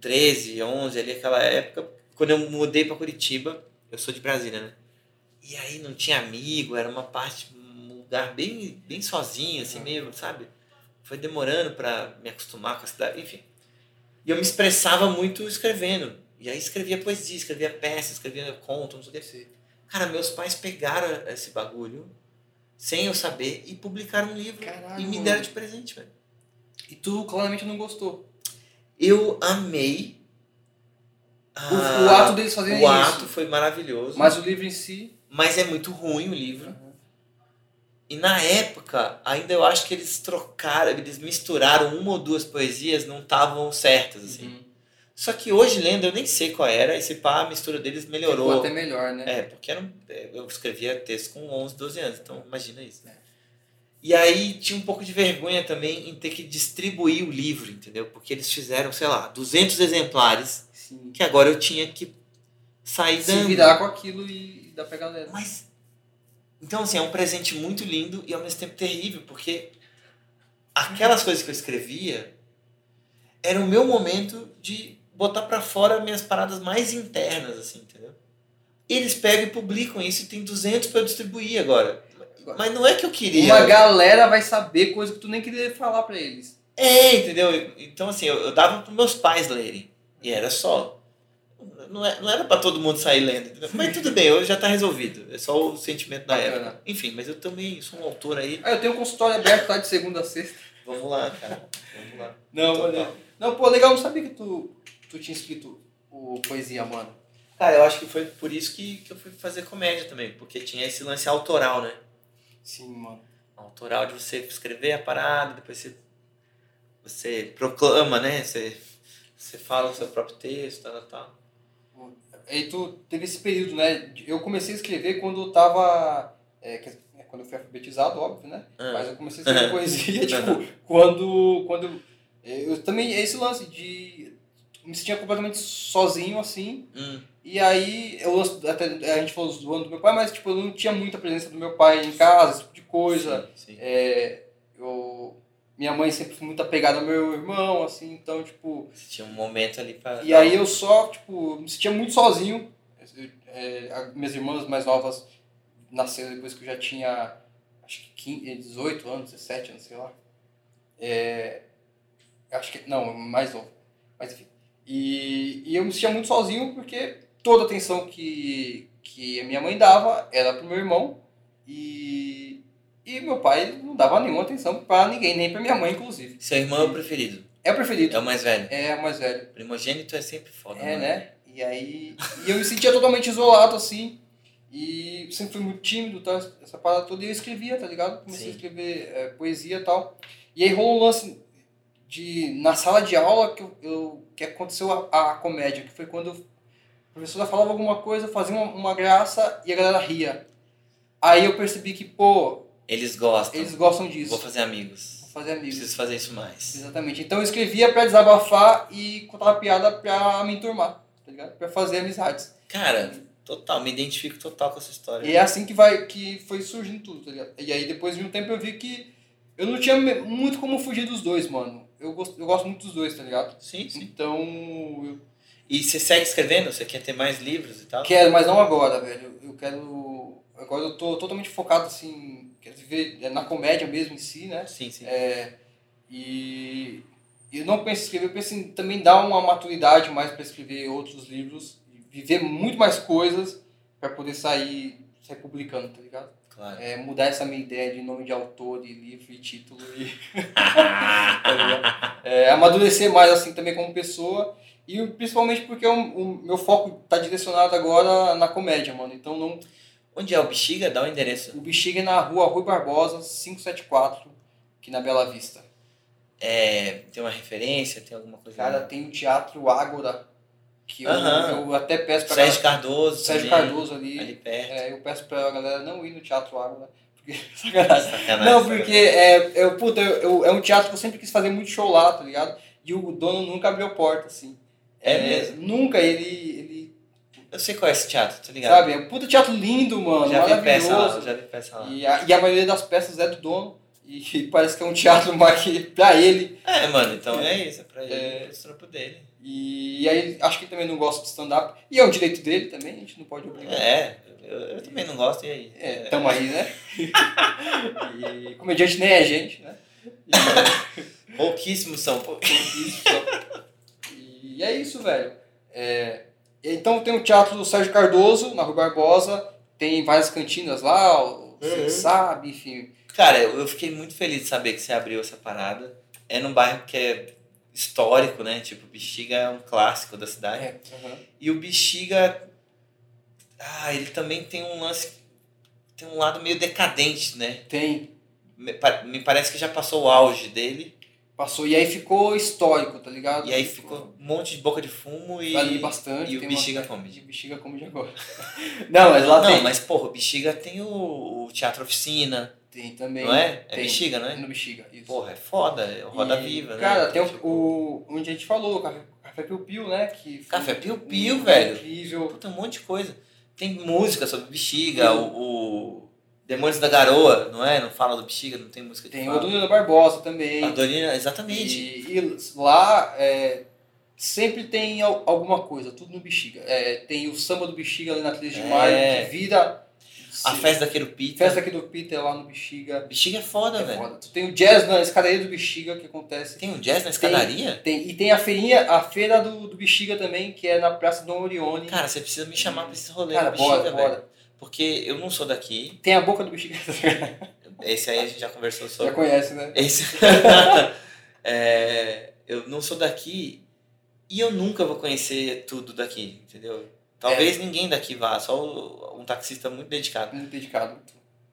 [SPEAKER 5] 13, 11, ali aquela época, quando eu mudei para Curitiba, eu sou de Brasília, né? E aí não tinha amigo, era uma parte, um lugar bem, bem sozinho, assim mesmo, sabe? Foi demorando para me acostumar com a cidade, enfim. E eu me expressava muito escrevendo. E aí escrevia poesia, escrevia peça, escrevia conto, não sei o que. Cara, meus pais pegaram esse bagulho sem eu saber e publicaram um livro
[SPEAKER 3] Caralho,
[SPEAKER 5] e me
[SPEAKER 3] mano.
[SPEAKER 5] deram de presente, velho.
[SPEAKER 3] tipo, E tu claramente não gostou.
[SPEAKER 5] Eu amei.
[SPEAKER 3] O, o ato deles fazerem
[SPEAKER 5] Ah, O
[SPEAKER 3] isso.
[SPEAKER 5] ato foi maravilhoso. Mas,
[SPEAKER 3] Mas o livro em si.
[SPEAKER 5] é muito ruim o livro. E na época, ainda eu acho que eles trocaram, eles misturaram uma ou duas poesias, não estavam certas, assim.
[SPEAKER 3] Uhum.
[SPEAKER 5] Só que hoje, lendo, eu nem sei qual era. Esse pá, a mistura deles
[SPEAKER 3] Ficou
[SPEAKER 5] melhorou.
[SPEAKER 3] até melhor, né?
[SPEAKER 5] É, porque era um- é, eu escrevia texto com 11, 12 anos, então imagina isso.
[SPEAKER 3] É.
[SPEAKER 5] E aí tinha um pouco de vergonha também em ter que distribuir o livro, entendeu? Porque eles fizeram, sei lá, 200 exemplares,
[SPEAKER 3] Sim.
[SPEAKER 5] que agora eu tinha que sair
[SPEAKER 3] Assim, Se
[SPEAKER 5] dando.
[SPEAKER 3] virar com aquilo e dar pra galera.
[SPEAKER 5] Mas. Então, assim, é um presente muito lindo e ao mesmo tempo terrível, porque aquelas coisas que eu escrevia era o meu momento de botar pra fora minhas paradas mais internas, assim, entendeu? Eles pegam e publicam isso e tem 200 pra eu distribuir agora. Mas não é que eu queria.
[SPEAKER 3] Uma galera vai saber coisa que tu nem queria falar pra eles.
[SPEAKER 5] É, entendeu? Então, assim, eu, eu dava pros meus pais lerem. E era só. Não, é- não era pra todo mundo sair lendo. entendeu? Mas tudo bem, hoje já tá resolvido. É só o sentimento da
[SPEAKER 3] Bacana.
[SPEAKER 5] época. Enfim, mas eu também sou um autor aí.
[SPEAKER 3] Ah, eu tenho um consultório aberto lá de segunda a sexta.
[SPEAKER 5] Vamos lá, cara. Vamos lá.
[SPEAKER 3] Não,
[SPEAKER 5] Total.
[SPEAKER 3] olha. Não, pô, legal, não sabia que tu, tu tinha escrito o poesia, mano.
[SPEAKER 5] Cara, eu acho que foi por isso que, que eu fui fazer comédia também. Porque tinha esse lance autoral, né?
[SPEAKER 3] Sim, mano.
[SPEAKER 5] Autoral de você escrever a parada, depois você, você proclama, né? Você, você fala o seu próprio texto, tal, tal, tal.
[SPEAKER 3] E tu teve esse período, né? de- Eu comecei a escrever quando eu tava. é, quer dizer, né, quando eu fui alfabetizado, óbvio, né?
[SPEAKER 5] Ah.
[SPEAKER 3] Mas eu comecei a escrever
[SPEAKER 5] Ah.
[SPEAKER 3] poesia, [LAUGHS] tipo, quando. quando eu, é, eu também. É esse lance de. Me sentia completamente sozinho, assim.
[SPEAKER 5] Hum.
[SPEAKER 3] E aí, eu, até, é, a gente falou zoando do meu pai, mas tipo, eu não tinha muita presença do meu pai em casa, esse tipo de coisa.
[SPEAKER 5] Sim, sim.
[SPEAKER 3] É, eu, minha mãe sempre foi muito apegada ao meu irmão, assim, então, tipo.
[SPEAKER 5] Você tinha um momento ali pra.
[SPEAKER 3] E aí eu só, tipo, me sentia muito sozinho. Eu- é, a- minhas irmãs mais novas nasceram depois que eu já tinha, acho que 15, 18 anos, 17 anos, sei lá. É, acho que, não, mais novo. Mas enfim. E, e eu me sentia muito sozinho porque toda a atenção que, que a minha mãe dava era pro meu irmão e, e meu pai não dava nenhuma atenção pra ninguém, nem pra minha mãe, inclusive.
[SPEAKER 5] Seu irmão é o preferido.
[SPEAKER 3] É o preferido.
[SPEAKER 5] É o mais velho.
[SPEAKER 3] É o mais velho.
[SPEAKER 5] Primogênito é sempre foda.
[SPEAKER 3] É,
[SPEAKER 5] mano.
[SPEAKER 3] né? E aí. E eu me sentia totalmente isolado, assim. E sempre fui muito tímido, tá? Essa parada toda. E eu escrevia, tá ligado? Comecei a
[SPEAKER 5] Sim.
[SPEAKER 3] escrever é, poesia e tal. E aí rolou um lance de. Na sala de aula que, eu- eu, que aconteceu a, a comédia, que foi quando a professora falava alguma coisa, fazia uma, uma graça e a galera ria. Aí eu percebi que, pô,
[SPEAKER 5] Eles gostam.
[SPEAKER 3] eles gostam disso.
[SPEAKER 5] Vou fazer amigos.
[SPEAKER 3] Vou fazer amigos.
[SPEAKER 5] Preciso fazer isso mais.
[SPEAKER 3] Exatamente. Então eu escrevia pra desabafar e contava piada pra me enturmar, tá ligado? Pra fazer amizades.
[SPEAKER 5] Cara, total, me identifico total com essa história.
[SPEAKER 3] E é assim que vai que foi surgindo tudo, tá ligado? E aí depois de um tempo eu vi que eu não tinha me- muito como fugir dos dois, mano. Eu gosto, eu gosto muito dos dois, tá ligado?
[SPEAKER 5] Sim, sim.
[SPEAKER 3] Então, eu
[SPEAKER 5] E você segue escrevendo? Você quer ter mais livros e tal?
[SPEAKER 3] quero, mas não agora, velho. Eu quero agora eu tô totalmente focado assim, quero viver na comédia mesmo em si, né?
[SPEAKER 5] Sim, sim.
[SPEAKER 3] E eu não penso em escrever, eu penso em também dar uma maturidade mais para escrever outros livros, viver muito mais coisas para poder sair republicano, tá ligado?
[SPEAKER 5] Claro.
[SPEAKER 3] É, mudar essa minha ideia de nome de autor, de livro e título e tá ligado? É, amadurecer mais assim também como pessoa e principalmente porque o, o meu foco tá direcionado agora na comédia, mano. Então não
[SPEAKER 5] Onde é o Bexiga? Dá o endereço.
[SPEAKER 3] o bexiga é na rua Rui Barbosa 574 aqui na Bela Vista.
[SPEAKER 5] É, tem uma referência, tem alguma coisa.
[SPEAKER 3] Cara, tem o Teatro Ágora que eu,
[SPEAKER 5] Uhum. Aham.
[SPEAKER 3] eu até peço pra
[SPEAKER 5] Sérgio né?
[SPEAKER 3] galera-
[SPEAKER 5] Cardoso.
[SPEAKER 3] Sérgio
[SPEAKER 5] também,
[SPEAKER 3] Cardoso ali,
[SPEAKER 5] Ali perto.
[SPEAKER 3] é, eu peço pra galera não ir no Teatro Ágora porque [LAUGHS] sacanagem.
[SPEAKER 5] [LAUGHS] Sacanagem,
[SPEAKER 3] Não,
[SPEAKER 5] sacanagem.
[SPEAKER 3] porque é, eu, puta, eu- eu- é um teatro que eu sempre quis fazer muito show lá, tá ligado? E o dono nunca abriu porta, assim.
[SPEAKER 5] É mesmo.
[SPEAKER 3] Nunca, ele. ele
[SPEAKER 5] Eu sei qual é esse teatro, tá ligado?
[SPEAKER 3] sabe, é um puta teatro lindo, mano.
[SPEAKER 5] já vi peça lá,
[SPEAKER 3] maravilhoso.
[SPEAKER 5] já vi peça lá.
[SPEAKER 3] E a, e a maioria das peças é do dono. E [LAUGHS] parece que é um teatro mais que pra ele.
[SPEAKER 5] É, mano, então é isso, é pra ele,
[SPEAKER 3] É.
[SPEAKER 5] é esse trampo dele.
[SPEAKER 3] E, aí acho que ele também não gosta de stand-up. E é um direito dele também, a gente não pode obrigar.
[SPEAKER 5] É, eu, eu também não gosto, e aí?
[SPEAKER 3] É, tamo aí, né? [LAUGHS] e comediante nem é gente, né? E-
[SPEAKER 5] Pouquíssimos são. pou-
[SPEAKER 3] Isso. e é isso, velho. É, então tem o Teatro do Sérgio Cardoso, na Rua Barbosa, tem várias cantinas lá, o- você
[SPEAKER 5] Uhum.
[SPEAKER 3] sabe, enfim.
[SPEAKER 5] Cara, eu, eu fiquei muito feliz de saber que você abriu essa parada. É num bairro que é histórico, né? Tipo, Bexiga é um clássico da cidade.
[SPEAKER 3] É, aham.
[SPEAKER 5] E o Bexiga. Ah, ele também tem um lance. Tem um lado meio decadente, né?
[SPEAKER 3] Tem.
[SPEAKER 5] Me, pa- me parece que já passou o auge dele.
[SPEAKER 3] Passou. E aí ficou histórico, tá ligado?
[SPEAKER 5] E aí ficou um monte de boca de fumo e.
[SPEAKER 3] ali bastante.
[SPEAKER 5] e o
[SPEAKER 3] tem
[SPEAKER 5] Bexiga
[SPEAKER 3] uma...
[SPEAKER 5] Comedy.
[SPEAKER 3] o Bexiga Comedy agora. [LAUGHS] Não, mas lá
[SPEAKER 5] não,
[SPEAKER 3] tem.
[SPEAKER 5] mas porra, o Bexiga tem o, o Teatro Oficina,
[SPEAKER 3] Tem também.
[SPEAKER 5] não é? É
[SPEAKER 3] tem.
[SPEAKER 5] Bexiga, não
[SPEAKER 3] É
[SPEAKER 5] é?
[SPEAKER 3] No Bexiga, isso.
[SPEAKER 5] Porra, é foda, é o Roda
[SPEAKER 3] E,
[SPEAKER 5] Viva, né?
[SPEAKER 3] Cara, tem um
[SPEAKER 5] Tipo,
[SPEAKER 3] o, o... Onde a gente falou, o Café, Café Piu Piu, né? Que foi
[SPEAKER 5] Café Piu Piu,
[SPEAKER 3] um-
[SPEAKER 5] velho.
[SPEAKER 3] Incrível.
[SPEAKER 5] Puta, um monte de coisa. Tem música sobre Bexiga, o, o Demônios da Garoa, não é? Não fala do Bexiga, não tem música que
[SPEAKER 3] Tem um o
[SPEAKER 5] fala.
[SPEAKER 3] Dona Barbosa também.
[SPEAKER 5] A Dorina, exatamente.
[SPEAKER 3] E, e lá é, sempre tem al- alguma coisa, tudo no Bexiga. É, tem o samba do Bexiga ali na 3 de
[SPEAKER 5] É.
[SPEAKER 3] maio, que vira.
[SPEAKER 5] A
[SPEAKER 3] se-
[SPEAKER 5] festa daquele Peter.
[SPEAKER 3] festa aqui do Peter lá no Bexiga.
[SPEAKER 5] Bexiga é foda,
[SPEAKER 3] É
[SPEAKER 5] velho.
[SPEAKER 3] foda. Tu tem o jazz na escadaria do Bexiga que acontece.
[SPEAKER 5] Tem um jazz na escadaria?
[SPEAKER 3] Tem- e tem a feirinha, a feira do, do Bexiga também, que é na Praça Dom Orione.
[SPEAKER 5] Cara, você precisa me chamar pra esse rolê do
[SPEAKER 3] Cara,
[SPEAKER 5] Bexiga,
[SPEAKER 3] bora,
[SPEAKER 5] velho.
[SPEAKER 3] bora.
[SPEAKER 5] Porque eu não sou daqui.
[SPEAKER 3] Tem a boca do Bexiga. [LAUGHS]
[SPEAKER 5] Esse aí a gente já conversou sobre.
[SPEAKER 3] Já conhece, né?
[SPEAKER 5] Esse... [LAUGHS] É, eu não sou daqui e eu nunca vou conhecer tudo daqui, entendeu?
[SPEAKER 3] É.
[SPEAKER 5] Talvez ninguém daqui vá, só o- um taxista muito dedicado.
[SPEAKER 3] Muito dedicado.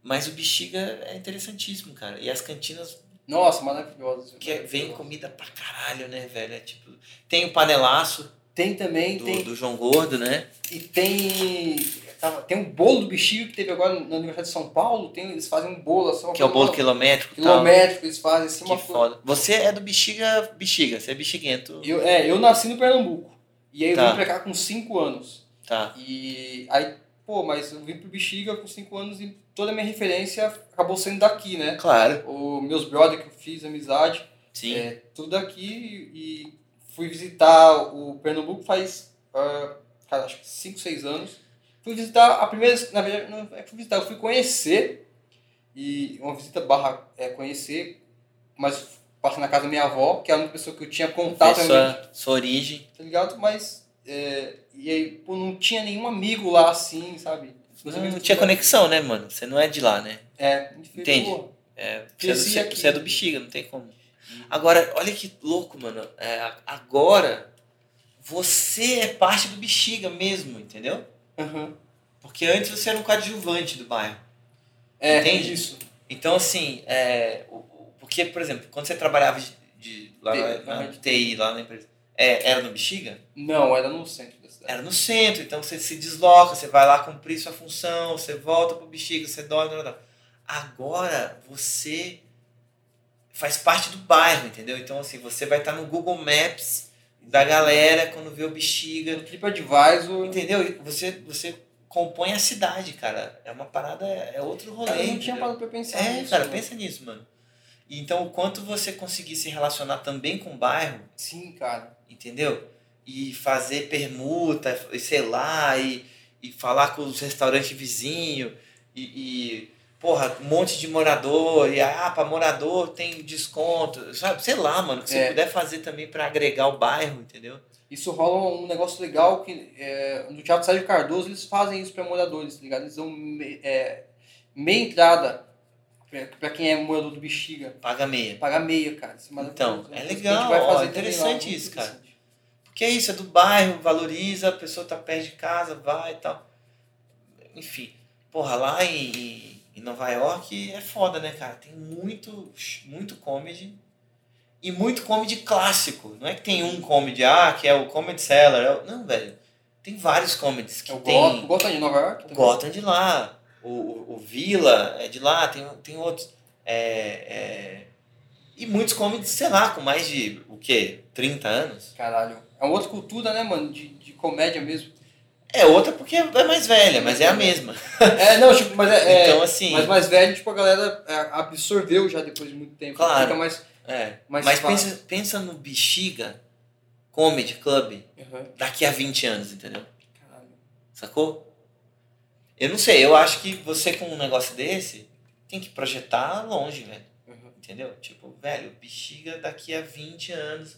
[SPEAKER 5] Mas o Bexiga é interessantíssimo, cara. E as cantinas
[SPEAKER 3] Nossa, maravilhoso.
[SPEAKER 5] que é- vem comida pra caralho, né, velho? É tipo, tem o panelaço
[SPEAKER 3] Tem também,
[SPEAKER 5] do,
[SPEAKER 3] tem
[SPEAKER 5] do João Gordo, né?
[SPEAKER 3] E tem. tava- tem um bolo do bexiga que teve agora na Universidade de São Paulo. Tem, eles fazem um bolo assim. uma
[SPEAKER 5] Que é o
[SPEAKER 3] coisa-
[SPEAKER 5] bolo quilométrico e tal.
[SPEAKER 3] quilométrico, eles fazem assim
[SPEAKER 5] Que
[SPEAKER 3] uma coisa.
[SPEAKER 5] foda. Você é do Bexiga, Bexiga, você é bexiguento.
[SPEAKER 3] Eu, é, eu nasci no Pernambuco. E aí eu
[SPEAKER 5] Tá.
[SPEAKER 3] vim pra cá com 5 anos.
[SPEAKER 5] Tá.
[SPEAKER 3] E aí, pô, mas eu vim pro bexiga com 5 anos e toda a minha referência acabou sendo daqui, né?
[SPEAKER 5] Claro.
[SPEAKER 3] Os meus brothers que eu fiz amizade,
[SPEAKER 5] Sim.
[SPEAKER 3] é, tudo daqui. E fui visitar o Pernambuco faz, ah, cara, acho que 5, 6 anos. Fui visitar a primeira, na verdade, não é que fui visitar, eu fui conhecer. E uma visita barra é conhecer, mas passei na casa da minha avó, que era uma pessoa que eu tinha
[SPEAKER 5] Vê
[SPEAKER 3] contato, realmente,
[SPEAKER 5] É sua, sua origem.
[SPEAKER 3] tá ligado? Mas, é, e aí, pô, não tinha nenhum amigo lá assim, sabe? Meus
[SPEAKER 5] Ah, Não,
[SPEAKER 3] amigos
[SPEAKER 5] não tinha
[SPEAKER 3] tudo-
[SPEAKER 5] conexão, né, mano? Você não é de lá, né?
[SPEAKER 3] É, enfim,
[SPEAKER 5] Entende?
[SPEAKER 3] pô,
[SPEAKER 5] É, você, é do,
[SPEAKER 3] Cresci
[SPEAKER 5] você-
[SPEAKER 3] aqui.
[SPEAKER 5] você é do bexiga, não tem como. Agora, olha que louco, mano. É, a- agora, você é parte do bexiga mesmo, entendeu?
[SPEAKER 3] aham.
[SPEAKER 5] Porque antes você era um coadjuvante do bairro.
[SPEAKER 3] É,
[SPEAKER 5] Entende?
[SPEAKER 3] isso.
[SPEAKER 5] Então, assim, é, o- o- porque, por exemplo, quando você trabalhava de, de- lá
[SPEAKER 3] T-
[SPEAKER 5] na- na,
[SPEAKER 3] trabalho de
[SPEAKER 5] TI, lá na empresa, é, era no bexiga?
[SPEAKER 3] Não, era no centro da cidade.
[SPEAKER 5] Era no centro, então você se desloca, você vai lá cumprir sua função, você volta pro bexiga, você dorme, blá, blá, blá. Agora você faz parte do bairro, entendeu? Então assim, você vai estar no Google Maps da galera quando vê o bexiga,
[SPEAKER 3] No Tipo, TripAdvisor,
[SPEAKER 5] entendeu? E Você, você compõe a cidade, cara. É uma parada, é outro rolê.
[SPEAKER 3] Cara, eu não tinha
[SPEAKER 5] entendeu?
[SPEAKER 3] parado pra pensar
[SPEAKER 5] É,
[SPEAKER 3] nisso,
[SPEAKER 5] cara,
[SPEAKER 3] né?
[SPEAKER 5] pensa nisso, mano. E Então, o quanto você conseguir se relacionar também com o bairro,
[SPEAKER 3] Sim, assim, cara.
[SPEAKER 5] entendeu? E fazer permuta, e sei lá, e, e falar com os restaurantes vizinhos, e, e, porra, um monte de morador, e ah, pra morador tem desconto, sabe? Sei lá, mano, que você
[SPEAKER 3] É.
[SPEAKER 5] puder fazer também pra agregar o bairro, entendeu?
[SPEAKER 3] Isso rola um negócio legal que é, no Teatro Sérgio Cardoso eles fazem isso para moradores, tá ligado? Eles dão me- é, meia entrada para quem é morador do Bexiga.
[SPEAKER 5] Paga meia.
[SPEAKER 3] Pagar meia, cara. Isso é maravilhoso.
[SPEAKER 5] Então, é
[SPEAKER 3] Isso que a gente
[SPEAKER 5] legal,
[SPEAKER 3] vai
[SPEAKER 5] ó,
[SPEAKER 3] fazer
[SPEAKER 5] interessante
[SPEAKER 3] também lá, muito
[SPEAKER 5] isso, cara.
[SPEAKER 3] interessante.
[SPEAKER 5] Porque é isso, é do bairro, valoriza, a pessoa tá perto de casa, vai e tal. Enfim, porra, lá em, em Nova York é foda, né, cara? Tem muito, muito comedy. E muito comedy clássico. Não é que tem um comedy, ah, que é o comedy seller. é o- Não, velho. Tem vários comedies que
[SPEAKER 3] É o
[SPEAKER 5] tem.
[SPEAKER 3] Gotham, Gotham de Nova York?
[SPEAKER 5] O
[SPEAKER 3] também.
[SPEAKER 5] Gotham é de lá. O, o, o Vila é de lá. Tem, tem outros. É, é, E muitos comedies, sei lá, com mais de, o quê? 30 anos?
[SPEAKER 3] Caralho. É uma outra cultura, né, mano? De, de comédia mesmo. [LAUGHS]
[SPEAKER 5] É outra porque é mais velha, mas é a mesma.
[SPEAKER 3] É, não, tipo, mas [LAUGHS] é. é,
[SPEAKER 5] então, assim...
[SPEAKER 3] mas mais velho, tipo, a galera é, absorveu já depois de muito tempo.
[SPEAKER 5] Claro.
[SPEAKER 3] Fica mais.
[SPEAKER 5] é.
[SPEAKER 3] mas
[SPEAKER 5] Mas,
[SPEAKER 3] fácil.
[SPEAKER 5] pensa, pensa no Bexiga Comedy Club
[SPEAKER 3] Uhum.
[SPEAKER 5] daqui a 20 anos, entendeu?
[SPEAKER 3] Caralho.
[SPEAKER 5] Sacou? Eu não sei, eu acho que você com um negócio desse tem que projetar longe, velho.
[SPEAKER 3] Uhum.
[SPEAKER 5] Entendeu? Tipo, velho, bexiga daqui a 20 anos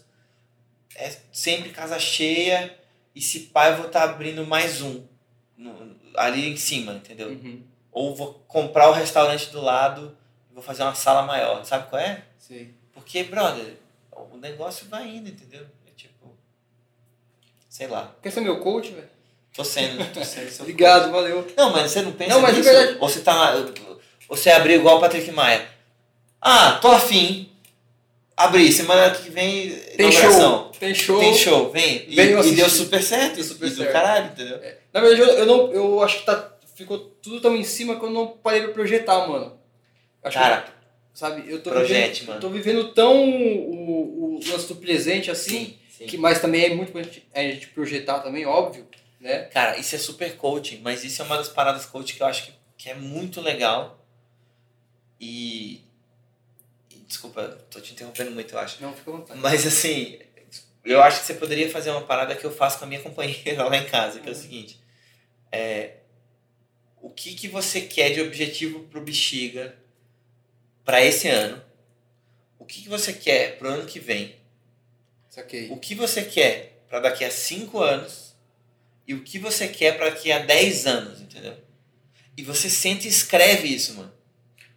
[SPEAKER 5] é sempre casa cheia e se pá, eu vou estar abrindo mais um no- ali em cima, entendeu?
[SPEAKER 3] Uhum.
[SPEAKER 5] Ou vou comprar o restaurante do lado e vou fazer uma sala maior, sabe qual é?
[SPEAKER 3] Sei.
[SPEAKER 5] Porque, brother, o negócio vai indo, entendeu? É tipo, sei lá,
[SPEAKER 3] Quer ser meu coach, velho?
[SPEAKER 5] tô sendo, tô sendo seu
[SPEAKER 3] Obrigado, valeu.
[SPEAKER 5] não, mas você não pensa
[SPEAKER 3] Não, mas de
[SPEAKER 5] nisso?
[SPEAKER 3] verdade-
[SPEAKER 5] Ou você tá. Ou você abriu igual o Patrick Maia. Ah, tô afim. Abri, semana que vem.
[SPEAKER 3] Tem
[SPEAKER 5] inauguração.
[SPEAKER 3] show. Tem show.
[SPEAKER 5] Tem show, vem. E,
[SPEAKER 3] Venham
[SPEAKER 5] e
[SPEAKER 3] assistir.
[SPEAKER 5] deu super certo.
[SPEAKER 3] Deu
[SPEAKER 5] E
[SPEAKER 3] super
[SPEAKER 5] do
[SPEAKER 3] certo. É,
[SPEAKER 5] caralho, entendeu?
[SPEAKER 3] Na verdade, eu, eu não. Eu acho que tá. Ficou tudo tão em cima que eu não parei pra projetar, mano. Acho que-
[SPEAKER 5] Cara,
[SPEAKER 3] sabe? Eu tô
[SPEAKER 5] projete,
[SPEAKER 3] vivendo,
[SPEAKER 5] mano.
[SPEAKER 3] tô vivendo tão o, o lance do presente assim,
[SPEAKER 5] sim, sim.
[SPEAKER 3] que mas também é muito bom a gente, a gente projetar também, óbvio, né?
[SPEAKER 5] Cara, isso é super coaching, mas isso é uma das paradas coaching que eu acho que, que é muito legal. E. e Desculpa, tô te interrompendo muito, eu acho.
[SPEAKER 3] Não fica à vontade.
[SPEAKER 5] Mas assim, eu acho que você poderia fazer uma parada que eu faço com a minha [LAUGHS] companheira lá em casa, que é o seguinte. é, o que, que você quer de objetivo pro Bexiga para esse ano? O que, que você quer pro ano que vem?
[SPEAKER 3] Saquei.
[SPEAKER 5] O que você quer para daqui a 5 anos? E o que você quer para daqui a 10 anos, entendeu? E você sente e escreve isso, mano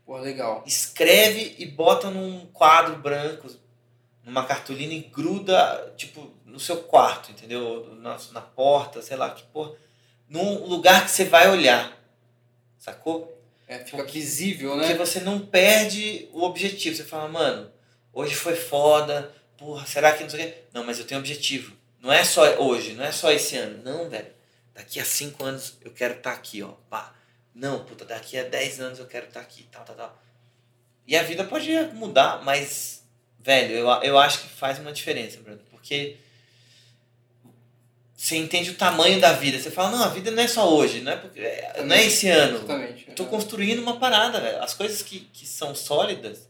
[SPEAKER 3] Pô, legal.
[SPEAKER 5] escreve e bota num quadro branco, numa cartolina e gruda, tipo, no seu quarto, entendeu? Na, na porta, sei lá, que porra. Num lugar que você vai olhar, sacou?
[SPEAKER 3] É, fica visível,
[SPEAKER 5] Porque
[SPEAKER 3] né?
[SPEAKER 5] você não perde o objetivo. Você fala, mano, hoje foi foda, porra, será que não sei o quê? Não, mas eu tenho objetivo. Não é só hoje, não é só esse ano. Não, velho. Daqui a cinco anos eu quero estar aqui, ó. Pá. Não, puta, daqui a 10 anos eu quero estar aqui, tal, tal, tal. E a vida pode mudar, mas, velho, eu, eu acho que faz uma diferença, Bruno. Porque você entende o tamanho da vida. Você fala, não, a vida não é só hoje, não é, porque, é- não é esse ano.
[SPEAKER 3] Exatamente.
[SPEAKER 5] Eu tô
[SPEAKER 3] é.
[SPEAKER 5] construindo uma parada, velho. As coisas que, que são sólidas,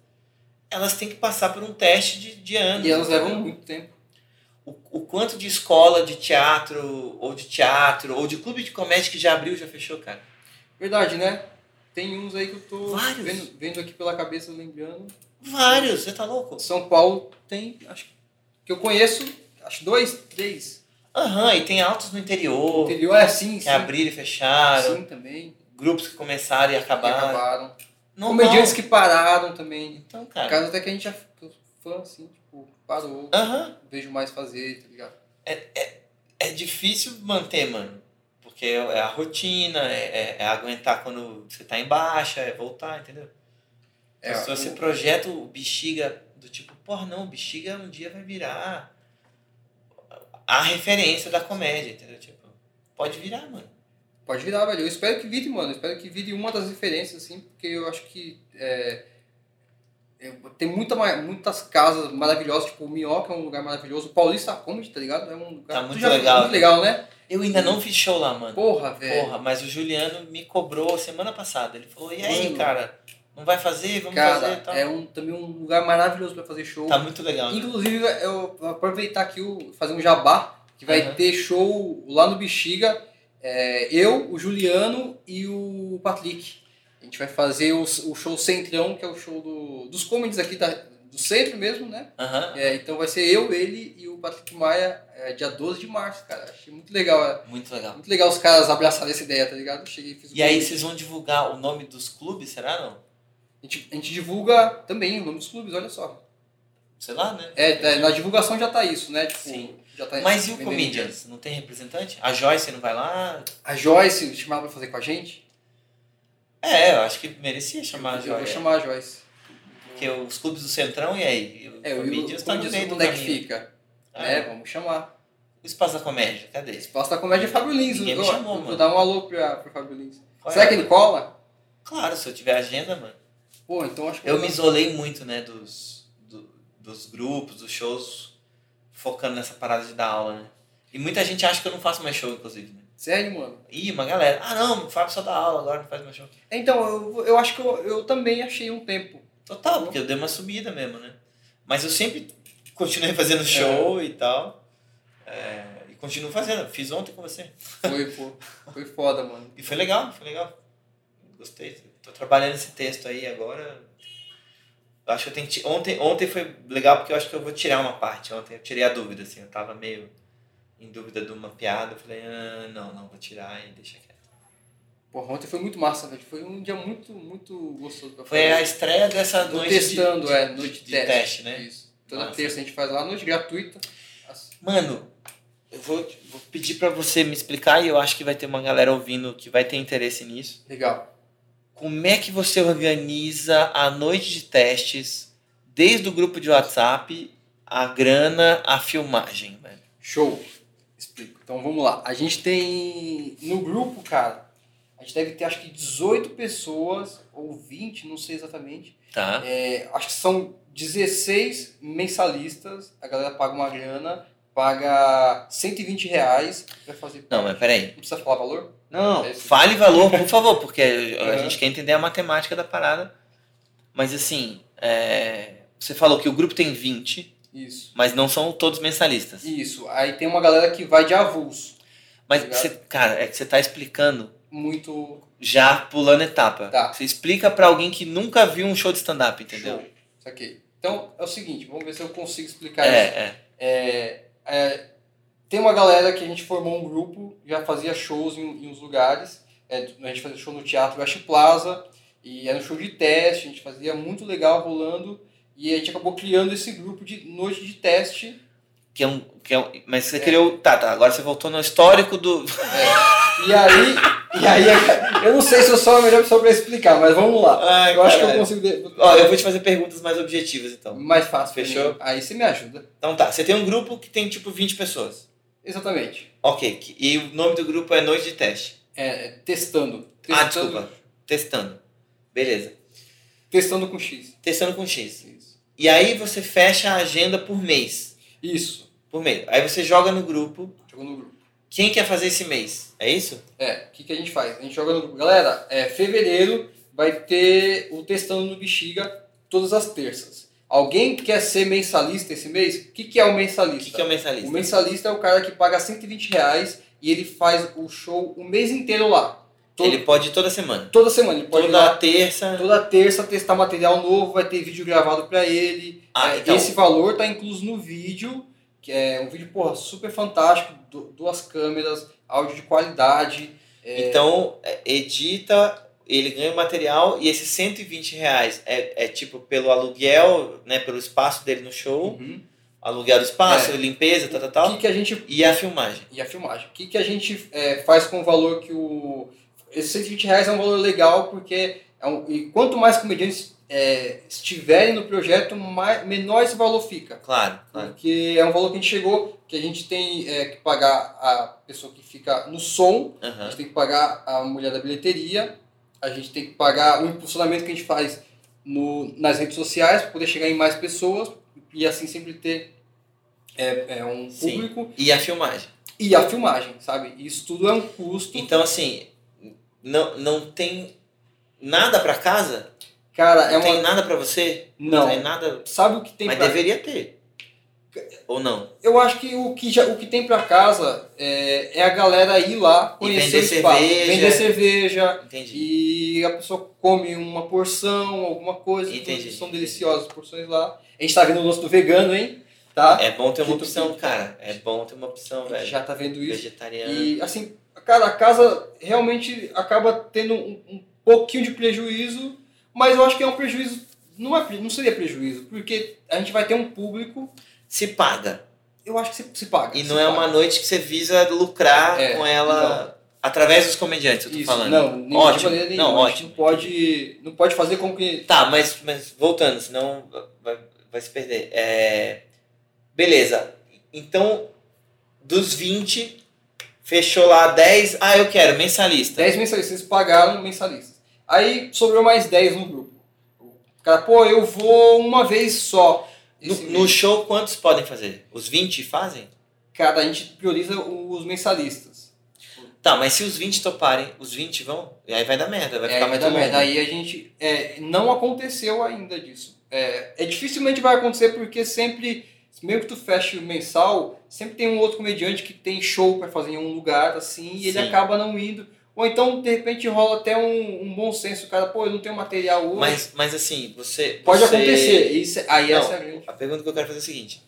[SPEAKER 5] elas têm que passar por um teste de, de anos.
[SPEAKER 3] E elas
[SPEAKER 5] né?
[SPEAKER 3] levam muito tempo.
[SPEAKER 5] o, o quanto de escola, de teatro, ou de teatro, ou de clube de comédia que já abriu, já fechou, cara.
[SPEAKER 3] Verdade, né? Tem uns aí que eu tô
[SPEAKER 5] Vários.
[SPEAKER 3] vendo, vendo aqui pela cabeça, lembrando.
[SPEAKER 5] Vários, você tá louco?
[SPEAKER 3] São Paulo tem, acho que eu conheço, acho dois, três.
[SPEAKER 5] Aham, e tem altos no interior,
[SPEAKER 3] Interior é assim,
[SPEAKER 5] que
[SPEAKER 3] sim.
[SPEAKER 5] abriram e fecharam,
[SPEAKER 3] Sim, também. que
[SPEAKER 5] grupos que começaram e acabaram.
[SPEAKER 3] acabaram.
[SPEAKER 5] Normal.
[SPEAKER 3] Comediantes que pararam também.
[SPEAKER 5] Então,
[SPEAKER 3] Cara.
[SPEAKER 5] cara.
[SPEAKER 3] até que a gente já ficou fã, assim, tipo, parou,
[SPEAKER 5] Aham.
[SPEAKER 3] não vejo mais fazer, tá ligado?
[SPEAKER 5] É difícil manter, mano. Porque é a rotina, é, é- é aguentar quando você tá em baixa, é voltar, entendeu?
[SPEAKER 3] É,
[SPEAKER 5] se você
[SPEAKER 3] o-
[SPEAKER 5] projeta o bexiga do tipo, porra, não, o bexiga um dia vai virar a referência da comédia, entendeu? Tipo, pode virar, mano.
[SPEAKER 3] Pode virar, velho. Eu espero que vire, mano. Eu espero que vire uma das referências, assim, porque eu acho que é, eu- tem muita, ma- muitas casas maravilhosas, tipo, o Minhoca é um lugar maravilhoso, o Paulista Comedy, tá ligado? É um lugar
[SPEAKER 5] Tá
[SPEAKER 3] tu
[SPEAKER 5] muito
[SPEAKER 3] já-
[SPEAKER 5] legal,
[SPEAKER 3] muito legal, né?
[SPEAKER 5] Eu ainda não fiz show lá, mano.
[SPEAKER 3] Porra, velho.
[SPEAKER 5] Porra, mas o Juliano me cobrou semana passada. Ele falou, e aí,
[SPEAKER 3] Mano.
[SPEAKER 5] cara, não vai fazer? Vamos fazer
[SPEAKER 3] Cara,
[SPEAKER 5] e tal.
[SPEAKER 3] é um, também um lugar maravilhoso pra fazer show.
[SPEAKER 5] Tá muito legal. né?
[SPEAKER 3] Inclusive, eu vou aproveitar aqui o fazer um jabá, que vai
[SPEAKER 5] Aham.
[SPEAKER 3] ter show lá no Bexiga. É, eu, o Juliano e o Patrick. A gente vai fazer o, o show Centrão, que é o show do- dos comedies aqui da, do centro mesmo, né?
[SPEAKER 5] Aham.
[SPEAKER 3] É, então vai ser eu, ele e o Patrick Maia, é, dia 12 de março, cara. Achei muito legal.
[SPEAKER 5] Muito
[SPEAKER 3] é.
[SPEAKER 5] legal.
[SPEAKER 3] Muito legal os caras abraçarem essa ideia, tá ligado? Cheguei e fiz o
[SPEAKER 5] E aí
[SPEAKER 3] convite.
[SPEAKER 5] vocês vão divulgar o nome dos clubes, será não?
[SPEAKER 3] A gente, a gente divulga também o nome dos clubes, olha só.
[SPEAKER 5] Sei lá, né?
[SPEAKER 3] É, tá, na divulgação já tá isso, né? Tipo,
[SPEAKER 5] Sim.
[SPEAKER 3] Já tá
[SPEAKER 5] Mas e o
[SPEAKER 3] vendendo.
[SPEAKER 5] Comedians? Não tem representante? A Joyce não vai lá?
[SPEAKER 3] A Joyce chamaram pra fazer com a gente?
[SPEAKER 5] É, eu acho que merecia chamar a
[SPEAKER 3] eu vou
[SPEAKER 5] Joyce.
[SPEAKER 3] chamar a Joyce.
[SPEAKER 5] Porque os clubes do Centrão, e aí? O
[SPEAKER 3] É, eu e o
[SPEAKER 5] Comedians tá no
[SPEAKER 3] Comedians,
[SPEAKER 5] meio do
[SPEAKER 3] onde é que
[SPEAKER 5] caminho.
[SPEAKER 3] fica?
[SPEAKER 5] Ah,
[SPEAKER 3] É, vamos chamar.
[SPEAKER 5] O Espaço da Comédia, cadê?
[SPEAKER 3] Espaço da Comédia é Fábio Lins.
[SPEAKER 5] Ninguém
[SPEAKER 3] Eu,
[SPEAKER 5] me chamou,
[SPEAKER 3] eu,
[SPEAKER 5] mano.
[SPEAKER 3] vou dar um alô pra, pro Fábio Lins.
[SPEAKER 5] Qual
[SPEAKER 3] Será
[SPEAKER 5] é?
[SPEAKER 3] que ele cola?
[SPEAKER 5] Claro, se eu tiver agenda, mano.
[SPEAKER 3] Pô, então acho que
[SPEAKER 5] Eu me isolei muito, né, dos, do- dos grupos, dos shows, focando nessa parada de dar aula, né? E muita gente acha que eu não faço mais show, inclusive, né?
[SPEAKER 3] Sério, mano?
[SPEAKER 5] Ih, uma galera, ah não, o Fábio só dá aula, agora não faz mais show.
[SPEAKER 3] Então, eu, eu acho que eu, eu também achei um tempo.
[SPEAKER 5] Total, porque eu dei uma subida mesmo, né? Mas eu sempre continuei [LAUGHS] fazendo
[SPEAKER 3] É.
[SPEAKER 5] show e tal. É, e continuo fazendo. Fiz ontem com você.
[SPEAKER 3] Foi, pô.
[SPEAKER 5] [LAUGHS]
[SPEAKER 3] Foi foda, mano.
[SPEAKER 5] E foi legal, foi legal. Gostei. Tô trabalhando esse texto aí agora. Eu Acho que eu tenho que ti- ontem, ontem foi legal porque eu acho que eu vou tirar uma parte. Ontem eu tirei a dúvida, assim. Eu tava meio em dúvida de uma piada. Eu falei, ah, não, não, vou tirar e deixa quieto.
[SPEAKER 3] Porra, ontem foi muito massa, velho. Foi um dia muito, muito gostoso pra
[SPEAKER 5] Foi a
[SPEAKER 3] fazer.
[SPEAKER 5] estreia dessa
[SPEAKER 3] Tô
[SPEAKER 5] noite. de-
[SPEAKER 3] testando,
[SPEAKER 5] de,
[SPEAKER 3] é,
[SPEAKER 5] de-
[SPEAKER 3] noite
[SPEAKER 5] de teste, né?
[SPEAKER 3] Isso. Toda
[SPEAKER 5] Massa.
[SPEAKER 3] terça a gente faz lá, noite gratuita. As-
[SPEAKER 5] Mano, eu vou, vou pedir pra você me explicar e eu acho que vai ter uma galera ouvindo que vai ter interesse nisso.
[SPEAKER 3] Legal.
[SPEAKER 5] Como é que você organiza a noite de testes, desde o grupo de WhatsApp, a grana, a filmagem, velho?
[SPEAKER 3] Show. Explico. Então vamos lá. A gente tem no grupo, cara, a gente deve ter acho que 18 pessoas ou 20, não sei exatamente.
[SPEAKER 5] Tá.
[SPEAKER 3] É, acho que são 16 mensalistas, a galera paga uma grana, paga 120 reais pra fazer.
[SPEAKER 5] Não, mas peraí.
[SPEAKER 3] Não precisa falar valor? Não.
[SPEAKER 5] Fale valor, por favor, porque a
[SPEAKER 3] [LAUGHS] Uhum.
[SPEAKER 5] gente quer entender a matemática da parada. Mas assim, é, você falou que o grupo tem 20,
[SPEAKER 3] Isso.
[SPEAKER 5] mas não são todos mensalistas.
[SPEAKER 3] Isso. Aí tem uma galera que vai de avulso.
[SPEAKER 5] Mas,
[SPEAKER 3] Obrigado.
[SPEAKER 5] você, cara, é que você tá explicando
[SPEAKER 3] Muito
[SPEAKER 5] já pulando etapa.
[SPEAKER 3] Tá.
[SPEAKER 5] Você explica pra alguém que nunca viu um show de stand-up, entendeu?
[SPEAKER 3] show. Saquei. Então é o seguinte, vamos ver se eu consigo explicar isso.
[SPEAKER 5] É, é.
[SPEAKER 3] É, é, tem uma galera que a gente formou um grupo, já fazia shows em, em uns lugares. É, a gente fazia show no Teatro West Plaza, e era um show de teste, a gente fazia muito legal rolando. E a gente acabou criando esse grupo de noite de teste.
[SPEAKER 5] Que é um, que é um, mas você criou. Tá, tá. Agora você voltou no histórico do. [LAUGHS]
[SPEAKER 3] E aí, e aí, [LAUGHS] eu não sei se eu sou a melhor pessoa para explicar, mas vamos lá.
[SPEAKER 5] Ai,
[SPEAKER 3] Eu acho que eu
[SPEAKER 5] caralho.
[SPEAKER 3] consigo. de-
[SPEAKER 5] Ó, eu vou te fazer perguntas mais objetivas, então.
[SPEAKER 3] Mais fácil. pra mim.
[SPEAKER 5] Fechou?
[SPEAKER 3] Aí você me ajuda.
[SPEAKER 5] Então tá, você tem um grupo que tem tipo 20 pessoas.
[SPEAKER 3] Exatamente.
[SPEAKER 5] Ok. que- E o nome do grupo é Noite de Teste.
[SPEAKER 3] É, é, testando.
[SPEAKER 5] Ah,
[SPEAKER 3] Testando-
[SPEAKER 5] desculpa. Testando. Beleza.
[SPEAKER 3] Testando com X.
[SPEAKER 5] Testando com X.
[SPEAKER 3] Isso.
[SPEAKER 5] E aí você fecha a agenda por mês.
[SPEAKER 3] Isso.
[SPEAKER 5] Por mês. Aí você joga no grupo.
[SPEAKER 3] Jogou no grupo.
[SPEAKER 5] Quem quer fazer esse mês? É isso?
[SPEAKER 3] É, o que, que a gente faz? A gente joga no grupo. Galera, é, fevereiro vai ter o Testando no Bexiga todas as terças. Alguém quer ser mensalista esse mês? O que, que é o
[SPEAKER 5] O
[SPEAKER 3] mensalista?
[SPEAKER 5] que, que é o mensalista?
[SPEAKER 3] O mensalista é o cara que paga 120 reais e ele faz o show o mês inteiro lá. Todo-
[SPEAKER 5] Ele pode ir toda semana.
[SPEAKER 3] Toda semana, ele pode ir
[SPEAKER 5] Toda
[SPEAKER 3] lá.
[SPEAKER 5] terça.
[SPEAKER 3] Toda terça testar material novo, vai ter vídeo gravado pra ele.
[SPEAKER 5] Ah,
[SPEAKER 3] É,
[SPEAKER 5] então.
[SPEAKER 3] Esse valor tá incluso no vídeo, que é um vídeo, porra, super fantástico, du- duas câmeras, áudio de qualidade.
[SPEAKER 5] Então, é, edita, ele ganha o material e esses 120 reais é, é tipo pelo aluguel, né? Pelo espaço dele no show.
[SPEAKER 3] Uhum.
[SPEAKER 5] Aluguel do espaço,
[SPEAKER 3] É.
[SPEAKER 5] limpeza, tal, tal,
[SPEAKER 3] O
[SPEAKER 5] tal.
[SPEAKER 3] que, que a gente
[SPEAKER 5] E a filmagem.
[SPEAKER 3] e a filmagem? O que, que a gente é, faz com o valor que o esses 120 reais é um valor legal porque é um- e quanto mais comediantes é, estiverem no projeto, mais, menor esse valor fica.
[SPEAKER 5] Claro, claro.
[SPEAKER 3] Porque é um valor que a gente chegou, que a gente tem é, que pagar a pessoa que fica no som, a
[SPEAKER 5] Aham.
[SPEAKER 3] gente tem que pagar a mulher da bilheteria, a gente tem que pagar o impulsionamento que a gente faz no, nas redes sociais para poder chegar em mais pessoas e assim sempre ter é, é, um
[SPEAKER 5] Sim.
[SPEAKER 3] público
[SPEAKER 5] E a filmagem.
[SPEAKER 3] e a filmagem, sabe? Isso tudo é um custo.
[SPEAKER 5] Então, assim, não, não tem nada pra casa?
[SPEAKER 3] cara, é
[SPEAKER 5] Não tem
[SPEAKER 3] uma.
[SPEAKER 5] nada pra você? Não
[SPEAKER 3] Não.
[SPEAKER 5] tem nada.
[SPEAKER 3] Sabe o que tem
[SPEAKER 5] Mas
[SPEAKER 3] pra.
[SPEAKER 5] deveria ter. Ou não?
[SPEAKER 3] Eu acho que o que, já, o que tem pra casa é, é a galera ir lá
[SPEAKER 5] vender
[SPEAKER 3] conhecer o espaço.
[SPEAKER 5] cerveja.
[SPEAKER 3] Vender cerveja.
[SPEAKER 5] Entendi.
[SPEAKER 3] E a pessoa come uma porção, alguma coisa.
[SPEAKER 5] Entendi.
[SPEAKER 3] todas São deliciosas as porções lá. A gente tá vendo o lance do vegano, hein? Tá?
[SPEAKER 5] É bom ter uma
[SPEAKER 3] Que tu-
[SPEAKER 5] opção, cara. É bom ter uma opção,
[SPEAKER 3] a gente
[SPEAKER 5] velho.
[SPEAKER 3] já tá vendo isso.
[SPEAKER 5] Vegetariano.
[SPEAKER 3] E assim, cara, a casa realmente acaba tendo um, um pouquinho de prejuízo, mas eu acho que é um prejuízo. Não, é, pre- não seria prejuízo, porque a gente vai ter um público,
[SPEAKER 5] Se paga.
[SPEAKER 3] eu acho que se, se paga.
[SPEAKER 5] E
[SPEAKER 3] se
[SPEAKER 5] não é
[SPEAKER 3] paga.
[SPEAKER 5] uma noite que você visa lucrar
[SPEAKER 3] É,
[SPEAKER 5] com ela através dos comediantes, eu tô
[SPEAKER 3] Isso,
[SPEAKER 5] falando.
[SPEAKER 3] Não, nem- de
[SPEAKER 5] ótimo.
[SPEAKER 3] maneira nenhuma.
[SPEAKER 5] Não,
[SPEAKER 3] A gente
[SPEAKER 5] ótimo.
[SPEAKER 3] Não pode, não pode fazer com que.
[SPEAKER 5] Tá, mas, mas voltando, senão vai, vai se perder. É, Beleza. Então, dos 20, fechou lá 10. Ah, eu quero, mensalista.
[SPEAKER 3] 10 mensalistas pagaram mensalistas. Aí sobrou mais 10 no grupo. O cara, pô, eu vou uma vez só.
[SPEAKER 5] No,
[SPEAKER 3] Esse
[SPEAKER 5] no show, quantos podem fazer? Os 20 fazem?
[SPEAKER 3] Cara, a gente prioriza os mensalistas.
[SPEAKER 5] Tá, mas se os 20 toparem, os 20 vão? E aí vai dar merda, vai
[SPEAKER 3] É,
[SPEAKER 5] ficar
[SPEAKER 3] aí
[SPEAKER 5] muito
[SPEAKER 3] dá
[SPEAKER 5] longo.
[SPEAKER 3] merda. Aí a gente. é, não aconteceu ainda disso. É, é, dificilmente vai acontecer porque sempre. Mesmo que tu feche o mensal, sempre tem um outro comediante que tem show pra fazer em um lugar, assim, e ele
[SPEAKER 5] Sim.
[SPEAKER 3] acaba não indo. Ou então, de repente, rola até um, um bom senso, o cara, pô, eu não tenho material hoje.
[SPEAKER 5] Mas, mas assim, você...
[SPEAKER 3] Pode
[SPEAKER 5] você-
[SPEAKER 3] acontecer. Isso, aí
[SPEAKER 5] Não,
[SPEAKER 3] essa é a grande.
[SPEAKER 5] A pergunta que eu quero fazer é a seguinte.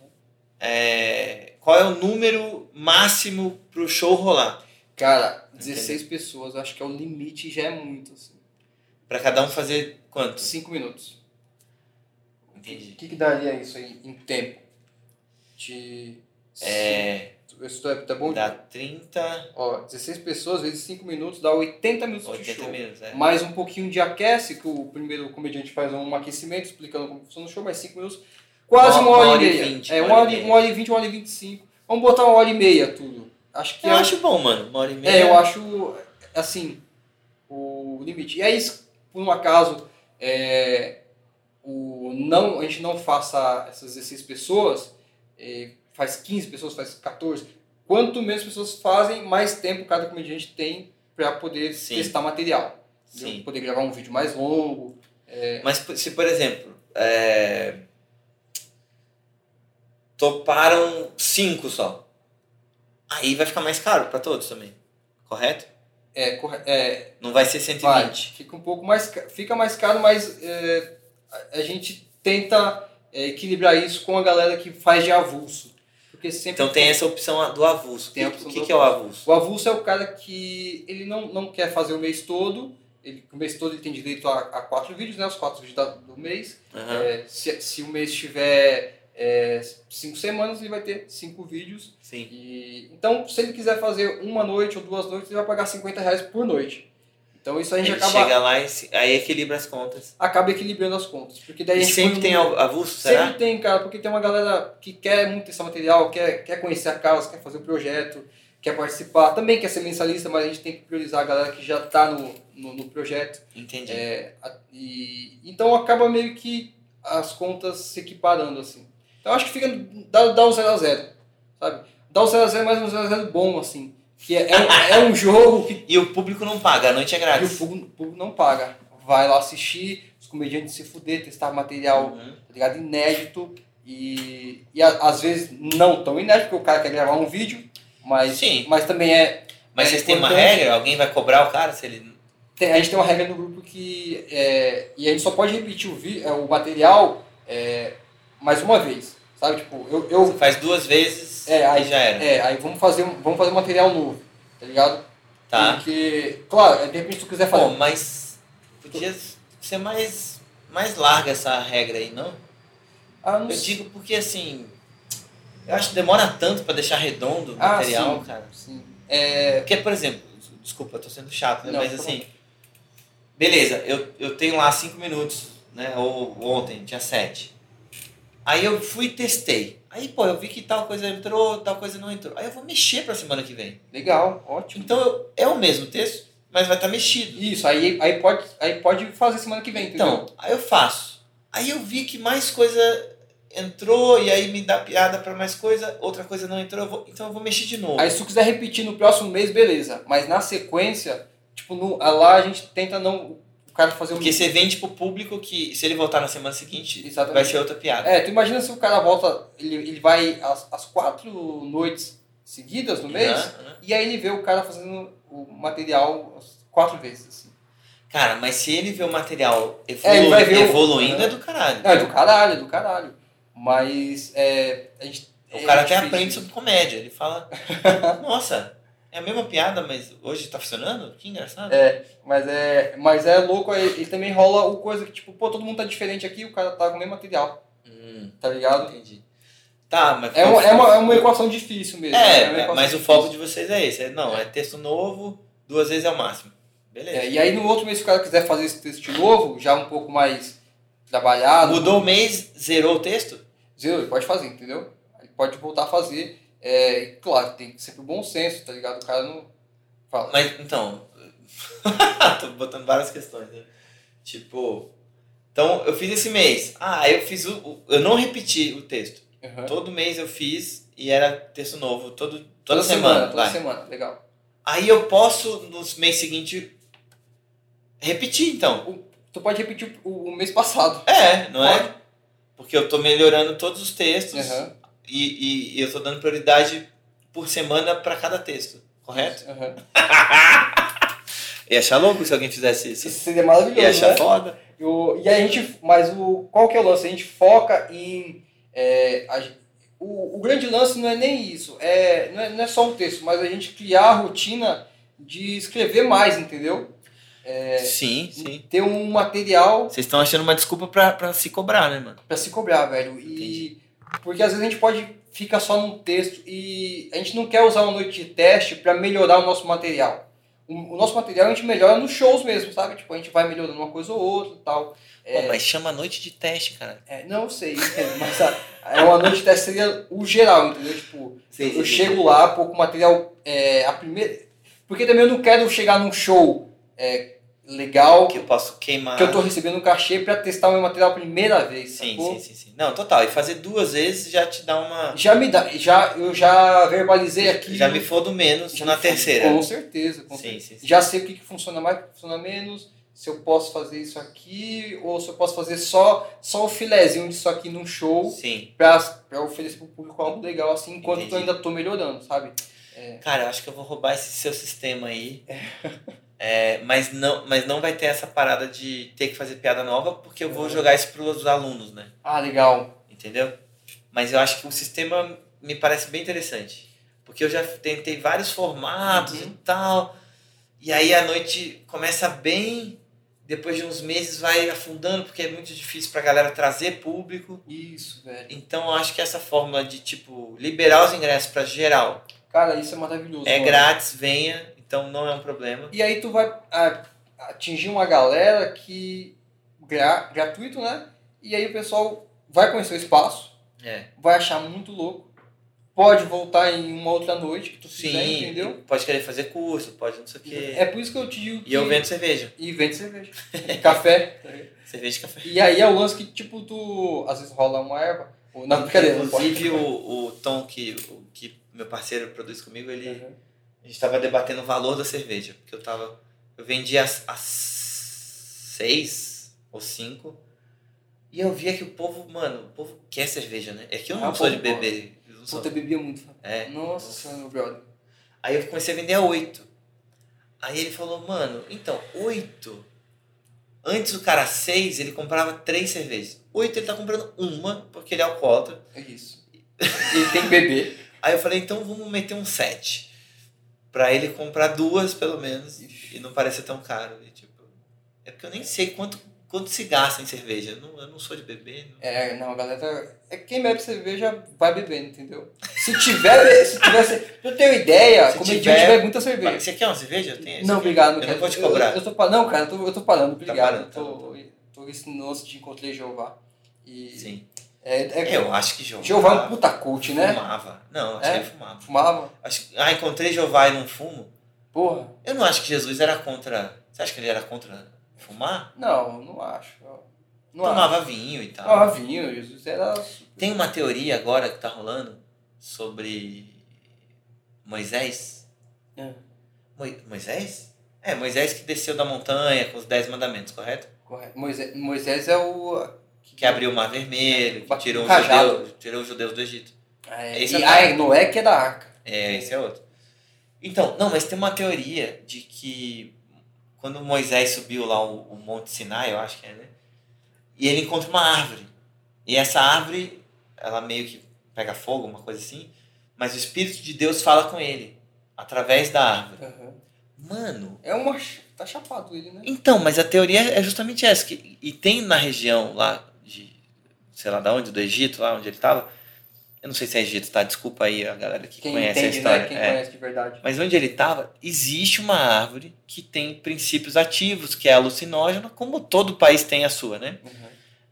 [SPEAKER 5] É, Qual é o número máximo pro show rolar?
[SPEAKER 3] Cara, 16 pessoas, acho que é o limite e já é muito, assim.
[SPEAKER 5] Pra cada um fazer quantos?
[SPEAKER 3] 5 minutos.
[SPEAKER 5] Entendi.
[SPEAKER 3] O que, que daria isso aí em tempo? De.
[SPEAKER 5] É,
[SPEAKER 3] Isso tá, tá bom?
[SPEAKER 5] dá 30,
[SPEAKER 3] Ó, 16 pessoas vezes 5 minutos dá 80 minutos de
[SPEAKER 5] 80
[SPEAKER 3] show.
[SPEAKER 5] minutos. É.
[SPEAKER 3] Mais um pouquinho de aquece, que o primeiro comediante faz um aquecimento explicando como funciona o show, mais 5 minutos. Quase uma, hora e meia.
[SPEAKER 5] vinte,
[SPEAKER 3] é, uma hora, e- uma hora e 20, uma hora e 25. Vamos botar uma hora e meia tudo. Acho que
[SPEAKER 5] Eu
[SPEAKER 3] é,
[SPEAKER 5] acho bom, mano. Uma hora e meia.
[SPEAKER 3] é, eu acho, assim, o limite. E aí, se por um acaso, é, o não, a gente não faça essas 16 pessoas, é, faz 15 pessoas, faz 14. Quanto menos pessoas fazem, mais tempo cada comediante tem para poder
[SPEAKER 5] Sim.
[SPEAKER 3] testar material. entendeu?
[SPEAKER 5] Sim.
[SPEAKER 3] Poder gravar um vídeo mais longo.
[SPEAKER 5] Mas por- se, por exemplo, é, toparam 5 só. Aí vai ficar mais caro pra todos também. Correto?
[SPEAKER 3] É, corre- é,
[SPEAKER 5] Não vai ser
[SPEAKER 3] vai,
[SPEAKER 5] 120.
[SPEAKER 3] fica um pouco mais, ca- fica mais caro, mas é, a- a gente tenta é, equilibrar isso com a galera que faz de avulso. Porque sempre
[SPEAKER 5] Então tem essa opção do avulso. O
[SPEAKER 3] Tem a
[SPEAKER 5] que,
[SPEAKER 3] opção
[SPEAKER 5] que
[SPEAKER 3] do
[SPEAKER 5] que é o avulso?
[SPEAKER 3] O avulso é o cara que ele não, não quer fazer o mês todo. Ele, o mês todo ele tem direito a, a quatro vídeos, né? Os quatro vídeos da- do mês.
[SPEAKER 5] Aham.
[SPEAKER 3] É, se, se o mês tiver é, cinco semanas, ele vai ter cinco vídeos.
[SPEAKER 5] Sim.
[SPEAKER 3] E, então, se ele quiser fazer uma noite ou duas noites, ele vai pagar 50 reais por noite. Então, isso a gente
[SPEAKER 5] Ele
[SPEAKER 3] acaba,
[SPEAKER 5] chega lá e se- aí equilibra as contas.
[SPEAKER 3] acaba equilibrando as contas. Porque daí a
[SPEAKER 5] E
[SPEAKER 3] gente põe
[SPEAKER 5] sempre
[SPEAKER 3] um-
[SPEAKER 5] tem av- avulso, será?
[SPEAKER 3] Sempre tem, cara, porque tem uma galera que quer muito esse material, quer, quer conhecer a casa, quer fazer o projeto, quer participar, também quer ser mensalista, mas a gente tem que priorizar a galera que já está no, no, no projeto.
[SPEAKER 5] Entendi.
[SPEAKER 3] É, a- e, então acaba meio que as contas se equiparando, assim. Então acho que fica, dá, dá um 0 a 0 sabe? Dá um 0 a 0 mas um 0 a 0 bom, assim. Que é, é, um, é um jogo que
[SPEAKER 5] E o público não paga, a noite [LAUGHS] é
[SPEAKER 3] o
[SPEAKER 5] grátis.
[SPEAKER 3] público, o público não paga. Vai lá assistir, os comediantes se fuder, testar material
[SPEAKER 5] Uhum.
[SPEAKER 3] tá ligado? Inédito. E, e a- às vezes não tão inédito, porque o cara quer gravar um vídeo, mas,
[SPEAKER 5] Sim.
[SPEAKER 3] mas também é.
[SPEAKER 5] Mas
[SPEAKER 3] É
[SPEAKER 5] vocês têm uma
[SPEAKER 3] importante.
[SPEAKER 5] regra? Alguém vai cobrar o cara se ele
[SPEAKER 3] tem- a gente tem uma regra no grupo que. é, e a gente só pode repetir o, vi, é, o material é, mais uma vez. Sabe? Tipo, eu. eu
[SPEAKER 5] faz duas vezes
[SPEAKER 3] é,
[SPEAKER 5] e
[SPEAKER 3] aí,
[SPEAKER 5] já era?
[SPEAKER 3] é, aí vamos fazer, um- vamos fazer um material novo, tá ligado?
[SPEAKER 5] Tá.
[SPEAKER 3] Porque, claro, é, de repente se tu quiser fazer.
[SPEAKER 5] Pô, mas podia ser mais, mais larga essa regra aí, não?
[SPEAKER 3] ah, não
[SPEAKER 5] Eu
[SPEAKER 3] sei.
[SPEAKER 5] digo porque assim. Eu acho que demora tanto pra deixar redondo o
[SPEAKER 3] Ah,
[SPEAKER 5] material,
[SPEAKER 3] sim.
[SPEAKER 5] cara.
[SPEAKER 3] Sim.
[SPEAKER 5] É porque, por exemplo, desculpa, eu tô sendo chato, né?
[SPEAKER 3] Não,
[SPEAKER 5] mas
[SPEAKER 3] tá
[SPEAKER 5] assim. Beleza, eu, eu tenho lá cinco minutos, né? Ou ontem, tinha sete. Aí eu fui e testei. Aí, pô, eu vi que tal coisa entrou, tal coisa não entrou. Aí eu vou mexer pra semana que vem.
[SPEAKER 3] Legal, ótimo.
[SPEAKER 5] Então eu- é o mesmo texto, mas vai estar mexido.
[SPEAKER 3] Isso, aí, aí, pode, aí pode fazer semana que vem, entendeu?
[SPEAKER 5] Então, aí eu faço. Aí eu vi que mais coisa entrou e aí me dá piada pra mais coisa, outra coisa não entrou, eu vou- então eu vou mexer de novo.
[SPEAKER 3] Aí se tu quiser ah, repetir no próximo mês, beleza. Mas na sequência, tipo, no, a lá a gente tenta não. O cara fazer um.
[SPEAKER 5] Porque você vende pro público que, se ele voltar na semana seguinte,
[SPEAKER 3] Exatamente.
[SPEAKER 5] vai ser outra piada.
[SPEAKER 3] É, tu imagina se o cara volta, ele, ele vai às, às quatro noites seguidas no mês,
[SPEAKER 5] Aham, aham.
[SPEAKER 3] e aí ele vê o cara fazendo o material as quatro vezes. Assim.
[SPEAKER 5] Cara, mas se ele vê o material evolu
[SPEAKER 3] É, ele vai ver o-
[SPEAKER 5] evoluindo,
[SPEAKER 3] é.
[SPEAKER 5] é do caralho.
[SPEAKER 3] Não, é do caralho, é do caralho. Mas é, a gente.
[SPEAKER 5] O
[SPEAKER 3] é
[SPEAKER 5] cara até
[SPEAKER 3] difícil.
[SPEAKER 5] aprende sobre comédia. Ele fala,
[SPEAKER 3] [LAUGHS]
[SPEAKER 5] nossa, é a mesma piada, mas hoje tá funcionando? Que engraçado.
[SPEAKER 3] É, mas é, mas é louco, é, ele também rola o coisa que, tipo, pô, todo mundo tá diferente aqui, o cara tá com o mesmo material,
[SPEAKER 5] Hum,
[SPEAKER 3] tá ligado?
[SPEAKER 5] entendi. Tá, mas...
[SPEAKER 3] É, um- é, uma, é uma equação difícil mesmo. né?
[SPEAKER 5] É,
[SPEAKER 3] uma equação
[SPEAKER 5] mas o
[SPEAKER 3] difícil.
[SPEAKER 5] foco de vocês é esse. É, Não, é texto novo, duas vezes é o máximo. Beleza.
[SPEAKER 3] É, e aí no outro mês, se o cara quiser fazer esse texto de novo, já um pouco mais trabalhado,
[SPEAKER 5] Mudou o mês, zerou o texto?
[SPEAKER 3] zero, ele pode fazer, entendeu? Ele pode voltar a fazer. É, e claro, tem que ser pro bom senso, tá ligado? O cara não fala.
[SPEAKER 5] Mas, então... [LAUGHS] tô botando várias questões, né? Tipo... Então, eu fiz esse mês. Ah, eu fiz o... o- Eu não repeti o texto.
[SPEAKER 3] Aham.
[SPEAKER 5] Todo mês eu fiz e era texto novo. Todo, toda,
[SPEAKER 3] Toda
[SPEAKER 5] semana,
[SPEAKER 3] toda
[SPEAKER 5] vai.
[SPEAKER 3] semana, legal.
[SPEAKER 5] Aí eu posso, no mês seguinte, repetir, então.
[SPEAKER 3] Tu pode repetir o, o mês passado.
[SPEAKER 5] É, não é? Porque eu tô melhorando todos os textos
[SPEAKER 3] Aham,
[SPEAKER 5] e, e- e eu tô dando prioridade por semana pra cada texto, correto?
[SPEAKER 3] aham.
[SPEAKER 5] Ia achar louco se alguém fizesse
[SPEAKER 3] Isso
[SPEAKER 5] isso.
[SPEAKER 3] seria
[SPEAKER 5] Ia
[SPEAKER 3] maravilhoso, né?
[SPEAKER 5] achar foda.
[SPEAKER 3] E o- e a gente, mas o, qual que é o lance? A gente foca em. é, a gen- o, o grande lance não é nem isso, é, não, é, não é só um texto, mas a gente criar a rotina de escrever mais, entendeu?
[SPEAKER 5] É. Sim, sim.
[SPEAKER 3] Ter um material
[SPEAKER 5] Vocês estão achando uma desculpa pra, pra se cobrar, né, mano?
[SPEAKER 3] pra se cobrar, velho. E, porque às vezes a gente pode ficar só num texto e a gente não quer usar uma noite de teste pra melhorar o nosso material. O, o nosso material a gente melhora nos shows mesmo, sabe? Tipo, a gente vai melhorando uma coisa ou outra e tal.
[SPEAKER 5] Pô, mas chama a noite de teste, cara.
[SPEAKER 3] É, não eu sei, entendo, mas a- é uma noite dessa seria o geral, entendeu? Tipo, eu chego lá, pouco material. É, a primeira... Porque também eu não quero chegar num show é, legal
[SPEAKER 5] Que
[SPEAKER 3] que,
[SPEAKER 5] eu posso queimar.
[SPEAKER 3] eu tô recebendo um cachê pra testar o meu material a primeira vez.
[SPEAKER 5] Sim,
[SPEAKER 3] sacou?
[SPEAKER 5] sim, sim, sim. Não, total. E fazer duas vezes já te dá uma...
[SPEAKER 3] Já me dá, já, eu já verbalizei aqui.
[SPEAKER 5] Já me fodo menos
[SPEAKER 3] Já
[SPEAKER 5] na
[SPEAKER 3] me-
[SPEAKER 5] terceira.
[SPEAKER 3] Com certeza, com certeza.
[SPEAKER 5] Sim, sim, sim.
[SPEAKER 3] Já sei o que, que funciona mais, o que funciona menos, se eu posso fazer isso aqui, ou se eu posso fazer só, só o filézinho disso aqui num show.
[SPEAKER 5] Sim.
[SPEAKER 3] pra, pra oferecer pro público algo legal, assim, enquanto
[SPEAKER 5] Entendi.
[SPEAKER 3] eu ainda tô melhorando, sabe? É.
[SPEAKER 5] Cara, eu acho que eu vou roubar esse seu sistema aí. É, mas, não, mas não vai ter essa parada de ter que fazer piada nova, porque eu vou jogar isso pros alunos, né?
[SPEAKER 3] Ah, legal.
[SPEAKER 5] Entendeu? Mas eu acho que o sistema me parece bem interessante. Porque eu já tentei vários formatos
[SPEAKER 3] Uhum.
[SPEAKER 5] e tal. E aí a noite começa bem, depois de uns meses vai afundando, porque é muito difícil pra galera trazer público.
[SPEAKER 3] Isso, velho.
[SPEAKER 5] Então eu acho que essa fórmula de tipo liberar os ingressos pra geral
[SPEAKER 3] Cara, isso é maravilhoso.
[SPEAKER 5] é
[SPEAKER 3] mano.
[SPEAKER 5] grátis, venha, então não é um problema.
[SPEAKER 3] E aí tu vai ah, atingir uma galera que. gra- gratuito, né? E aí o pessoal vai conhecer o espaço,
[SPEAKER 5] É.
[SPEAKER 3] vai achar muito louco, pode voltar em uma outra noite que tu
[SPEAKER 5] Sim,
[SPEAKER 3] fizer, entendeu?
[SPEAKER 5] pode querer fazer curso, pode não sei o quê.
[SPEAKER 3] É por isso que eu te digo que.
[SPEAKER 5] E eu vendo cerveja,
[SPEAKER 3] E vende cerveja. [LAUGHS] E café.
[SPEAKER 5] cerveja e café.
[SPEAKER 3] E aí é o lance que, tipo, tu. Às vezes rola uma erva. Ou, não, brincadeira, não pode.
[SPEAKER 5] Inclusive o, o Tom, que, o, que meu parceiro produz comigo, ele,
[SPEAKER 3] Uhum.
[SPEAKER 5] a gente tava debatendo o valor da cerveja. Porque eu tava. Eu vendi as, as seis ou cinco. E eu via que o povo, mano, o povo quer cerveja, né? É que eu não
[SPEAKER 3] Ah,
[SPEAKER 5] sou
[SPEAKER 3] pô,
[SPEAKER 5] de beber. eu não sou.
[SPEAKER 3] Puta, bebia muito.
[SPEAKER 5] É.
[SPEAKER 3] Nossa senhora, meu brother.
[SPEAKER 5] Aí eu comecei a vender a 8. Aí ele falou, mano, então, 8. Antes o cara 6, ele comprava três cervejas. 8 ele tá comprando uma, porque ele é alcoólatra.
[SPEAKER 3] É isso. Ele tem que beber.
[SPEAKER 5] Aí eu falei, então vamos meter um 7. Pra ele comprar duas, pelo menos, e não parecer tão caro. E, tipo, é porque eu nem sei quanto, quanto se gasta em cerveja. Eu não, eu não sou de beber. não-
[SPEAKER 3] É, não, a galera. É que quem bebe cerveja vai bebendo, entendeu? Se tiver. se tiver ce- pra eu ter uma ideia,
[SPEAKER 5] Se
[SPEAKER 3] comediante
[SPEAKER 5] tiver-
[SPEAKER 3] bebe muita cerveja.
[SPEAKER 5] Você quer uma cerveja? Eu tenho isso
[SPEAKER 3] Não,
[SPEAKER 5] aqui.
[SPEAKER 3] obrigado,
[SPEAKER 5] Eu
[SPEAKER 3] cara.
[SPEAKER 5] não vou te cobrar.
[SPEAKER 3] Eu, eu tô pa- Não, cara, eu tô, eu tô parando,
[SPEAKER 5] parando,
[SPEAKER 3] obrigado.
[SPEAKER 5] tá
[SPEAKER 3] eu tô, tô esse nosso de encontrei Jeová. E.
[SPEAKER 5] Sim.
[SPEAKER 3] É, é,
[SPEAKER 5] Eu acho que Jeová.
[SPEAKER 3] Jeová é um puta coach, né?
[SPEAKER 5] Fumava. Não, acho
[SPEAKER 3] É?
[SPEAKER 5] que ele fumava.
[SPEAKER 3] Fumava.
[SPEAKER 5] Acho, ah, encontrei Jeová e não fumo?
[SPEAKER 3] Porra.
[SPEAKER 5] Eu não acho que Jesus era contra. Você acha que ele era contra fumar?
[SPEAKER 3] Não, não acho. eu- Não acho.
[SPEAKER 5] Tomava vinho e tal.
[SPEAKER 3] Tomava vinho, Jesus era.
[SPEAKER 5] Tem uma teoria agora que tá rolando sobre Moisés.
[SPEAKER 3] É.
[SPEAKER 5] Moi- Moisés? É, Moisés que desceu da montanha com os dez mandamentos, correto?
[SPEAKER 3] Correto. Moisés, Moisés é o.
[SPEAKER 5] Que abriu o mar vermelho, que tirou os,
[SPEAKER 3] Cajado.
[SPEAKER 5] judeus, tirou os judeus do Egito.
[SPEAKER 3] É,
[SPEAKER 5] Esse
[SPEAKER 3] e,
[SPEAKER 5] é o
[SPEAKER 3] ah,
[SPEAKER 5] cara.
[SPEAKER 3] é Noé que é da arca.
[SPEAKER 5] É, esse é outro. Então, não, mas tem uma teoria de que quando Moisés subiu lá o, o Monte Sinai, eu acho que é, né? E ele encontra uma árvore. E essa árvore, ela meio que pega fogo, uma coisa assim. Mas o Espírito de Deus fala com ele, através da árvore.
[SPEAKER 3] Aham.
[SPEAKER 5] Mano,
[SPEAKER 3] É uma. ch- Tá chapado ele, né?
[SPEAKER 5] então, mas a teoria é justamente essa. Que, e tem na região lá de, sei lá da onde, do Egito, lá onde ele tava. Eu não sei se é Egito, tá? Desculpa aí a galera que
[SPEAKER 3] Quem
[SPEAKER 5] conhece
[SPEAKER 3] entende,
[SPEAKER 5] a história.
[SPEAKER 3] né? Quem
[SPEAKER 5] É.
[SPEAKER 3] conhece de verdade.
[SPEAKER 5] Mas onde ele estava, existe uma árvore que tem princípios ativos, que é alucinógena, como todo país tem a sua, né?
[SPEAKER 3] Uhum.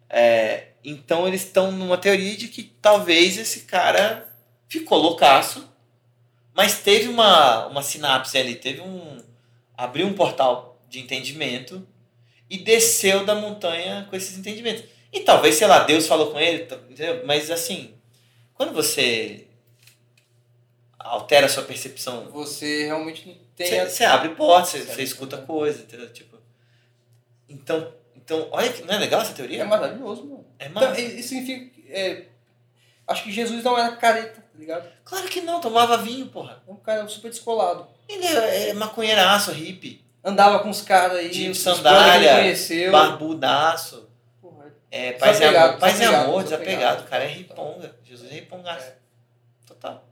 [SPEAKER 5] É, então eles estão numa teoria de que talvez esse cara ficou loucaço, mas teve uma, uma sinapse ali, teve um. abriu um portal de entendimento e desceu da montanha com esses entendimentos. E talvez, sei lá, Deus falou com ele, tá- entendeu? mas assim, quando você altera a sua percepção
[SPEAKER 3] Você realmente não tem.
[SPEAKER 5] você
[SPEAKER 3] a-
[SPEAKER 5] você abre porta, você,
[SPEAKER 3] Você
[SPEAKER 5] você
[SPEAKER 3] abre
[SPEAKER 5] escuta
[SPEAKER 3] porta.
[SPEAKER 5] coisa, entendeu? Tipo. Então, então, olha que não é legal essa teoria?
[SPEAKER 3] É maravilhoso, mano.
[SPEAKER 5] É massa.
[SPEAKER 3] Então, i- isso significa. que, É, acho que Jesus não era careta, tá ligado?
[SPEAKER 5] Claro que não, tomava vinho, porra.
[SPEAKER 3] É um cara super descolado.
[SPEAKER 5] Ele é, é maconheiraço, hippie,
[SPEAKER 3] Andava com os caras aí,
[SPEAKER 5] De
[SPEAKER 3] os
[SPEAKER 5] sandália,
[SPEAKER 3] brother que ele
[SPEAKER 5] [LAUGHS]
[SPEAKER 3] conheceu.
[SPEAKER 5] barbudaço,
[SPEAKER 3] Porra,
[SPEAKER 5] é, paz, e amor,
[SPEAKER 3] Desapegado,
[SPEAKER 5] paz e
[SPEAKER 3] desapegado,
[SPEAKER 5] amor, desapegado.
[SPEAKER 3] desapegado.
[SPEAKER 5] O cara é riponga. Jesus é ripongaço.
[SPEAKER 3] É.
[SPEAKER 5] Total.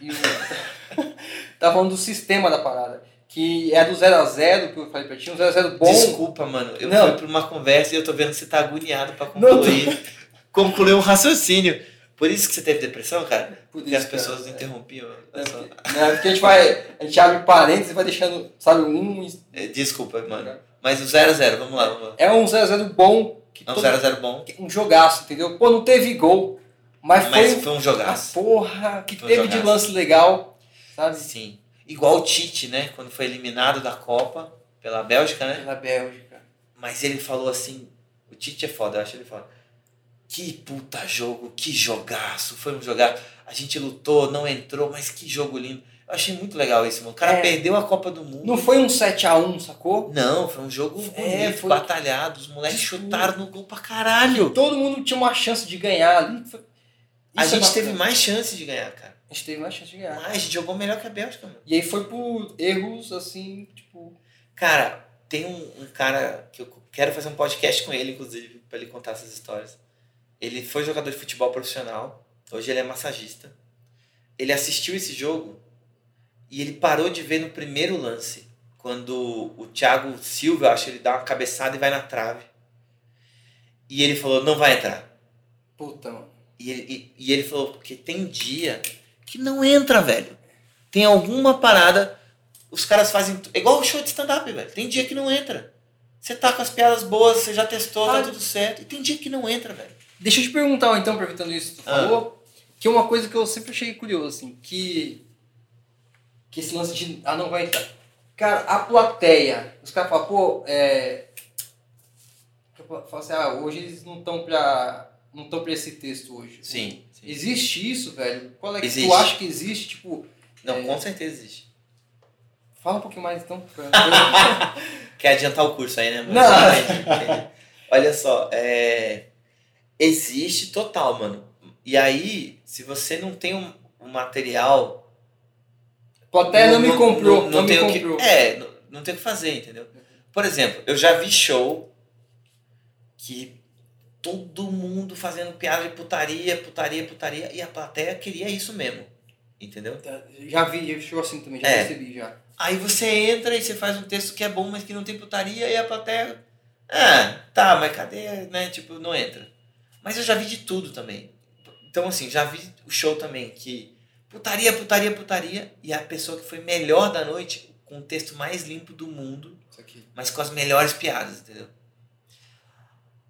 [SPEAKER 3] E o- [LAUGHS] tá falando do sistema da parada. Que é do 0 a 0 que eu falei pra ti, um 0 a 0 bom.
[SPEAKER 5] Desculpa, mano. Eu
[SPEAKER 3] Não.
[SPEAKER 5] fui pra uma conversa e eu tô vendo que você tá agoniado pra
[SPEAKER 3] Não, tô-
[SPEAKER 5] concluir. concluir um raciocínio. Por isso que você teve depressão, cara?
[SPEAKER 3] Por
[SPEAKER 5] Porque as
[SPEAKER 3] isso, cara,
[SPEAKER 5] pessoas
[SPEAKER 3] é.
[SPEAKER 5] interrompiam.
[SPEAKER 3] É
[SPEAKER 5] a sua-
[SPEAKER 3] porque, né, porque a gente vai. A gente abre parênteses e vai deixando, sabe, um. e-
[SPEAKER 5] É, Desculpa, mano. Mas o 0x0, vamos lá, vamos lá.
[SPEAKER 3] É um 0 a 0 bom. Que
[SPEAKER 5] É um
[SPEAKER 3] todo-
[SPEAKER 5] 0x0 bom,
[SPEAKER 3] um jogaço, entendeu? Pô, não teve gol. Mas,
[SPEAKER 5] mas
[SPEAKER 3] foi
[SPEAKER 5] foi um
[SPEAKER 3] a
[SPEAKER 5] jogaço.
[SPEAKER 3] porra que
[SPEAKER 5] Foi um
[SPEAKER 3] teve de
[SPEAKER 5] jogaço.
[SPEAKER 3] lance legal. Sabe?
[SPEAKER 5] Sim. Igual o Tite, né? Quando foi eliminado da Copa pela Bélgica, né?
[SPEAKER 3] Na Bélgica.
[SPEAKER 5] Mas ele falou assim: o Tite é foda, eu acho ele foda. Que puta jogo, que jogaço. Foi um jogaço. A gente lutou, não entrou, mas que jogo lindo. Eu achei muito legal isso, mano. O cara
[SPEAKER 3] É.
[SPEAKER 5] perdeu a Copa do Mundo.
[SPEAKER 3] Não foi um 7x1, sacou?
[SPEAKER 5] Não, foi um jogo
[SPEAKER 3] É,
[SPEAKER 5] bonito,
[SPEAKER 3] foi-
[SPEAKER 5] batalhado. Os moleques
[SPEAKER 3] Disputa.
[SPEAKER 5] chutaram no gol pra caralho.
[SPEAKER 3] Todo mundo tinha uma chance de ganhar ali. Foi-
[SPEAKER 5] A
[SPEAKER 3] Isso é
[SPEAKER 5] gente
[SPEAKER 3] bacana. É.
[SPEAKER 5] teve mais chances de ganhar, cara.
[SPEAKER 3] A gente teve mais chance de ganhar.
[SPEAKER 5] Mas a gente jogou melhor que a Bélgica, mano.
[SPEAKER 3] E aí foi por erros assim, tipo.
[SPEAKER 5] Cara, tem um, um cara que eu quero fazer um podcast com ele, inclusive, pra ele contar essas histórias. Ele foi jogador de futebol profissional, hoje ele é massagista. Ele assistiu esse jogo e ele parou de ver no primeiro lance, quando o Thiago Silva, eu acho, ele dá uma cabeçada e vai na trave. E ele falou: não vai entrar.
[SPEAKER 3] Puta, mano.
[SPEAKER 5] E ele, e- e ele falou, porque tem dia que não entra, velho. Tem alguma parada, os caras fazem. tu- É igual o show de stand-up, velho. Tem dia que não entra. Você tá com as piadas boas, você já testou,
[SPEAKER 3] Ah.
[SPEAKER 5] tá tudo certo. E tem dia que não entra, velho.
[SPEAKER 3] Deixa eu te perguntar, então, aproveitando isso que tu
[SPEAKER 5] Ah.
[SPEAKER 3] falou, que é uma coisa que eu sempre achei curioso, assim, que. Que esse lance de. Ah, não vai entrar. Cara, a plateia. Os caras falam, pô, é. Falam assim, ah, hoje eles não estão pra. Não estão pra esse texto hoje. Existe isso, velho? Qual é que
[SPEAKER 5] Existe.
[SPEAKER 3] tu acha que existe? Tipo,
[SPEAKER 5] Não,
[SPEAKER 3] É.
[SPEAKER 5] com certeza existe.
[SPEAKER 3] fala um pouquinho mais então. pra-
[SPEAKER 5] Quer adiantar o curso aí, né? mano?
[SPEAKER 3] Não.
[SPEAKER 5] Entendi, entendi. Olha só, é... existe total, mano. E aí, se você não tem um, um material
[SPEAKER 3] plateia não, me comprou. Não,
[SPEAKER 5] Não,
[SPEAKER 3] me
[SPEAKER 5] tem o
[SPEAKER 3] comprou.
[SPEAKER 5] que, é, não, não tem o que fazer, entendeu? Por exemplo, eu já vi show que todo mundo fazendo piada de putaria, putaria, putaria, e a plateia queria isso mesmo, entendeu?
[SPEAKER 3] Já vi, já chegou assim também, já
[SPEAKER 5] É.
[SPEAKER 3] percebi já.
[SPEAKER 5] Aí você entra e você faz um texto que é bom, mas que não tem putaria, e a plateia. Ah, tá, mas cadê, né? Tipo, não entra. Mas eu já vi de tudo também. Então, assim, já vi o show também que putaria, putaria, putaria, e a pessoa que foi melhor da noite, com o texto mais limpo do mundo,
[SPEAKER 3] Isso
[SPEAKER 5] mas com as melhores piadas, entendeu?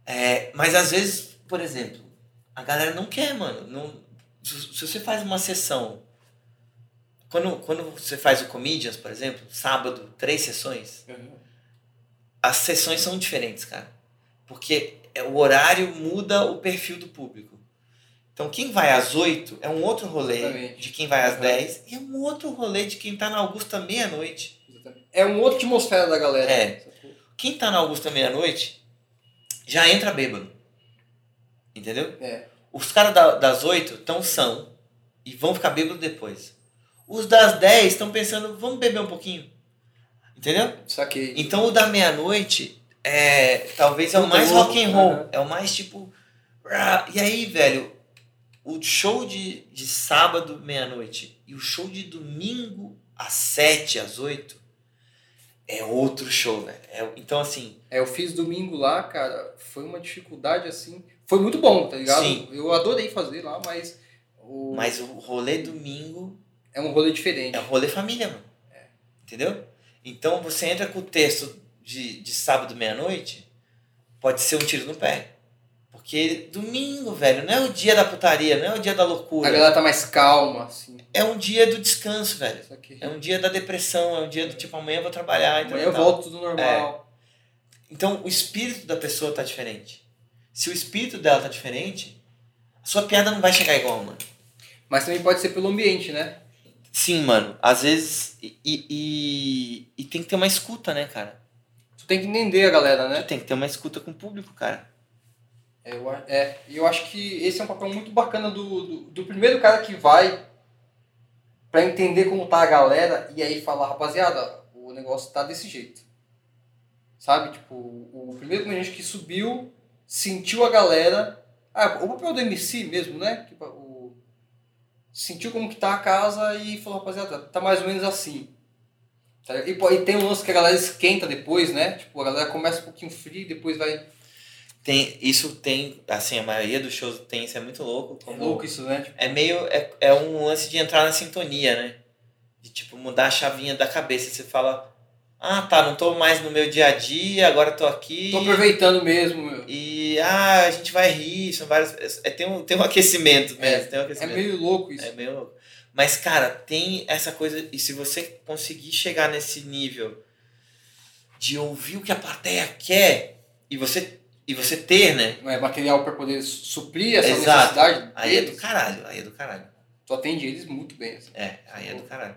[SPEAKER 5] É, mas às vezes, por exemplo, a galera não quer, mano. Não, se, se você faz uma sessão. Quando, quando você faz o Comedians, por exemplo, sábado, três sessões, as sessões são diferentes, cara. Porque é- o horário muda o perfil do público. Então, quem vai às 8 é um outro rolê
[SPEAKER 3] Exatamente.
[SPEAKER 5] de quem vai às
[SPEAKER 3] Uhum.
[SPEAKER 5] 10 e é um outro rolê de quem tá na Augusta meia-noite.
[SPEAKER 3] Exatamente. é uma outra atmosfera da galera.
[SPEAKER 5] É. Quem tá na Augusta meia-noite já entra bêbado. Entendeu?
[SPEAKER 3] É.
[SPEAKER 5] Os caras da- das 8 tão são e vão ficar bêbados depois. Os das 10 estão pensando, vamos beber um pouquinho. Entendeu?
[SPEAKER 3] Saquei.
[SPEAKER 5] Então o da meia-noite é talvez é o
[SPEAKER 3] Muito
[SPEAKER 5] mais
[SPEAKER 3] louco,
[SPEAKER 5] rock and roll,
[SPEAKER 3] né?
[SPEAKER 5] é o mais tipo rá. E aí, velho, o show de, de sábado meia-noite e o show de domingo às sete, às oito é outro show, velho. É- então assim,
[SPEAKER 3] É, eu fiz domingo lá, cara, foi uma dificuldade assim. Foi muito bom, tá ligado?
[SPEAKER 5] Sim.
[SPEAKER 3] Eu adorei fazer lá, mas, o-
[SPEAKER 5] mas o rolê domingo
[SPEAKER 3] é um rolê diferente.
[SPEAKER 5] é rolê família, mano. Entendeu? Então você entra com o texto de, de sábado meia-noite, pode ser um tiro no pé. Porque domingo, velho, não é o dia da putaria, não é o dia da
[SPEAKER 3] A
[SPEAKER 5] loucura.
[SPEAKER 3] galera tá mais calma, assim.
[SPEAKER 5] É um dia do descanso, velho.
[SPEAKER 3] Isso aqui.
[SPEAKER 5] É um dia da depressão, é um dia do tipo, amanhã eu vou trabalhar. Então,
[SPEAKER 3] Amanhã eu
[SPEAKER 5] tal.
[SPEAKER 3] volto tudo
[SPEAKER 5] É.
[SPEAKER 3] normal.
[SPEAKER 5] então o espírito da pessoa tá diferente. Se o espírito dela tá diferente, a sua piada não vai chegar igual, mano.
[SPEAKER 3] Mas também pode ser pelo ambiente, né?
[SPEAKER 5] Sim, mano. Às vezes. E, e, e- e tem que ter uma escuta, né, cara?
[SPEAKER 3] Tu tem que entender a galera, né?
[SPEAKER 5] Tu tem que ter uma escuta com o público, cara.
[SPEAKER 3] É, eu, a- é, e eu acho que esse é um papel muito bacana do, do, do primeiro cara que vai pra entender como tá a galera e aí falar, rapaziada, o negócio tá desse jeito. Sabe? Tipo, o, o primeiro comediante que subiu, sentiu a galera. Ah, o papel do MC mesmo, né? Tipo, o, sentiu como que tá a casa e falou, rapaziada, tá mais ou menos assim. Tá ligado? E, pô, e tem um lance que a galera esquenta depois, né? Tipo, a galera começa um pouquinho frio, depois vai.
[SPEAKER 5] Tem, isso tem, assim, a maioria dos shows tem, isso é muito louco.
[SPEAKER 3] É
[SPEAKER 5] como-
[SPEAKER 3] louco isso, né? Tipo,
[SPEAKER 5] É meio. É, é um lance de entrar na sintonia, né? De tipo, mudar a chavinha da cabeça. Você fala, ah tá, não tô mais no meu dia a dia, agora tô aqui.
[SPEAKER 3] Tô aproveitando mesmo, meu. É
[SPEAKER 5] E ah, a gente vai rir, são vários. É, tem, um, tem um aquecimento mesmo. tem um
[SPEAKER 3] É
[SPEAKER 5] aquecimento.
[SPEAKER 3] meio louco isso.
[SPEAKER 5] É meio louco. Mas, cara, tem essa coisa. E se você conseguir chegar nesse nível de ouvir o que a plateia quer e você, e você ter, né?
[SPEAKER 3] Não é material pra poder su- suprir essa
[SPEAKER 5] Exato.
[SPEAKER 3] necessidade
[SPEAKER 5] Aí é do
[SPEAKER 3] deles.
[SPEAKER 5] caralho, aí é do caralho.
[SPEAKER 3] Tu atende eles muito bem. assim.
[SPEAKER 5] É, aí é do caralho.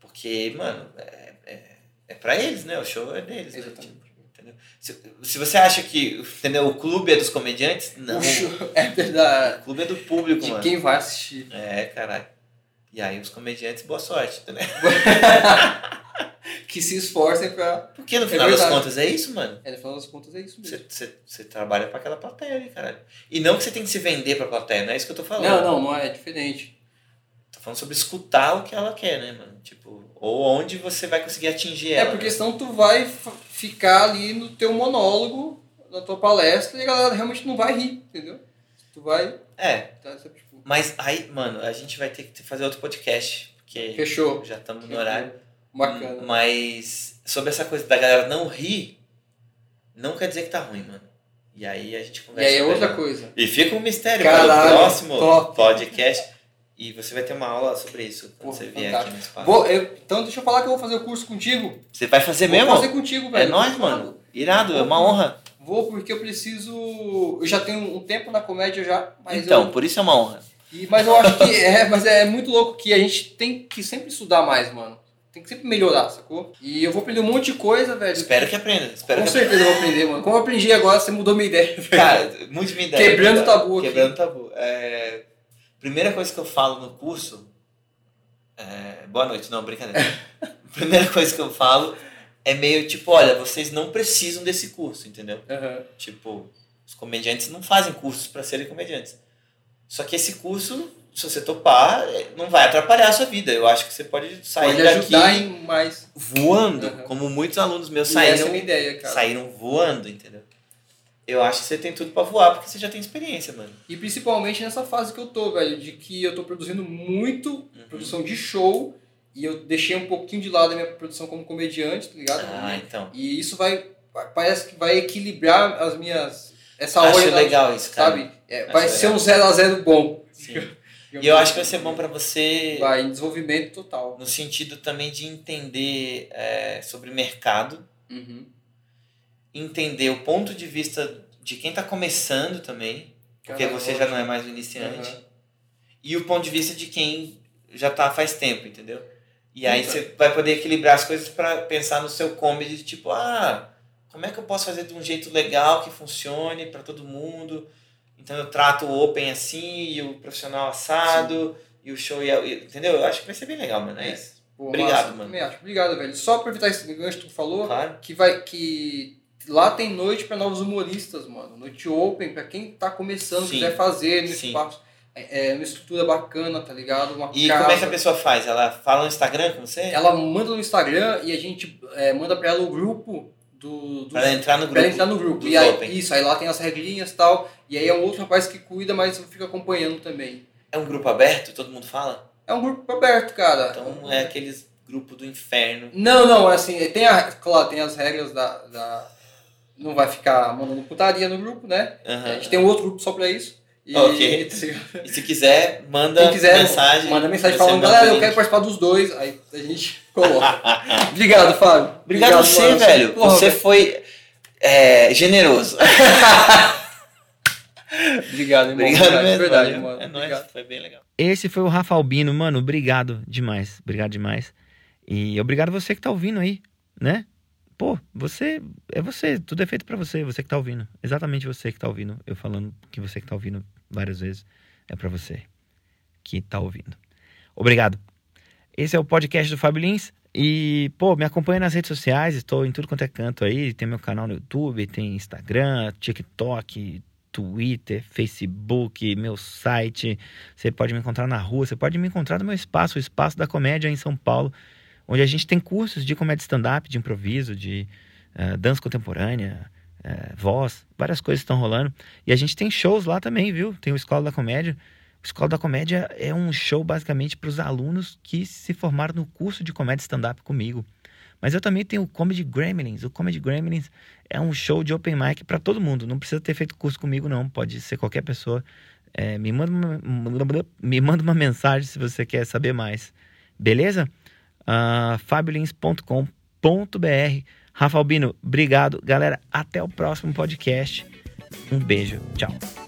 [SPEAKER 5] Porque, mano, é, é, é pra eles, né? O show é deles. né?
[SPEAKER 3] Exatamente.
[SPEAKER 5] Tipo, entendeu? Se, se você acha que entendeu, o clube é dos comediantes, não.
[SPEAKER 3] O show [LAUGHS] é verdade.
[SPEAKER 5] O clube é do público,
[SPEAKER 3] De
[SPEAKER 5] mano.
[SPEAKER 3] quem vai assistir.
[SPEAKER 5] É, caralho. E aí os comediantes, boa sorte, entendeu?
[SPEAKER 3] Que se esforcem pra.
[SPEAKER 5] Porque no
[SPEAKER 3] É
[SPEAKER 5] final das
[SPEAKER 3] verdade.
[SPEAKER 5] contas é isso, mano.
[SPEAKER 3] É, no final das contas é isso mesmo.
[SPEAKER 5] Você- Você você trabalha pra aquela plateia ali, caralho. E não que você tem que se vender pra plateia, não é isso que eu tô falando.
[SPEAKER 3] Não, não, não é, é diferente.
[SPEAKER 5] Tô falando sobre escutar o que ela quer, né, mano? Tipo, ou onde você vai conseguir atingir ela.
[SPEAKER 3] É porque
[SPEAKER 5] né?
[SPEAKER 3] senão tu vai fa- ficar ali no teu monólogo, na tua palestra, e a galera realmente não vai rir, entendeu? Tu vai.
[SPEAKER 5] É,
[SPEAKER 3] tá, sabe, tipo,
[SPEAKER 5] mas aí, mano, a gente vai ter que fazer outro podcast. Porque
[SPEAKER 3] Fechou.
[SPEAKER 5] já estamos no horário. Hum,
[SPEAKER 3] Bacana.
[SPEAKER 5] Mas sobre essa coisa da galera não rir, não quer dizer que tá ruim, mano. E aí a gente
[SPEAKER 3] E
[SPEAKER 5] conversa.
[SPEAKER 3] aí é
[SPEAKER 5] hum. melhor.
[SPEAKER 3] outra coisa.
[SPEAKER 5] E fica um mistério
[SPEAKER 3] Caralho,
[SPEAKER 5] para o próximo
[SPEAKER 3] top.
[SPEAKER 5] podcast. E você vai ter uma aula sobre isso quando
[SPEAKER 3] Pô,
[SPEAKER 5] você vier
[SPEAKER 3] fantástico.
[SPEAKER 5] aqui no espaço.
[SPEAKER 3] Vou- eu- então deixa eu falar que eu vou fazer o curso contigo.
[SPEAKER 5] Você vai fazer
[SPEAKER 3] Vou
[SPEAKER 5] É mesmo?
[SPEAKER 3] fazer contigo, velho.
[SPEAKER 5] é nóis, mano. Irado, é uma honra.
[SPEAKER 3] Vou porque eu preciso. Eu já tenho um tempo na comédia já, mas
[SPEAKER 5] então,
[SPEAKER 3] eu.
[SPEAKER 5] por isso é uma honra.
[SPEAKER 3] e- mas eu acho que é, mas é muito louco que a gente tem que sempre estudar mais, mano. Tem que sempre melhorar, sacou? E eu vou aprender um monte de coisa, velho.
[SPEAKER 5] Espero que aprenda. Espero
[SPEAKER 3] Com
[SPEAKER 5] que
[SPEAKER 3] certeza eu vou aprender, mano. Como eu aprendi agora, você mudou minha ideia. velho.
[SPEAKER 5] Cara, muito me ideia.
[SPEAKER 3] Quebrando
[SPEAKER 5] cara.
[SPEAKER 3] tabu aqui.
[SPEAKER 5] Quebrando tabu. É, Primeira coisa que eu falo no curso. é, Boa noite, não,
[SPEAKER 3] [LAUGHS]
[SPEAKER 5] brincadeira. Primeira coisa que eu falo é meio tipo: olha, vocês não precisam desse curso, entendeu?
[SPEAKER 3] Aham.
[SPEAKER 5] Tipo, os comediantes não fazem cursos para serem comediantes. Só que esse curso, se você topar, é, não vai atrapalhar a sua vida. Eu acho que você pode sair
[SPEAKER 3] Pode
[SPEAKER 5] daqui
[SPEAKER 3] ajudar em mais.
[SPEAKER 5] voando,
[SPEAKER 3] Aham.
[SPEAKER 5] como muitos alunos meus
[SPEAKER 3] E essa é a
[SPEAKER 5] saíram
[SPEAKER 3] minha ideia, cara.
[SPEAKER 5] saíram voando, entendeu? Eu acho que você tem tudo pra voar, porque você já tem experiência, mano.
[SPEAKER 3] E principalmente nessa fase que eu tô, velho, de que eu tô produzindo muito
[SPEAKER 5] Uhum.
[SPEAKER 3] produção de show e eu deixei um pouquinho de lado a minha produção como comediante, tá ligado?
[SPEAKER 5] Ah, então.
[SPEAKER 3] E isso vai. Parece que vai equilibrar as minhas. Essa
[SPEAKER 5] acho
[SPEAKER 3] ordem,
[SPEAKER 5] legal isso, cara.
[SPEAKER 3] Tá sabe? É,
[SPEAKER 5] Acho
[SPEAKER 3] vai ser
[SPEAKER 5] legal.
[SPEAKER 3] um 0 a 0 bom.
[SPEAKER 5] Sim. E eu acho que vai ser bom pra você,
[SPEAKER 3] Vai, em desenvolvimento total.
[SPEAKER 5] no sentido também de entender é, sobre mercado,
[SPEAKER 3] Uhum.
[SPEAKER 5] entender o ponto de vista de quem tá começando também, porque
[SPEAKER 3] Caralho,
[SPEAKER 5] você já não é mais um iniciante,
[SPEAKER 3] Aham.
[SPEAKER 5] e o ponto de vista de quem já tá faz tempo, entendeu? E aí
[SPEAKER 3] Então.
[SPEAKER 5] você vai poder equilibrar as coisas pra pensar no seu comedy, de tipo, ah, como é que eu posso fazer de um jeito legal que funcione pra todo mundo? Então eu trato o open assim, e o profissional assado, e o show, e, a- e- entendeu? Eu acho que vai ser bem legal, mano, é
[SPEAKER 3] É.
[SPEAKER 5] isso.
[SPEAKER 3] Pô,
[SPEAKER 5] Obrigado,
[SPEAKER 3] massa.
[SPEAKER 5] mano.
[SPEAKER 3] Também acho. Obrigado, velho. Só aproveitar esse gancho que tu falou,
[SPEAKER 5] Claro.
[SPEAKER 3] que vai que lá tem noite pra novos humoristas, mano. Noite open pra quem tá começando,
[SPEAKER 5] Sim.
[SPEAKER 3] quiser fazer no
[SPEAKER 5] Sim.
[SPEAKER 3] espaço. É, é uma estrutura bacana, tá ligado? Uma
[SPEAKER 5] E
[SPEAKER 3] casa.
[SPEAKER 5] como é que a pessoa faz? Ela fala no Instagram com você?
[SPEAKER 3] Ela manda no Instagram e a gente é, manda pra ela o grupo do, dos
[SPEAKER 5] Pra ela entrar no
[SPEAKER 3] Pra
[SPEAKER 5] grupo.
[SPEAKER 3] ele entrar no grupo.
[SPEAKER 5] dos
[SPEAKER 3] E aí,
[SPEAKER 5] open.
[SPEAKER 3] isso, aí lá tem as regrinhas e tal. E aí é um outro rapaz que cuida, mas fica acompanhando também.
[SPEAKER 5] É um grupo aberto? Todo mundo fala?
[SPEAKER 3] É um grupo aberto, cara.
[SPEAKER 5] Então
[SPEAKER 3] né?
[SPEAKER 5] é aqueles grupo do inferno.
[SPEAKER 3] Não, não, assim, tem a, claro, tem as regras da, da- Não vai ficar mandando putaria no grupo, né?
[SPEAKER 5] Aham.
[SPEAKER 3] A gente tem um outro grupo só pra isso. E,
[SPEAKER 5] Ok. E se quiser, manda
[SPEAKER 3] Quem quiser,
[SPEAKER 5] mensagem.
[SPEAKER 3] manda mensagem
[SPEAKER 5] Você
[SPEAKER 3] falando,
[SPEAKER 5] manda
[SPEAKER 3] galera,
[SPEAKER 5] o
[SPEAKER 3] eu quero
[SPEAKER 5] link.
[SPEAKER 3] participar dos dois. Aí a gente [LAUGHS]
[SPEAKER 5] [LAUGHS]
[SPEAKER 3] coloca. Obrigado, Fábio.
[SPEAKER 5] Obrigado, a você,
[SPEAKER 3] mano.
[SPEAKER 5] velho.
[SPEAKER 3] Porra,
[SPEAKER 5] você foi é, generoso.
[SPEAKER 3] Obrigado, irmão.
[SPEAKER 5] Obrigado
[SPEAKER 3] de
[SPEAKER 5] mesmo.
[SPEAKER 3] verdade,
[SPEAKER 5] valeu.
[SPEAKER 3] mano.
[SPEAKER 5] É
[SPEAKER 3] Obrigado.
[SPEAKER 5] nóis, foi bem legal.
[SPEAKER 1] Esse foi o Rafa Albino, mano. Obrigado demais. Obrigado demais. E obrigado você que tá ouvindo aí, né? Pô, você é você, tudo é feito pra você, você que tá ouvindo. Exatamente você que tá ouvindo. Eu falando que você que tá ouvindo várias vezes é pra você que tá ouvindo. Obrigado. Esse é o podcast do Fábio Lins e, pô, me acompanha nas redes sociais, estou em tudo quanto é canto aí, tem meu canal no YouTube, tem Instagram, TikTok, Twitter, Facebook, meu site, você pode me encontrar na rua, você pode me encontrar no meu espaço, o Espaço da Comédia em São Paulo, onde a gente tem cursos de comédia stand-up, de improviso, de eh, dança contemporânea, eh, voz, várias coisas estão rolando. E a gente tem shows lá também, viu? Tem o Escola da Comédia. O Escola da Comédia é um show basicamente para os alunos que se formaram no curso de comédia stand-up comigo. Mas eu também tenho o Comedy Gremlins. O Comedy Gremlins é um show de open mic para todo mundo. Não precisa ter feito curso comigo, não. Pode ser qualquer pessoa. É, me, manda uma, me manda uma mensagem se você quer saber mais. Beleza? Ah, fabiolins.com.br Rafa Albino, obrigado. Galera, até o próximo podcast. Um beijo. Tchau.